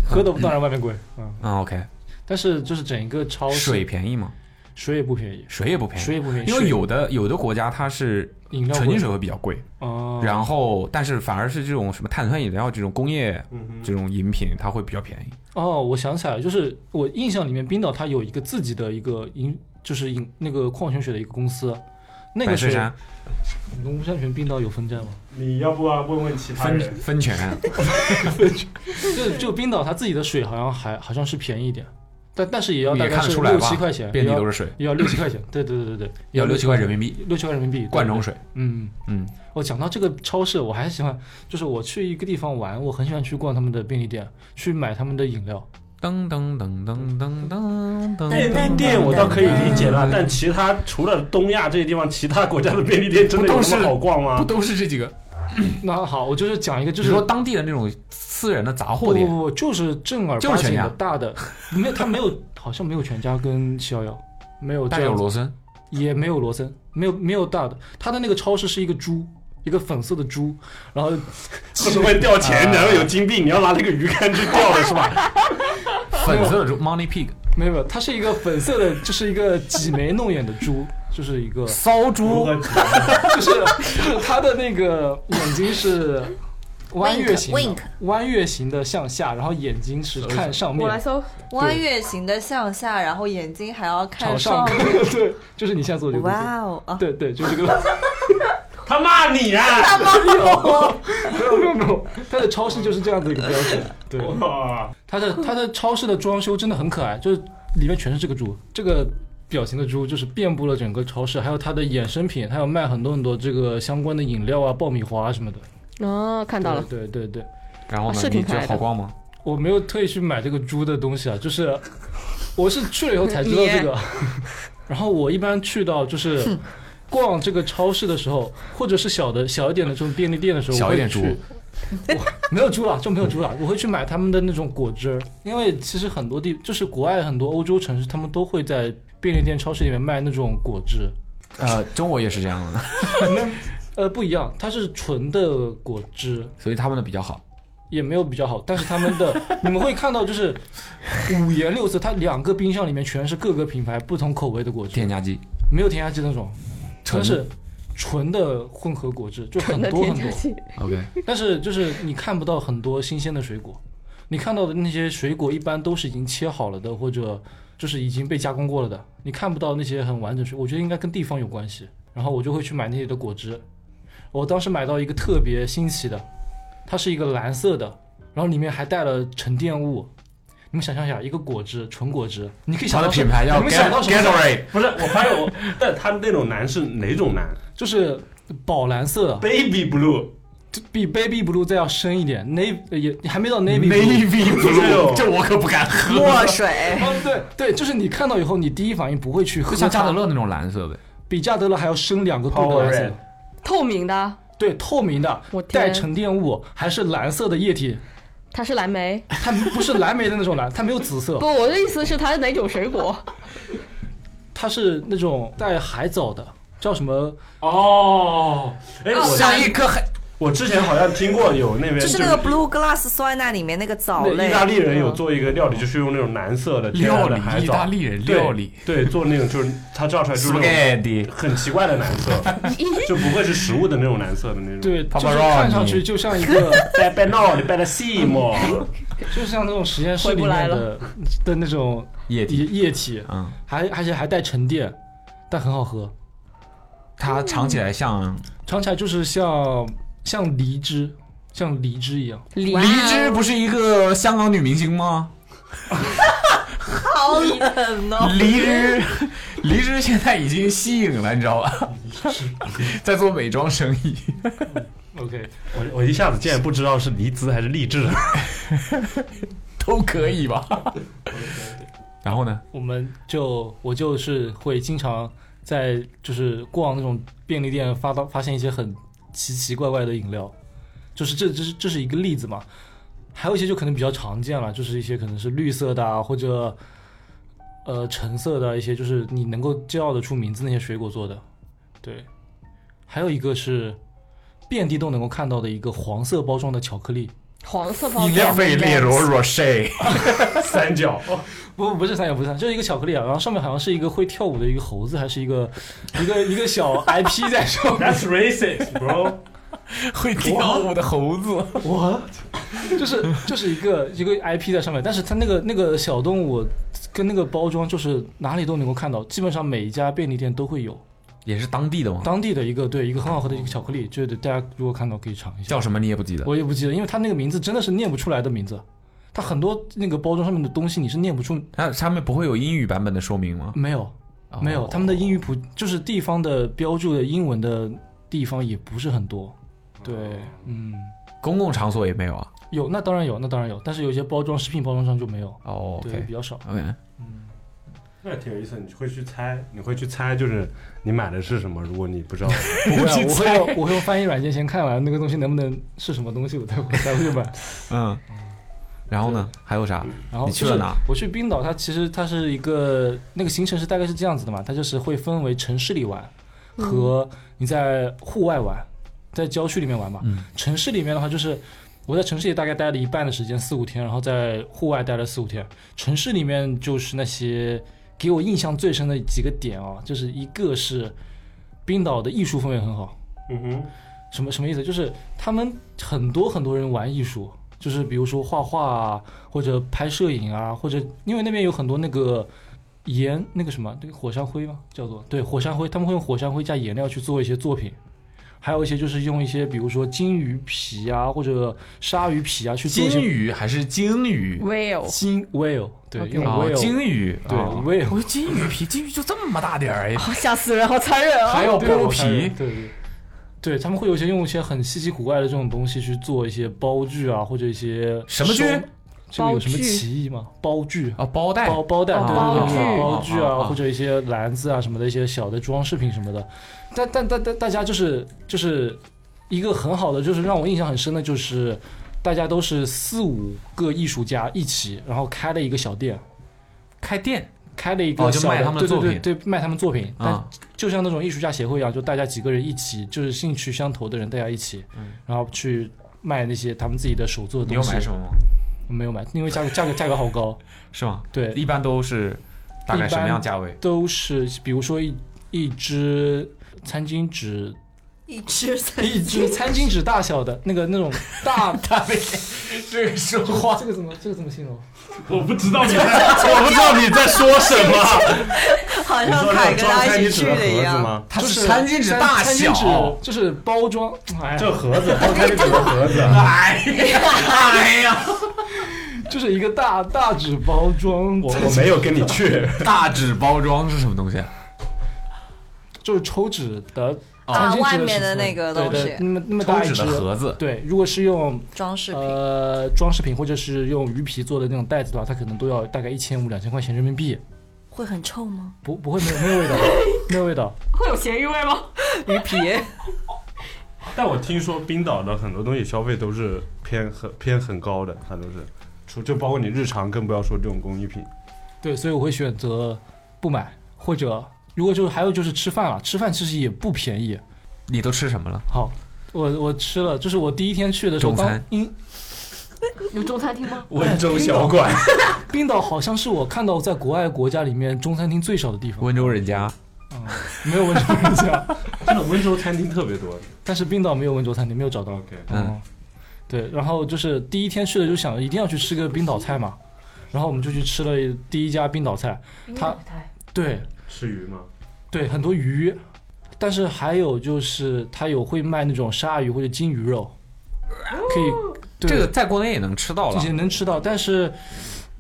喝的当然外面贵，嗯，
嗯，OK，
但是就是整个超市
水便宜吗？
水也不便宜，
水也不便宜，
水也不便宜，
因为
水
有的有的国家它是
饮料
纯
贵
净水会比较贵，
哦，
然后但是反而是这种什么碳酸饮料这种工业
嗯
这种饮品，它会比较便宜。
哦，我想起来了，就是我印象里面冰岛它有一个自己的一个饮就是饮那个矿泉水的一个公司，那
白
个
衬
水
衫
龙湖山泉冰岛有分站吗？
你要不要问问其他
分
人？
分权，
就就冰岛它自己的水好像还好像是便宜一点，但但是也要
也
大概
看得
是
出来
六
吧
七块钱，
遍地
也要
都是水，
也要六七块钱，对对对对对，
要六七块人民币，
六七块人民币
罐装。水。
对嗯，
嗯，
我讲到这个超市，我还喜欢，就是我去一个地方玩，我很喜欢去逛他们的便利店，去买他们的饮料。
噔噔噔噔噔噔噔。
便利店我倒可以理解了，但其他除了东亚这些地方，其他国家的便利店真的有那么好逛
不
吗？
都是这几个？
那好，我就是讲一个，
就
就是是
说当地的那种私人的杂
不
货
不
店，
不，就是正儿
就
八
是全
经
家
的大的，没有他没有，好像没有全家跟七幺幺，没有
但
这
有
样
罗森。
也没有罗森，没有没有大的，他的那个超市是一个猪，一个粉色的猪，然后
是会掉钱，然后有金币，你要拿那个鱼竿去钓的是吧？
粉色的猪 Money Pig
没有没有，它是一个粉色的，就是一个挤眉弄眼的猪， 就是一个，
骚猪，
就是就是它的那个眼 睛是弯月形的
Wink，wink
弯月形的向下，然后眼睛是看上
我来
面，
搜，
弯月形的向下，然后眼睛还要看
朝上看
面。，
对，就是你现在做的这个动
哇哦！啊
作，对对，就是这个。
他骂你啊！
没有没有没有，它的超市就是这样的一个标准。对，它的它的超市的装修真的很可爱，就是里面全是这个猪，这个表情的猪就是遍布了整个超市，还有它的衍生品，还有卖很多很多这个相关的饮料啊、爆米花啊什么的。
哦，看到了，
对对对，对
然后
啊
呢
是，挺
你觉
可爱
得
的
好逛吗？
我没有特意去买这个猪的东西啊，就是我是去了以后才知道这个。 然后我一般去到就是逛这个超市的时候，或者是小的小一点的这种便利店的时候，
小一点
我会
猪
去没有猪了，就没有猪了。我会去买他们的那种果汁儿，因为其实很多地，就是国外很多欧洲城市，他们都会在便利店、超市里面卖那种果汁。
呃，中国也是这样的，
呃，不一样，它是纯的果汁，
所以他们的比较好。
也没有比较好，但是他们的你们会看到就是五颜六色，它两个冰箱里面全是各个品牌不同口味的果汁
添，加剂，
没有添加剂那种，
纯
全是纯的混合果汁，就很
那
多
添
很
加
多。
剂，
OK，
但是就是你看不到很多新鲜的水果，你看到的那些水果一般都是已经切好了的，或者就是已经被加工过了的，你看不到那些很完整水。我觉得应该跟地方有关系。然后我就会去买那里的果汁。我当时买到一个特别新奇的，它是一个蓝色的，然后里面还带了沉淀物。你们想象一下，一个果汁，纯果汁，你可以
它
想
的
到什
品
么
牌叫
你们想到什么
Gatorade，
不是，我发现我，但他那种男是哪种男
就是宝蓝色，
？Baby Blue，
比 Baby Blue 再要深一点，navy 也还没到 navy blue。
Navy
哎呦
Blue，这 我可不敢喝，
墨水，
哦，对对，就是你看到以后，你第一反应不会去喝
就
它，
像加德乐那种蓝色呗。
比加德乐还要深两个度的
Powerade
蓝色，
透明的，
对，透明的
我，
带
天
沉淀物，还是蓝色的液体，
它是蓝莓。
它不是蓝莓的那种蓝，它没有紫色
不，，我的意思是它是哪种水 果？
它是那种带海藻的，叫什么？
哦，哎，我
像一颗海，
我之前好像听过有那边
就是那个 blue glass 酸奶里面那个藻
那
类
意。大利人有做一个料理，就是用那种蓝色的天然的海
料理
藻，
意大利人
对
料理
对，做那种就是他照出来就是那种很奇怪的蓝色， 就不会是食物的那种蓝色的那种。
对，就是
Pepperoni
看上去就像一个，
拜拜闹，你拜了西莫，
就是像那种实验室
回
里
不来
面的的那种
液体
液液体，
嗯，
还而且还带沉淀，但很好喝，
嗯
它尝起来像
尝起来就是像像梨汁，像梨汁一样。
梨
黎姿，不是一个香港女明星吗？
好冷哦！
黎姿，黎姿现在已经吸引了，你知道吧？在做美妆生意，
OK，
我我一下子竟然不知道是黎姿还是励志，
都可以吧？然后呢？
我们就我就是会经常在就是逛那种便利店发到发现一些很奇奇怪怪的饮料，就是这这是这是一个例子嘛，还有一些就可能比较常见了，就是一些可能是绿色的啊，或者呃橙色的一些，就是你能够叫得出名字那些水果做的，对，还有一个是遍地都能够看到的一个黄色包装的巧克力，
黄色包
饮料
装，
费列如 Roche，
三角，
不不是三角，不是三角，就是一个巧克力啊，然后上面好像是一个会跳舞的一个猴子，还是一个一个一个小 IP 在上面，
That's racist, bro。
会跳舞的猴子，
就是就是一个一个 IP 在上面，但是它那个那个小动物跟那个包装就是哪里都能够看到，基本上每一家便利店都会有
也是当地的吗？
当地的一个对一个很好喝的一个巧克力，就是大家如果看到可以尝一下。
叫什么你也不记得？
我也不记得，因为它那个名字真的是念不出来的名字，它很多那个包装上面的东西你是念不出，
它上面不会有英语版本的说明吗？
没有
哦
没有，他们的英语谱就是地方的标注的英文
哦
的地方也不是很多。对，嗯，
公共场所也没有啊？
有，那当然有，那当然有，但是有一些包装食品包装上就没有，
哦
对，
，OK
比较少。
OK，
那挺有意思，你会去猜，你会去猜，就是你买的是什么？如果你不 知道，
不会、
不去
啊，我会
猜
用我会用翻译软件先看完那个东西能不能是什么东西，我再我才会去买。
嗯，然后呢？还有啥？
然后
你去了哪？
我去冰岛，它其实它是一个那个行程是大概是这样子的嘛，它就是会分为城市里玩和你在户外玩，在郊区里面玩嘛。
嗯
城市里面的话，就是我在城市里大概待了一半的时间，四五天，然后在户外待了四五天。城市里面就是那些给我印象最深的几个点哦，就是一个是冰岛的艺术氛围很好，
嗯哼，
什么什么意思？就是他们很多很多人玩艺术，就是比如说画画啊，或者拍摄影啊，或者因为那边有很多那个盐，那个什么，那个火山灰吗？叫做对火山灰，他们会用火山灰加颜料去做一些作品。还有一些就是用一些，比如说金鱼皮啊，或者鲨鱼皮啊，去做一
金
些
鱼还是鲸鱼？
Will
金 whale，对，用
哦，
whale，
鲸鱼，
对
哦
whale
我说金鱼皮，金鱼就这么大点儿，哎
好 吓死人，好残忍啊！
还要
对
剥
我看了
皮，
对对。对他们会有一些用一些很稀奇古怪的这种东西去做一些包具啊，或者一些
什么具
手？这个有什么
包具
歧义吗？包具
啊，包带，
包包带，
哦
对
包
对
具
对，
哦
包具
哦
啊，
哦
或者一些篮子啊什么的一些小的装饰品什么的。但但但但大家就是就是一个很好的，就是让我印象很深的就是。大家都是四五个艺术家一起，然后开了一个小店，
开店
开了一
哦
个
就
小
卖
的
他们的
对
作
对
品
对对，卖他们作品。但
啊，
就像那种艺术家协会一样，就大家几个人一起，就是兴趣相投的人，大家一起，然后去卖那些他们自己的手做的
嗯你
东
有
西。
买什么吗？
没有买，因为价格价格价格 好高。
是吗？
对，
一般都是大概
一般
什么样价位？
都是比如说一一只餐巾 纸，
一只三
一只餐巾纸大小的那个那种 大大杯，
这个说话
这个怎么这个怎么形容？
我不知道你在， 我不知道你在说什么。
好
你
像
说
凯跟
那装
他
餐
一起
巾纸
去
的
的一
盒子
样。
吗？
它
就是
餐巾纸大
餐
小
餐巾纸就是包装，哎呀，
这盒子，装餐巾纸的盒子，
哎呀， 哎呀，
就是一个大大纸包装，
我我没有跟你去。
大纸包装是什么东西？啊
就是抽纸的
哦
餐巾纸
啊外面
尺
的
寸
那个
对
东
对
西
那么那么
抽
大一
纸
只
的盒子，
对，如果是用
装饰品，
呃装饰品或者是用鱼皮做的那种袋子的话，它可能都要大概一千五两千块钱人民币，
会很臭吗？
不不会没有没有味道，没有味道。
会有咸鱼味吗？
鱼皮，
但我听说冰岛的很多东西消费都是偏很偏很高的，它都是，除就包括你日常，更不要说这种工艺品。
对，所以我会选择不买，或者如果就是还有就是吃饭了，吃饭其实也不便宜。
你都吃什么了？
好，我我吃了，就是我第一天去的时候，
中
刚
餐
因
有中餐厅吗？
温州小馆，
冰岛好像是我看到在国外国家里面中餐厅最少的地方，
温州人家
没有温州人家，
真的温州餐厅特别多。
但是冰岛没有温州餐厅，没有找到。
OK，
嗯，
哦对，然后就是第一天去了就想一定要去吃个冰岛菜嘛，然后我们就去吃了第一家冰岛菜，他对
吃鱼吗？
对，很多鱼，但是还有就是他有会卖那种鲨鱼或者金鱼肉，可以对
这个在国内也能吃到
这
了
些能吃到，但是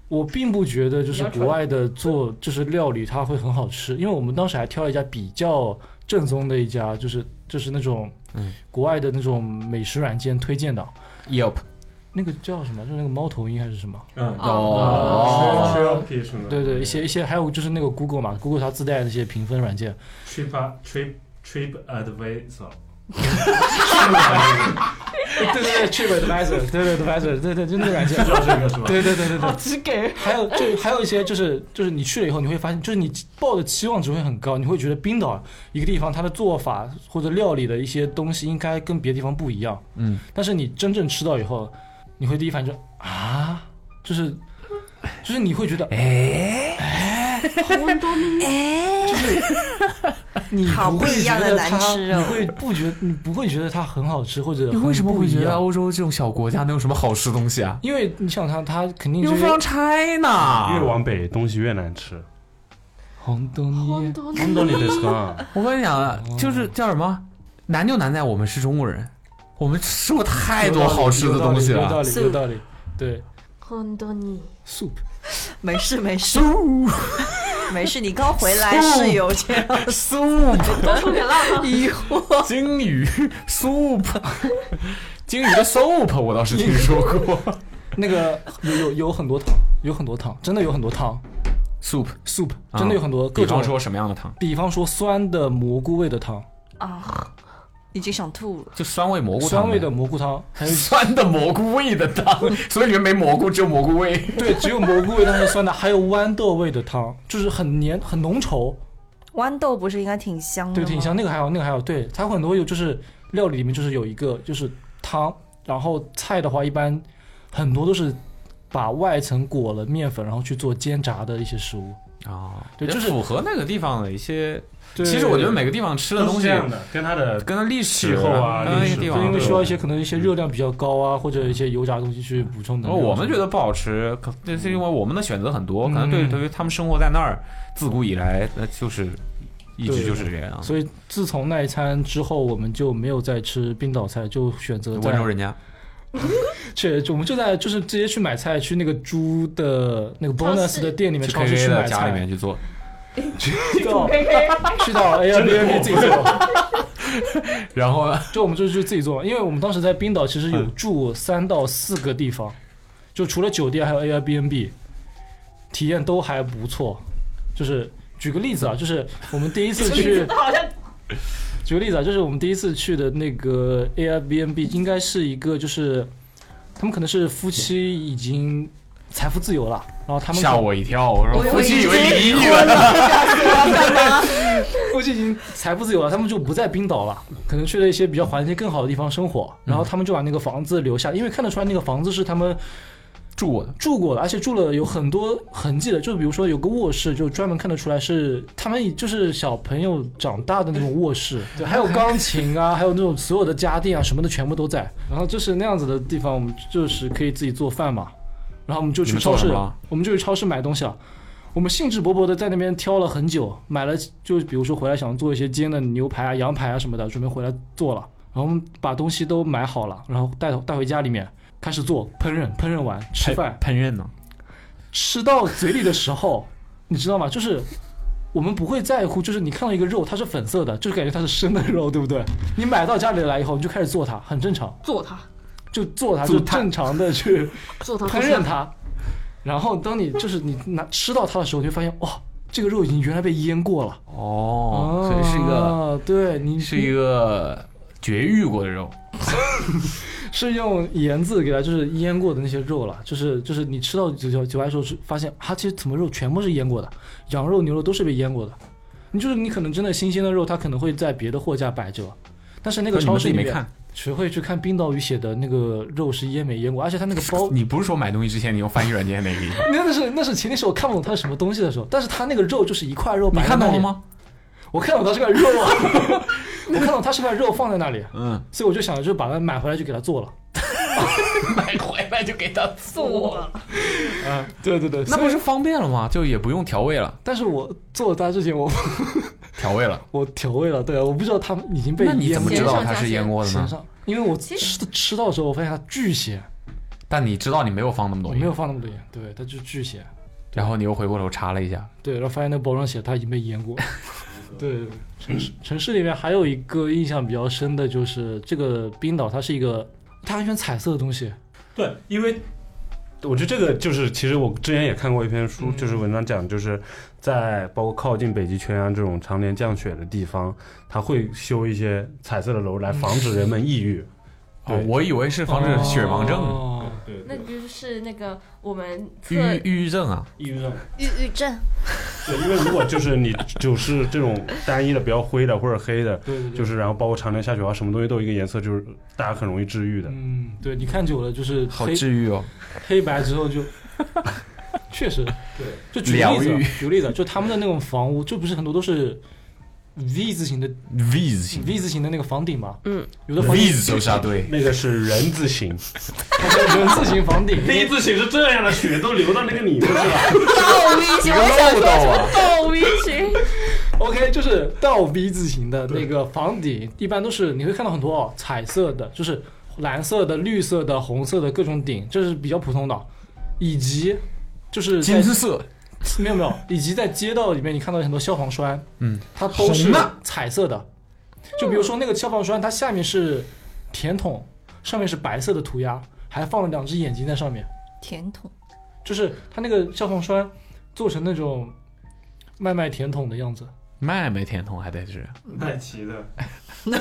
我并不觉得就是国外的做就是料理它会很好吃，因为我们当时还挑了一家比较正宗的一家，就是就是那种
嗯
国外的那种美食软件推荐的，
，Yelp，
那个叫什么？就是那个猫头鹰还是什么？
嗯，
哦
吃吃皮什么？
对对，一些一些，还有就是那个 Google 嘛，Google 它自带的一些评分软件，
Trip Trip Trip Advisor。
对对对，TripAdvisor，对对 Advisor，对对，就那个软件，
知道这个是吧？
对对对对对
好。直给，
还有就还有一些就是就是你去了以后，你会发现，就是你抱的期望值会很高，你会觉得冰岛一个地方它的做法或者料理的一些东西应该跟别的地方不一样，
嗯，
但是你真正吃到以后，你会第一反应就啊，就是就是你会觉得
哎
哎你
好
不
不
会
一样
觉
的
得
难
它
吃哦
你会不觉你不会觉得它很好吃，或者
你为什么会觉
很不一
得
样？
欧洲这种小国家能有什么好吃的东西啊
因为你想它，它肯定
？You
就是
from
啊
China？
越往北东西越难吃。
红豆泥，
本当にですか？
我跟你讲啊，
哦
就是叫什么，难就难在我们是中国人，我们吃过太多好吃的东西
有道
了。
理，有道理，对
很多你
，soup。
没事没事，没事，你刚回来是有这样
soup
多出点辣吗？
疑惑。
鲸鱼 soup，
鲸鱼的 soup 我倒是听说过
那个有有有很多汤，有很多汤，真的有很多汤
soup，
soup，
嗯
真的有很多
啊比
各种
方。说什么样的汤？
比方说酸的蘑菇味的汤，
啊，已经想吐了。
就酸味蘑菇汤呗，
酸味的蘑菇汤， 还有
酸的蘑菇味的汤，所以里面没蘑菇，只有蘑菇味。
对，只有蘑菇味但是酸的，还有豌豆味的汤，就是很黏很浓稠，
豌豆不是应该挺香的
对，
吗
挺香。那个还好，那个还好，对，它会很多有就是料理里面就是有一个就是汤，然后菜的话一般很多都是把外层裹了面粉，然后去做煎炸的一些食物。
啊，
对
也
就是
符合那个地方的一些。
对
其实我觉得每个地方吃的
都
东
是
西
这，样的，跟它的
跟它历史
气候啊
跟它那
历
个
史
地
啊
就因
方
为
对
需要一些可能一些热量比较高啊，或者一些油炸的东西去补充能
然
量
后
什么的。
哦我们觉得不好吃，可那是因为我们的选择很多，可能对
嗯
对于他们生活在那儿，自古以来那就是一直就是这样。
所以自从那一餐之后，我们就没有再吃冰岛菜，就选择在
温柔人家，
去，我们就在就是直接去买菜，去那个猪的那个
超市
bonus 的店里面
去
超市
KK
去买
的家里
菜
面，去做，
去到去到 Airbnb 自己做，
然后
就我们就去自己做，因为我们当时在冰岛其实有住三到四个地方，就除了酒店还有 Airbnb，体验都还不错。就是举个例子啊，就是我们第一 次去。
好像
举个例子啊，就是我们第一次去的那个 Airbnb，应该是一个就是他们可能是夫妻已经财富自由了，然后他们
吓我一跳，我说
我以为
夫妻以
已经
为离异了，
夫妻已经财富自由了，他们就不在冰岛了，可能去了一些比较环境更好的地方生活，然后他们就把那个房子留下，因为看得出来那个房子是他们
住我的，
住过的，而且住了有很多痕迹的，就比如说有个卧室，就专门看得出来是他们就是小朋友长大的那种卧室，对，还有钢琴啊，还有那种所有的家电啊什么的全部都在。然后就是那样子的地方，我们就是可以自己做饭嘛，然后我们就
你
去
们做
超市
什么啊，
我们就去超市买东西啊。我们兴致勃勃的在那边挑了很久，买了就比如说回来想做一些煎的牛排啊、羊排啊什么的，准备回来做了。然后我们把东西都买好了，然后带带回家里面开始做烹饪，烹饪完吃饭，
烹饪呢，
吃到嘴里的时候，你知道吗？就是我们不会在乎，就是你看到一个肉，它是粉色的，就是感觉它是生的肉，对不对？你买到家里来以后，你就开始做它，很正常，
做它，
就做它，
做
就
它
正常的去
做它，
烹 饪它。然后当你就是你拿吃到它的时候，你就发现哇、这个肉已经原来被腌过了。
哦，所以是一个
啊，对，你
是一个绝育过的肉，
是用盐渍给它就是腌过的那些肉了，就是就是你吃到九九九的时候是发现，啊，其实怎么肉全部是腌过的，羊肉、牛肉都是被腌过的。你就是你可能真的新鲜的肉，它可能会在别的货架摆着，但是那个
你们
超
自己
市里
没
面
看。，
谁会去看冰岛语写的那个肉是腌没腌过，而且它那个包
你不是说买东西之前你用翻译软件那个地 方？
那那是那是前提是我看不懂它是什么东西的时候，但是它那个肉就是一块肉
你
摆在
看
那
懂
里
了？吗？
我看懂它是块肉啊， 我看懂它是块肉放在那里，
嗯，
所以我就想着就把它买回来就给它做了。
买哎回来就给它做了，
对对对，
那
所
不
以
是方便了吗？就也不用调味了，
但是我做它之前我
调味了。
我调味了，对啊，我不知道他们已经 被
那你怎么
腌
知
过
道
咸上
它
加
是
咸
腌过的
咸
呢？
上？因为我吃吃到的时候，我发现它巨咸，
但你知道你没有放那么
我
多
没有
盐，
放那么多盐，对，它就巨咸，
然后你又回过头查了一下，
对，然后发现那个包装写它已经被腌 过。对，城市城市里面还有一个印象比较深的就是这个冰岛，它是一个它完全彩色的东西，
对，因为我觉得这个就是，其实我之前也看过一篇书，就是文章讲，就是在包括靠近北极圈啊这种常年降雪的地方，它会修一些彩色的楼来防止人们抑郁。
哦
对，
我以为是防止血盲症、
哦
对
那就是那个我们测
抑郁抑郁症啊。
抑郁症。
抑郁症。
对，因为如果就是你就是这种单一的比较灰的或者黑的，
对对对，
就是然后包括常年下雪啊，什么东西都有一个颜色，就是大家很容易治愈的。
嗯，对，你看久了就是
好
黑
治愈哦，
黑白之 后就，确实，对，就举个
疗
例子
愈
啊，举个例子啊，就他们的那种房屋，就不是很多都是 V 字形的
V 字形
V 字形的那个房顶嘛，
嗯，
有的房
，V
顶
字仇杀队，
那个是人字形，
它是人字 形房顶，
V 字形是这样的，雪都流到那个里面去 了。
倒 V 型，我想
漏斗啊，
逗逼 群，
OK，就是倒 V 字形的那个房顶，一般都是你会看到很多哦，彩色的，就是蓝色的、绿色的、红色的各种顶，这是比较普通的，以及就是在
金丝色，
没有没有，以及在街道里面你看到很多消防栓，
嗯，
它都是
红的
彩色的，就比如说那个消防栓，它下面是甜筒，上面是白色的涂鸦，还放了两只眼睛在上面，
甜筒，
就是它那个消防栓做成那种麦麦甜筒的样子，
麦没甜筒还得是
麦奇的，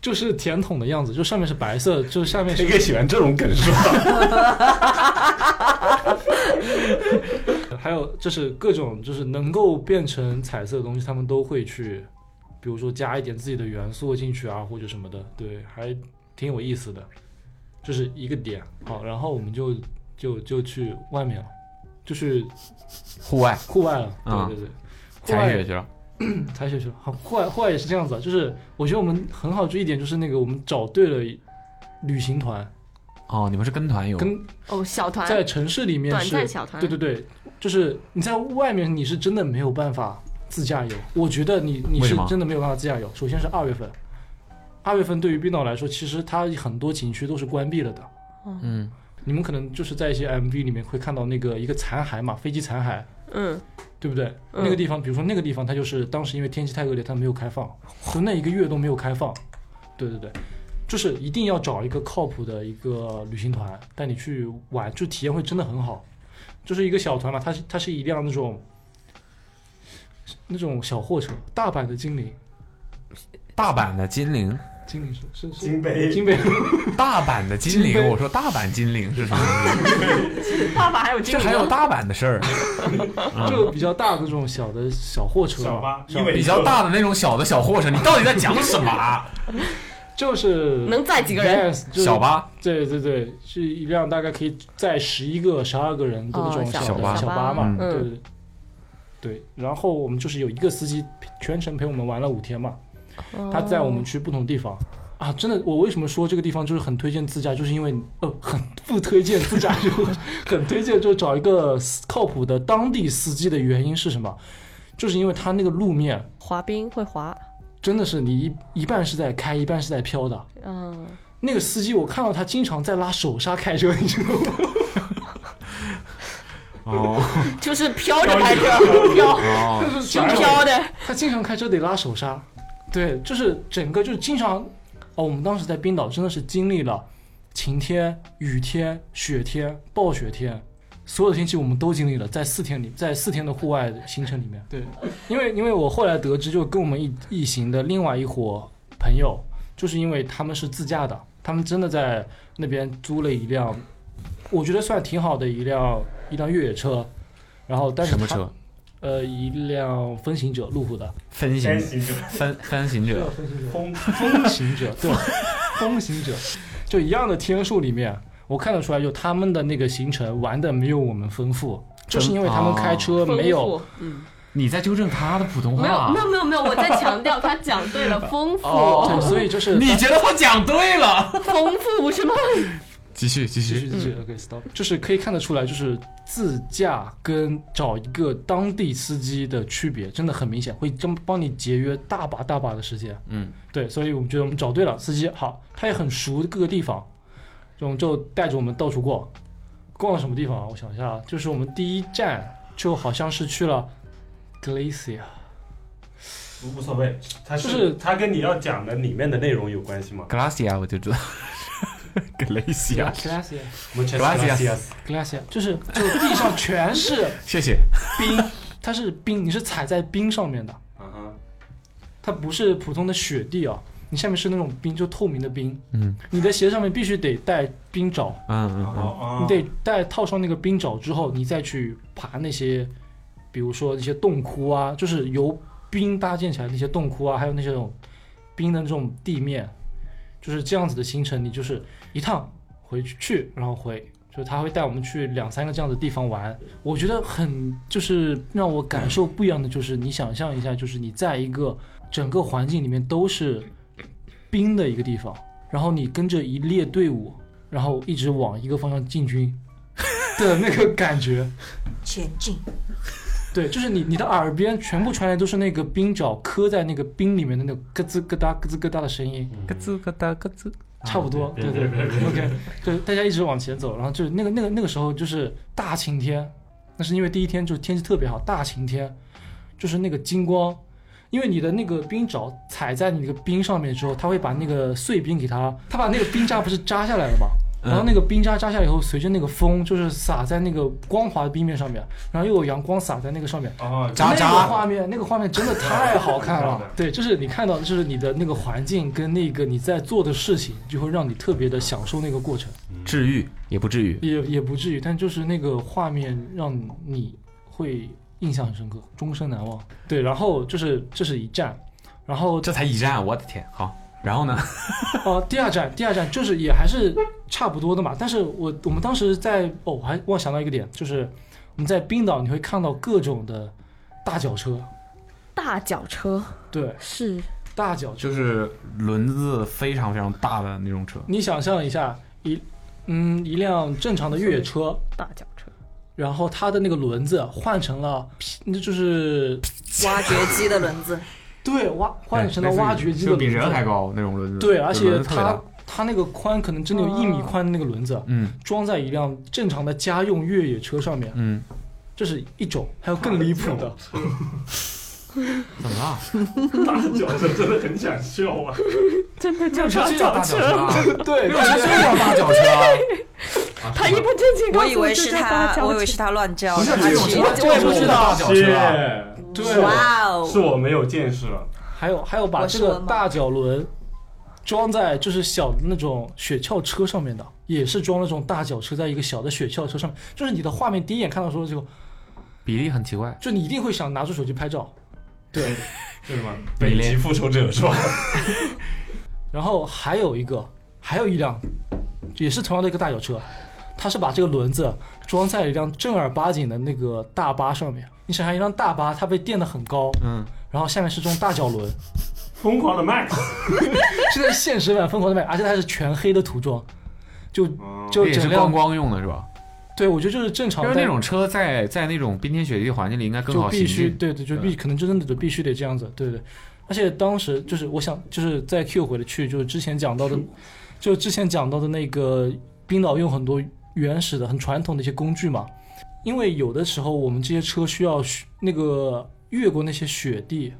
就是甜筒的样子，就上面是白色，就是下面
谁
是
更喜欢这种梗是吧？
还有就是各种就是能够变成彩色的东西，他们都会去，比如说加一点自己的元素进去啊，或者什么的，对，还挺有意思的，这、是一个点。好，然后我们就就就去外面了，就去
户外
户外了，
啊
对对对。户
踩
外
雪去了，
踩雪去了，好，户外户外也是这样子啊，就是我觉得我们很好注意一点，就是那个我们找对了旅行团，
哦，你们是跟团游，
跟
哦，小团
在城市里面
短
是
暂小团，
对对对，就是你在外面你是真的没有办法自驾游，我觉得你你
为什
是
么
真的没有办法自驾游。首先是二月份，二月份对于冰岛来说，其实它很多景区都是关闭了的。
嗯，
你们可能就是在一些 MV 里面会看到那个一个残骸嘛，飞机残骸，
嗯，
对不对？
嗯
那个地方，比如说那个地方，它就是当时因为天气太恶劣，它没有开放，就那一个月都没有开放。对对对，就是一定要找一个靠谱的一个旅行团带你去玩，就体验会真的很好。就是一个小团嘛，它是它是一辆那种那种小货车，大阪的精灵，
大阪的金陵，
精灵是是是
金杯
金杯，
大阪的金
金杯
陵，我说大阪金陵是什么意 思？
爸爸还有
这
这
还有大阪的事儿，
就比较大的那种小的小货车嘛，
啊巴，
比较大的那种小的小货车，你到底在讲什么啊？
就是
能载几个人？
Yes，就是
小巴，
对对对，是一辆大概可以载十一个、十二个人的那种
哦小
小的
巴
小
小巴
巴嘛
嗯，
对对对。对，然后我们就是有一个司机全程陪我们玩了五天嘛，他载我们去不同地方。啊，真的，我为什么说这个地方就是很推荐自驾，就是因为呃，很 不推荐自驾游， 很推荐就找一个靠谱的当地司机的原因是什么？就是因为他那个路面
滑冰会滑，
真的是你一一半是在开，一半是在飘的，
嗯，
那个司机，我看到他经常在拉手刹开车，你知道吗？
哦
就是飘着开车，飘
哦，
就是
就
经常
飘的，
他经常开车得拉手刹，对，就是整个就是经常，哦，我们当时在冰岛真的是经历了晴天、雨天、雪天、暴雪天，所有的天气我们都经历了，在四天里，在四天的户外行程里面，对，因为因为我后来得知，就跟我们一一行的另外一伙朋友，就是因为他们是自驾的，他们真的在那边租了一辆，我觉得算挺好的一辆一辆越野车，然后但是
什么
他
车？
呃，一辆风行者，路 虎的
分行
嗯
分分行者，
风
风行者，对，风行者，就一样的天数里面，我看得出来，就他们的那个行程玩的没有我们丰富，就是因为他们开车
哦丰
没有
富，嗯，
你在纠正他的普通
没有
话
没？有没有没有，我在强调他讲对 了，丰富
对，所以就是
你觉得我讲对了？
丰富不是吗？
继续继
继续
续，
继
嗯
续，OK stop，就是可以看得出来，就是自驾跟找一个当地司机的区别真的很明显，会真帮你节约大把大把的时间。
嗯，
对，所以我们觉得我们找对了司机，好，他也很熟各个地方，这种就带着我们到处逛，逛了什么地方啊？我想一下啊，就是我们第一站就好像是去了 Glacier，
无所谓，它
就是
它跟你要讲的里面的内容有关系吗
g l a c i a 我就 知道 g l a c i a
Glacier
？Muchas
Gracias
Glacier，就是就地上全是
谢谢。
冰，它是冰，你是踩在冰上面的。
嗯哼
它不是普通的雪地啊，你下面是那种冰，就透明的冰。
嗯，
你的鞋上面必须得带冰爪，
嗯嗯嗯，
哦
你得带套上那个冰爪之后，你再去爬那些，比如说那些洞窟啊，就是由冰搭建起来的那些洞窟啊，还有那些种冰的那种地面，就是这样子的行程。你就是一趟回去去，然后回。就是他会带我们去两三个这样的地方玩，我觉得很就是让我感受不一样的，就是你想象一下，就是你在一个整个环境里面都是冰的一个地方，然后你跟着一列队伍，然后一直往一个方向进军的那个感觉。
前进，
对，就是你你的耳边全部传来都是那个冰爪磕在那个冰里面的那种咯吱咯哒咯吱咯哒的声音，
咯吱咯哒咯吱，
差不多。啊对对对，OK，对，大家一直往前走，然后就是那个那个那个时候就是大晴天，那是因为第一天就是天气特别好，大晴天，就是那个金光因为你的那个冰爪踩在你那个冰上面之后，它会把那个碎冰给它，它把那个冰渣不是扎下来了吗？ 然后那个冰渣扎下来以后，随着那个风就是洒在那个光滑的冰面上面，然后又有阳光洒在那个上面，
哦，
渣
那个
渣，
画面，那个画面真的太好看了。 对，就是你看到，就是你的那个环境跟那个你在做的事情，就会让你特别的享受那个过程，
治愈也不至于。
也也不至于，但就是那个画面让你会印象很深刻，终身难忘。对，然后就是这是一站，然后
这才一站，我的天！好，然后呢？
哦，第二站，第二站就是也还是差不多的嘛。但是我我们当时在哦，我还忘想到一个点，就是我们在冰岛你会看到各种的大脚车，
大脚车
对，
是
大脚车。
就是轮子非常非常大的那种车，
你想象一下，一嗯一辆正常的越野车，
大脚车，
然后它的那个轮子换成了劈，那就是
挖掘机的轮 子，
对挖换成
哎
了挖掘机的
就比
轮
人还
子，
高那种轮子。
对，而
轮
且
子特别大
它它那个宽可能真的有一米宽的那个轮子，
嗯
装在一辆正常的家用越野车上面，
嗯，
这是一种，还有更离谱的，
怎么了？
啊
大脚车真的很想笑 啊！
真的就
这叫大脚车 啊，
对，
这叫大脚车啊。啊
他一不正经告
我以
诉
为
这
是
叫大
他，
脚
我以为
车
是他乱叫，
不是
他
这种
去
车，
我也不知道
大脚车啊。
对啊
哇
是
哦，
我没有见识了。
还有还有把
我
这
是
个
文盲
大脚轮装在就是小的那种雪橇车上面的，也是装那种大脚车在一个小的雪橇车上面，就是你的画面第一眼看到的时候就
比例很奇怪，
就你一定会想拿出手机拍照，对。
是什么？
北
北
极
极复仇者是吧？
然后还有一个，还有一辆也是同样的一个大脚车，它是把这个轮子装在一辆正儿八经的那个大巴上面。你想象一辆大巴，它被垫得很高，
嗯，
然后下面是这种大脚轮，
疯狂的 Max，
是在现实版疯狂的卖，而且它还是全黑的涂装，就就
这也是
整
观
辆
光用的是吧？
对，我觉得就是正常
因
的
为那种车在在那种冰天雪地的环境里应该更
就
好
必
行
须
进。
对对，就必可能真的就必须得这样子，对对。而且当时就是我想就是再 Q 回来去，就是之前讲到的，就之前讲到的那个冰岛用很多原始的、很传统的一些工具嘛，因为有的时候我们这些车需要雪那个越过那些雪地，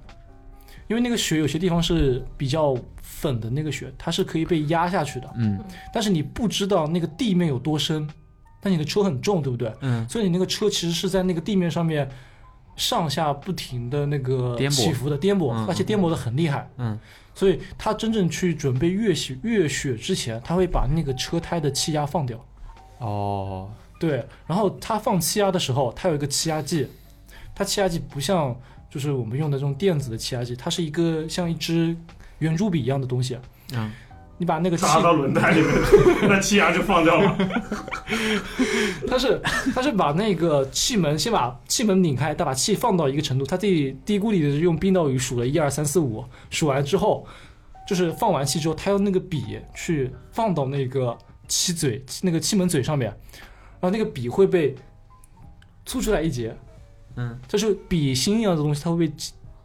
因为那个雪有些地方是比较粉的那个雪，它是可以被压下去的，
嗯
但是你不知道那个地面有多深，但你的车很重，对不对？
嗯，
所以你那个车其实是在那个地面上面上下不停的那个
颠簸
起伏的颠簸，
嗯
而且颠簸的很厉害。
嗯，
所以他真正去准备越雪越雪之前，他会把那个车胎的气压放掉。
哦，
对，然后他放气压的时候，它有一个气压计，它气压计不像就是我们用的这种电子的气压计，它是一个像一支圆珠笔一样的东西。
嗯，
你把那个气
插到轮胎里面， 那气压就放掉了。
他是他是把那个气门先把气门拧开，他把气放到一个程度，他自己低估里的用冰岛语数了一二三四五，数完之后，就是放完气之后，他用那个笔去放到那个气嘴那个气门嘴上面，然后那个笔会被粗出来一截，
嗯，
就是笔芯一样的东西，它会被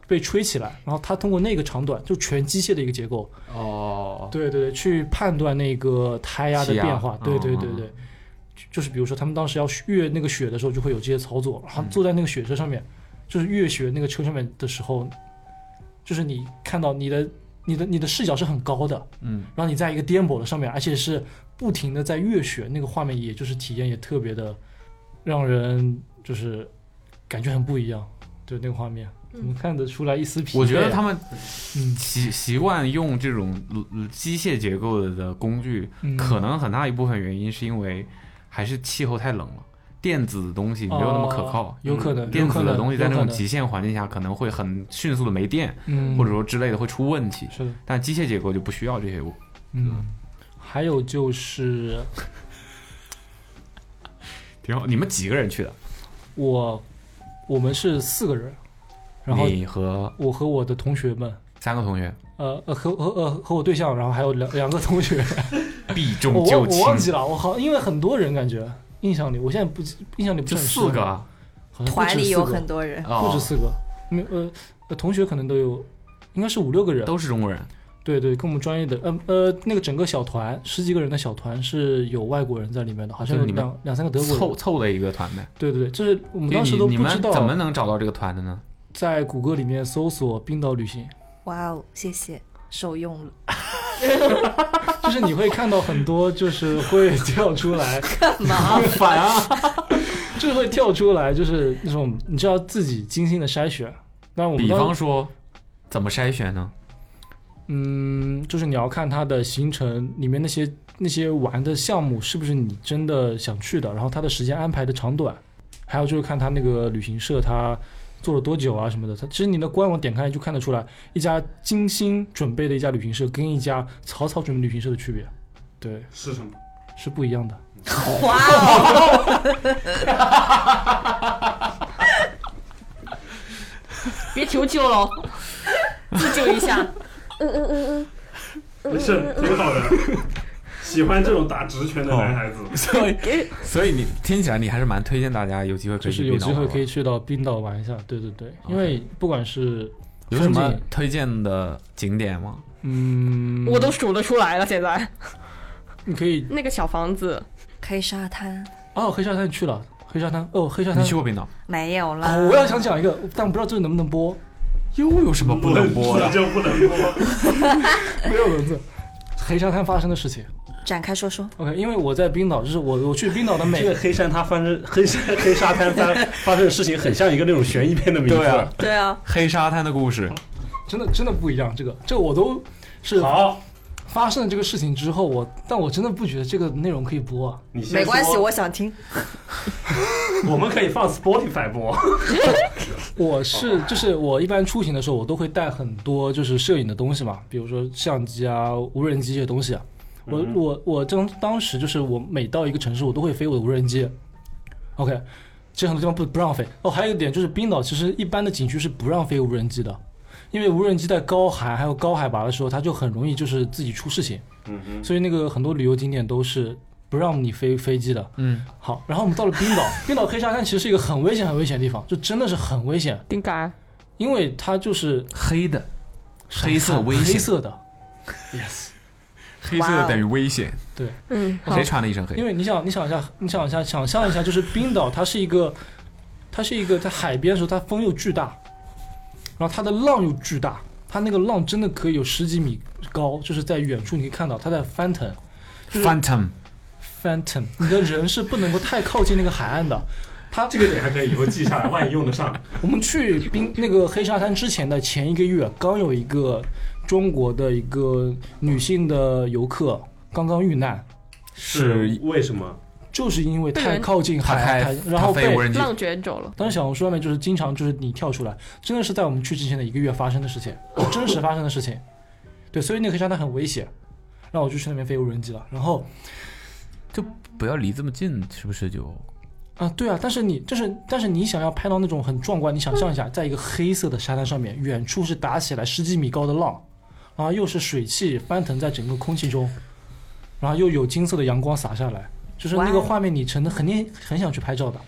被吹起来，然后它通过那个长短，就全机械的一个结构，
哦，
对对对，去判断那个胎压的
气压
变化。对对对
嗯嗯
对，就就是比如说他们当时要越那个雪的时候，就会有这些操作。然后坐在那个雪车上面，就是越雪那个车上面的时候，就是你看到你的你的你的视角是很高的，
嗯，
然后你在一个颠簸的上面，而且是不停的在越雪，那个画面也就是体验也特别的让人就是感觉很不一样。对那个画面，我们看得出来一丝疲惫。
我觉得他们
嗯
习习惯用这种呃机械结构的的工具，
嗯
可能很大一部分原因是因为还是气候太冷了。电子的东西没有那么可靠，
哦有可能
嗯电子
有可
的
能
东西在那
有
种
可能
极限环境下可能会很迅速的没电，
嗯
或者说之类的会出问题。
是的。
但机械结构就不需要这些物。
嗯，还有就是
挺好。你们几个人去的？
我，我们是四个人，然后
你和
我和我的同学们，
三个同学
呃呃和和呃和我对象，然后还有两两个同 学，
避
我
重
忘
就
我忘记
轻，
了，我好因为很多人感觉印象里，我现在不印象里不是
就
很
四
深
个，啊，
好像不止
团里有
四个
很多人，
不止
哦，
四个，没呃呃同学可能都有，应该是五六个人，
都是中国人。
对对，跟我们专业的，呃呃那个整个小团十几个人的小团是有外国人在里面的，好像
就
有
是你们
两两三个德国人
凑，凑的一个团呗。
对对对，这是我们
因为
当时
你
都
你
不
们
知道
怎么能找到这个团的呢？
在谷歌里面搜索冰岛旅行，
哇哦，谢谢，受用了。
就是你会看到很多，就是会跳出来，
干嘛？
烦啊， 就是会跳出来，就是那种你知道自己精心的筛选。那我们
比
当
方说，怎么筛选呢？
嗯，就是你要看它的行程里面那些那些玩的项目是不是你真的想去的，然后它的时间安排的长短，还有就是看它那个旅行社它做了多久啊什么的。它其实你的官网点开就看得出来，一家精心准备的一家旅行社跟一家草草准备旅行社的区别，对，
是什么？
是不一样的。
哇 哦，
别求 救喽，自救一下。
没事，挺好的。喜欢这种打直拳的男孩子，
所以，所以你听起来你还是蛮推荐大家有机会可
就
以去
是有
冰岛
机
玩
会
玩
可以去到冰岛玩一下，对对对，因
OK
为不管是
有什么
风景
推荐的景点吗？
嗯，
我都数得出来了，现在
你可以
那个小房子，
黑沙滩
哦，黑沙滩你去了，黑沙滩哦，黑沙
你
滩
去过冰岛？
没有啦。
哦，我要想讲一个，但我不知道这个能不能播。
又有什么不能 播的？
就不能播。
没有轮子，黑沙滩发生的事情。
展开说说，
OK，因为我在冰岛，就是我我去冰岛的每
这个黑山它发生 黑山黑沙滩发 发生的事情，很像一个那种悬疑片的名字。
对啊，
对啊，
黑沙滩的故事，
真的真的不一样。这个这个我都是
好，
发生了这个事情之后，我但我真的不觉得这个内容可以播啊。
你先
没关系，
说
我想听。
我们可以放 Spotify 播。
我是就是我一般出行的时候，我都会带很多就是摄影的东西嘛，比如说相机啊、无人机这些东西啊。我
嗯
我我当当时就是我每到一个城市，我都会飞我的无人机。OK，其实很多地方不不让飞。哦，还有一点就是冰岛其实一般的景区是不让飞无人机的，因为无人机在高海还有高海拔的时候，它就很容易就是自己出事情。
嗯哼，
所以那个很多旅游景点都是不让你飞飞机的。
嗯，
好，然后我们到了冰岛， 冰岛黑沙滩其实是一个很危险、很危险的地方，就真的是很危险，
顶改
因为它就是
黑的，黑色危
黑
险，
色的，
黑色的等于危险。
对，
嗯，好
谁，穿了一身黑
哦因？为你想，你想一下，你想一下，想象一下，就是冰岛，它是一个，它是一个在海边的时候，它风又巨大，然后它的浪又巨大，它那个浪真的可以有十几米高，就是在远处你可以看到它在翻腾，
Phantom，
Phantom，你的人是不能够太靠近那个海岸的。他
这个点还可以，以后记下来，万一用得上。
我们去冰那个黑沙滩之前的前一个月，刚有一个中国的一个女性的游客刚刚遇难，
是
为什么？
就是因为
被
太
人
靠近
他
海岸
开
滩，，然
他
后
飞
被
无人机，
浪卷走了，
当时小红书上面就是经常就是你跳出来，真的是在我们去之前的一个月发生的事情，就真实发生的事情。对，所以那个黑沙滩很危险，然后我就去那边飞无人机了。然后
就不要离这么近，是不是就？
啊，对啊，但是你就是，但是你想要拍到那种很壮观，你想象一下，在一个黑色的沙滩上面，远处是打起来十几米高的浪，然后又是水汽翻腾在整个空气中，然后又有金色的阳光洒下来，就是那个
哇
画面，你真的肯定很想去拍照的，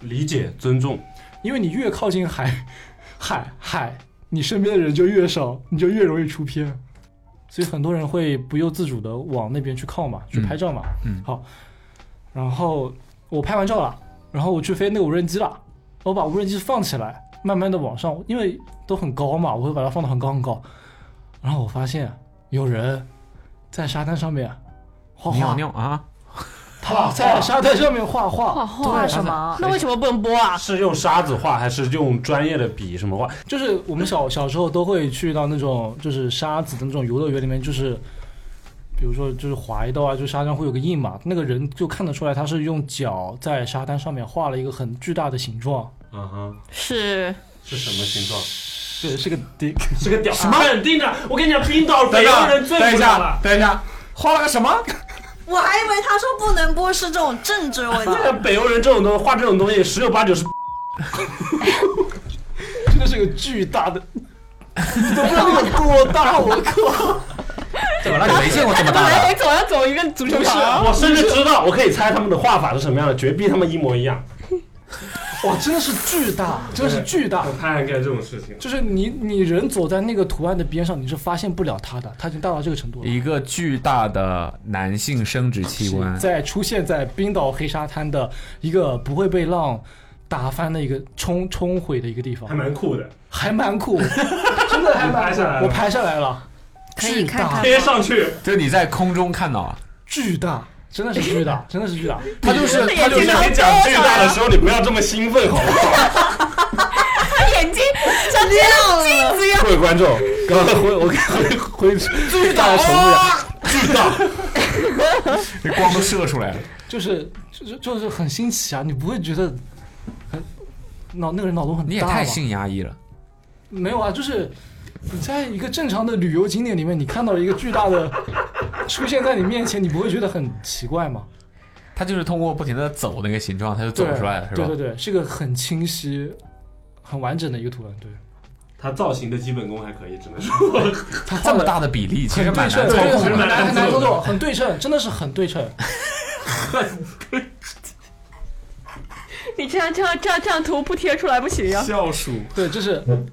理解、尊重，
因为你越靠近海， 海海，你身边的人就越少，你就越容易出片，所以很多人会不由自主的往那边去靠嘛，去拍照嘛。
嗯嗯
好，然后我拍完照了，然后我去飞那个无人机了，我把无人机放起来，慢慢的往上，因为都很高嘛，我会把它放到很高很高。然后我发现有人在沙滩上面画画，
尿尿啊？
他在沙滩上面画画，
画画
画什么？
那为什么不能播啊？
是用沙子画还是用专业的笔什么画？
就是我们小小时候都会去到那种就是沙子的那种游乐园里面，就是比如说就是滑一道啊，就沙滩会有个印嘛，那个人就看得出来他是用脚在沙滩上面画了一个很巨大的形状，
嗯哼，
是
是什么形状？
对，是个 dick，
是个屌，肯定的。我跟你讲，冰岛北欧人最
等一
不懂
下，
了。
等一下，画了个什么？
我还以为他说不能播是这种政治 问题。
这北欧人这种东西画这种东西，十有八九 是
真的是个巨大的，你都不知道那个多大，我靠！
怎么了？
啊
你没 见过这么 大
来
的？
回走要走一个足球场，
我甚至知道，我可以猜他们的画法是什么样的，绝逼他们一模一样。
哇，真的是巨大，真的是巨大。
太干这种事情，
就是你，你人走在那个图案的边上，你是发现不了它的，它已经大到这个程度了。
一个巨大的男性生殖器官，
在出现在冰岛黑沙滩的一个不会被浪打翻的一个冲冲毁的一个地方，
还蛮 酷的，
还蛮酷，真的还蛮
拍下来了
酷。我拍下来了，
可以
巨
看
大
看
贴上去，
就你在空中看到啊，
巨大，真的是巨 大，真的是巨大。
他就是他就
就是
是
你讲巨大的时候，你不要这么兴奋，好不好？
眼睛像亮了，
各位观众，刚刚回我回回巨大重复，巨大，
你光都射出来了，
就是就是就是很新奇啊，你不会觉得很脑那个人脑洞很大
你也太
吧
性压抑了。
没有啊，就是你在一个正常的旅游景点里面，你看到一个巨大的 出现在你面前，你不会觉得很奇怪吗？
他就是通过不停的走那个形状，他就走
对
出来了，是吧？
对对对，是个很清晰、很完整的一个图案。对，
他造型的基本功还可以，只能说
他这么大的比例，其实
很
蛮
对称，
难
对
操控
很
的。
难很难操作，很对称，真的是很对称。
你这样这样这样这样图不贴出来不行啊呀、
笑鼠。
对，就是，
嗯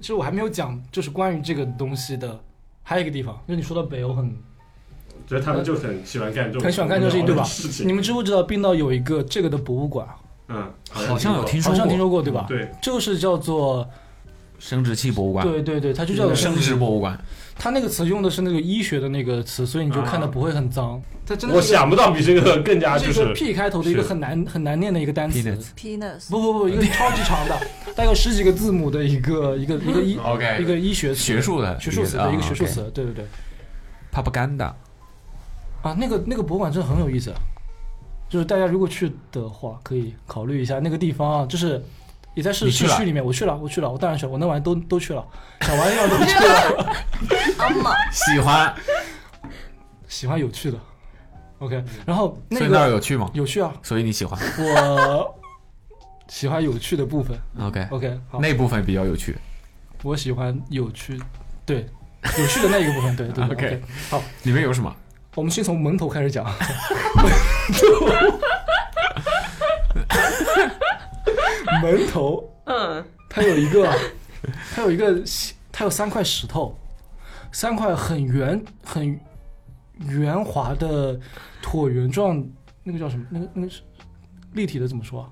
就是我还没有讲，就是关于这个东西的，还有一个地方，就是你说的北欧很
觉得他们就是很喜欢干这种
很喜欢干这种事情，对吧
事？
你
情，
们知不知道冰岛有一个这个的博物馆？
嗯，
好像有听说
好像听
过
说过，对吧？
对，
就是叫做，
生殖器博物馆，
对对对，它就叫做
生殖博物馆，
它那个词用的是那个医学的那个词，所以你就看的不会很脏。它真
我
的是
想不到比这个更加就
这个
是
P 开头的一个
是
很难很难念的一个单词。
Peanuts
penis
不不不，一个超级长的， 大概有十几个字母的一个一个一个医
OK
一个医学词
学术的啊
学术词的一个学术词，对对对。
，propaganda。
啊，那个那个博物馆真的很有意思，啊就是大家如果去的话，可以考虑一下那个地方啊，就是也在市
你去
市
了
区里面，我去了，我去了，我当然去了，我能玩都都去了，想玩的地方都去了，
喜欢，
喜欢有趣的，OK，然后
所
那
以那儿
个
有趣吗？
有趣啊，
所以你喜欢
我 喜欢有趣的部分
？OK，
，OK，好，
那部分比较有趣。
我喜欢有趣，对，有趣的那一个部分，对 对
OK
对 OK，好，
里面有什么？
我们先从门头开始讲，门头。
嗯，
它有一个，它有一个，它有三块石头，三块很圆很圆滑的椭圆状，那个叫什么？那个那个是立体的怎么说啊？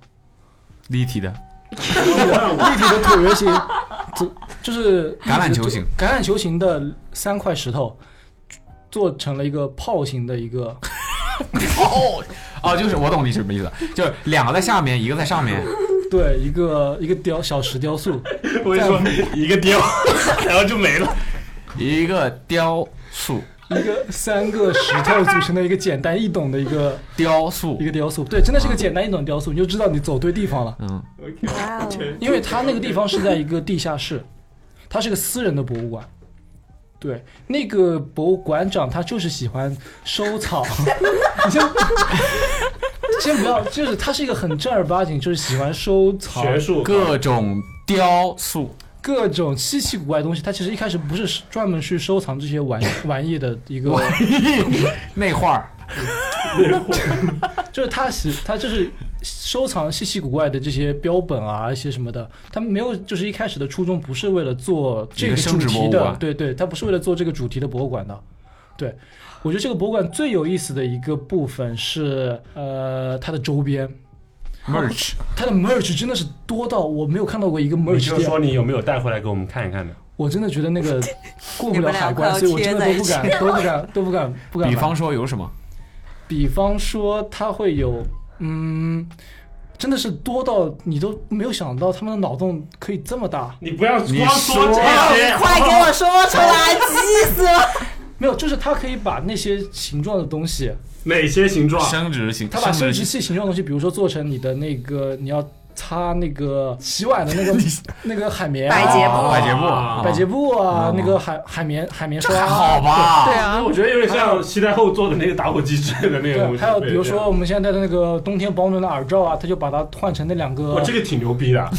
立体的
立体的椭圆形，这就是
橄榄球形，
橄榄球形的三块石头做成了一个炮形的一个，
哦哦，就是我懂你什么意思了，就是两个在下面，一个在上面，
对，一个一个雕小石雕塑，
我跟你说一个雕， 然后就没了。
一个雕塑，
一个三个石头组成的一个简单易懂的一个
雕塑
一，个雕塑，对，真的是个简单易懂的雕塑，你就知道你走对地方了。
嗯，
哇哦，
因为它那个地方是在一个地下室，它是个私人的博物馆。对，那个博物馆长他就是喜欢收藏， 你先先不要，就是他是一个很正儿八经，就是喜欢收藏
学术
各种雕塑，
各种稀奇古怪的东西。他其实一开始不是专门去收藏这些玩玩意的一个，
内画儿，
就是他喜他就是收藏稀奇古怪的这些标本啊，一些什么的。他没有就是一开始的初衷不是为了做这
一个
个
生
主
殖博
题
物
的
馆，
对对，他不是为了做这个主题的博物馆的。对，我觉得这个博物馆最有意思的一个部分是呃它的周边。
merch
它的 merch 真的是多到我没有看到过一个
你
merch
就
店
说，你有没有带回来给我们看一看呢？
我真的觉得那个过不了
你们俩
海关，
快要
所以我真
贴
的
在
都
一
不
起
敢，都不敢，都不敢，不敢买。
比方说有什么？
比方说，它会有，嗯，真的是多到你都没有想到他们的脑洞可以这么大。
你不要
你
光说
说
这
哎
些，
快给我说出来，急死了！
没有，就是它可以把那些形状的东西，
哪些形状？
生殖型，
它把生殖
型
器形状的东西，比如说做成你的那个你要擦那个洗碗的那个那个海绵、啊、
百洁布
百洁布，
啊
百洁布啊
啊，
那个海海绵海绵
这
刷啊，
还好吧？
对啊，
我觉得有点像西太后做的那个打火机之类的那个东
对，
西。
还有比如说我们现在戴的那个冬天保暖的耳罩啊，它就把它换成那两
对，
个
哇，，这个挺牛逼的。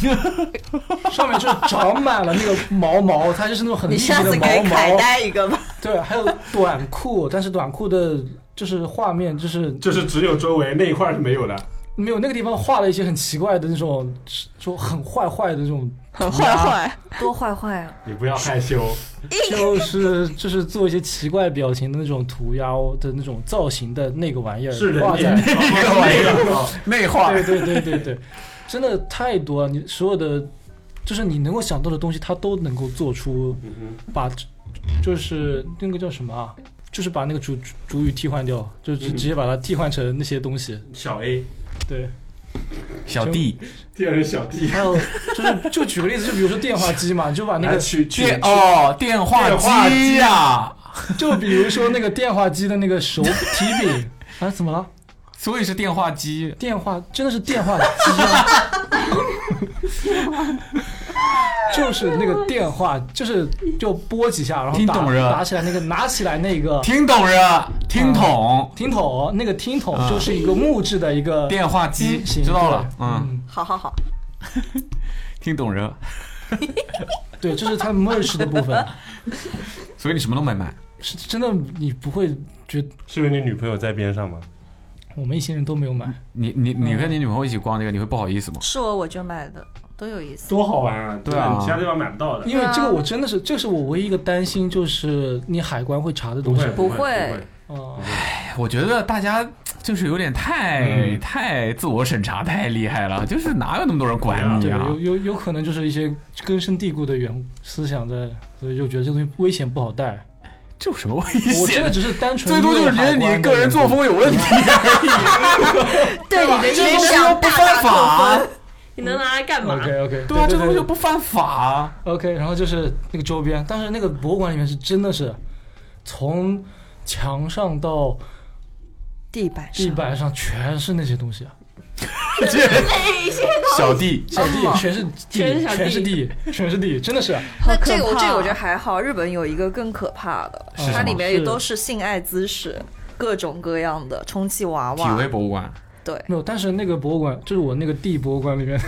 上面就长满了那个毛毛，它就是那种很
你
密集
下
的
次
毛
给凯
毛。
带一个 吧。
对，还有短裤，但是短裤的就是画面就是
就是只有周围那一块是没有的，
没有那个地方画了一些很奇怪的那种，说很坏坏的那种，
很坏坏，
多坏坏啊！
你不要害羞。
就是就是做一些奇怪表情的那种涂鸦的那种造型的那个玩意儿
是人
画在
脸，。那个玩意儿，
内画
对对对对对，真的太多了。你所有的，就是你能够想到的东西，他都能够做出，
嗯
把就是那个叫什么啊？就是把那个主主语替换掉，就直
嗯
直接把它替换成那些东西。
小 A，
对，
小弟，
第二个小 D，
还有就是就举个例子，就比如说电话机嘛，你就把那
来
哎
个
取取
电哦，电话机啊呀、
就比如说那个电话机的那个手提柄啊，怎么了？
所以是电话机。
电话真的是电话机啊！ 就是那个电话，就是就拨几下，然后
听
打
懂了
打起来那个，拿起来那个
听懂了，听筒，
听筒，那个听筒
啊
就是一个木质的一个
电话机，
嗯行
知道了
对，
嗯，
嗯，
好好好，
听懂了，
对，这是它 merge 的部分，
所以你什么都没买，
是真的，你不会觉得
是因为你女朋友在边上吗？
我们一行人都没有买，
你你你跟你女朋友一起逛这个，你会不好意思吗？
是我我就买的，多有意思。
多好玩啊！
对啊
你其他地方买不到的。
因为这
啊
个我真的是，这是我唯一一个担心，就是你海关会查的东西。
不
不
会
会，
哦，
哎我觉得大家就是有点太、
嗯
太自我审查太厉害了，就是哪有那么多人管你
对，
啊？
有有有可能就是一些根深蒂固的原思想在，所以就觉得这东西危险不好带。
这有什么危
我真
险？
的只是单纯
最多就是
因
觉得
为海关
你
的
个人作风有问题而已。
对你的
这
印
东西又
象
不
大大
犯
扣
法
分。，
啊你能拿来干嘛？
OK OK，
对啊，这东西又
就
不犯法。
OK。然后就是那个周边，但是那个博物馆里面是真的是从墙上到
地板上
地板上全是那些东西啊，
小弟，
小弟全是
全是
地，
小弟
全是地，全是地，真的是
那这个我
怕
这个我觉得还好，日本有一个更可怕的，
是
它
什么
里面也
是
都是性爱姿势，各种各样的充气娃
体
娃
味，博物馆，
嗯对，
没有。但是那个博物馆，就是我那个地博物馆里面，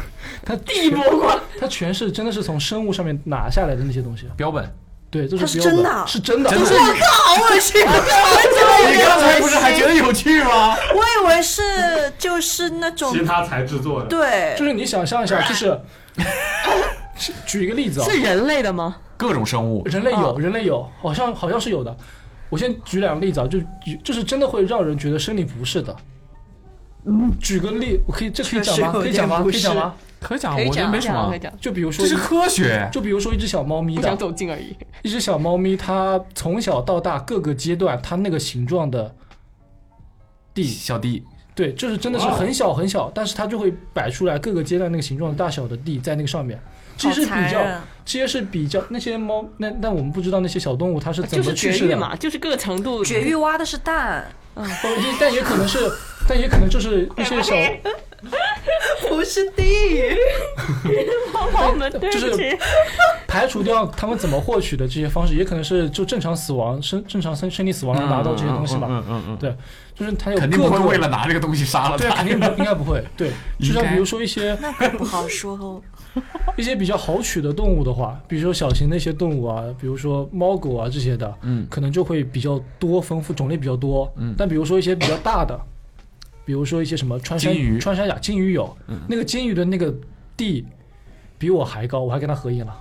它
地
地
博物馆，
它全是真的是从生物上面拿下来的那些东西。
标本。
对，这
它是
是标本
真的啊
是真的，
真的
是
好恶心！
你刚才不是还觉得有趣吗？
我以为是就是那种
其他才制作的。
对
就，是你想象一下，就是是举一个例子啊、
是人类的吗？
各种生物，
人类有，人类有，好像好像是有的。我先举两个例子啊，就举就是真的会让人觉得生理不适的。举个例，我可以这可以讲吗？可以讲吗？可以讲吗？
可以讲，
可以
我觉得
讲，
没什么
可以，讲，
就比如说
这
一，
是科学。
就比如说一只小猫咪
不想
的，
走近而已。
一只小猫咪，它从小到大各个阶段，它那个形状的地，
小弟，
对，就是真的
哦
是很小很小，但是它就会摆出来各个阶段那个形状的大小的地在那个上面，其
好
实
残
比较
啊
忍。
这些是比较那些猫，那但我们不知道那些小动物它
啊
是
就
怎
是
么去
绝
世
育
的，
嘛，就是各个程度
绝育。挖的是蛋，
哦也但也可能是，但也可 能就是一些小，
不是地。
宝 宝们，对
就是
不起，
排除掉他们怎么获取的这些方式，也可能是就正常死亡、生正常生生理死亡然后拿到这些东西嘛，
嗯嗯嗯，
对，就是它有
肯定
各
不会
个
为了拿这个东西杀了
对，
他
肯。定不应该不会， 对，就
应
像
该
比如说一些
那可不好说哦。
一些比较好取的动物的话，比如说小型的一些动物啊，比如说猫狗啊这些的，
嗯
可能就会比较多丰富，种类比较多。
嗯
但比如说一些比较大的，比如说一些什么穿山
金鱼嗯
穿山甲、金鱼有、那个金鱼的那个地比我还高，我还跟他合影了。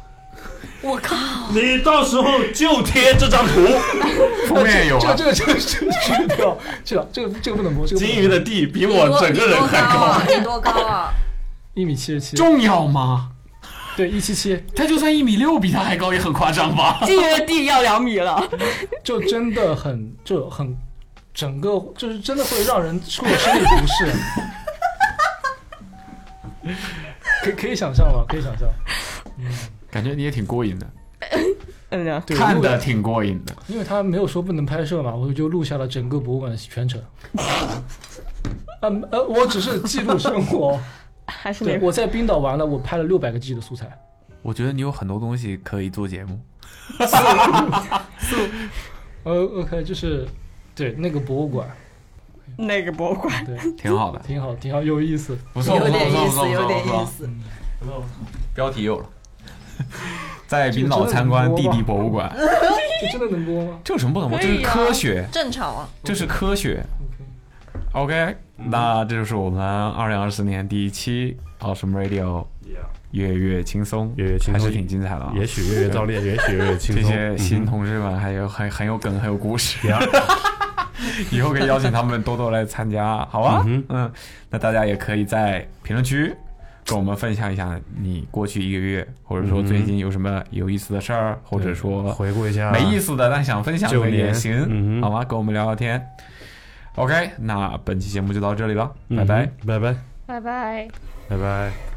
你到时候就贴这张图，
封面有
这
啊
个，这个这个这个这个掉，这个这个这个不能播，这个不能播
金鱼的地比 我整个人还高。
高，你多高 啊？
一米七十七，
重要吗？
对一七七，
他就算一米六，比他还高也很夸张吧？
进了地要两米了，
就真的很就很整个就是真的会让人会有生理不适。 可以可以想象吧，可以想象。
感觉你也挺过瘾的，
嗯呀，
对，
看
因为
的挺过瘾的。
因为他没有说不能拍摄嘛，我就录下了整个博物馆的全程。 嗯呃，我只是记录生活。
还是那
对，
个。
我在冰岛玩了，我拍了六百个 G 的素材。
我觉得你有很多东西可以做节目，
呃，OK，就是对那个博物馆，
那个博物馆，
对，
挺好的，
挺好，挺好，有意思。
不错不
有
错
点
不错
意
不错
思，有点
不错
意
不错。
思。
标题有了， 在冰岛参观地地博物馆，
这真的能播吗？
这有什么不能播？
可
这
以
是
啊
科学，
正常啊，
这是科学。OK，那这就是我们二零二四年第一期 Awesome Radio 月月轻松，
月月轻松
还是挺精彩的啊。
也许月月造孽，也许月月轻
这
松。
些新同志们还有很很有梗，很有故事，
呀
以后可以邀请他们多多来参加，好吧？
嗯
嗯，那大家也可以在评论区跟我们分享一下你过去一个月，或者说最近有什么有意思的事儿，或者说
回顾一
嗯
下啊
没意思的但想分享
九
的也
年
行，
嗯
好
哼
吗？跟我们聊聊天。OK，那本期节目就到这里了，拜
嗯
拜。
哼拜拜，
拜拜。
拜拜。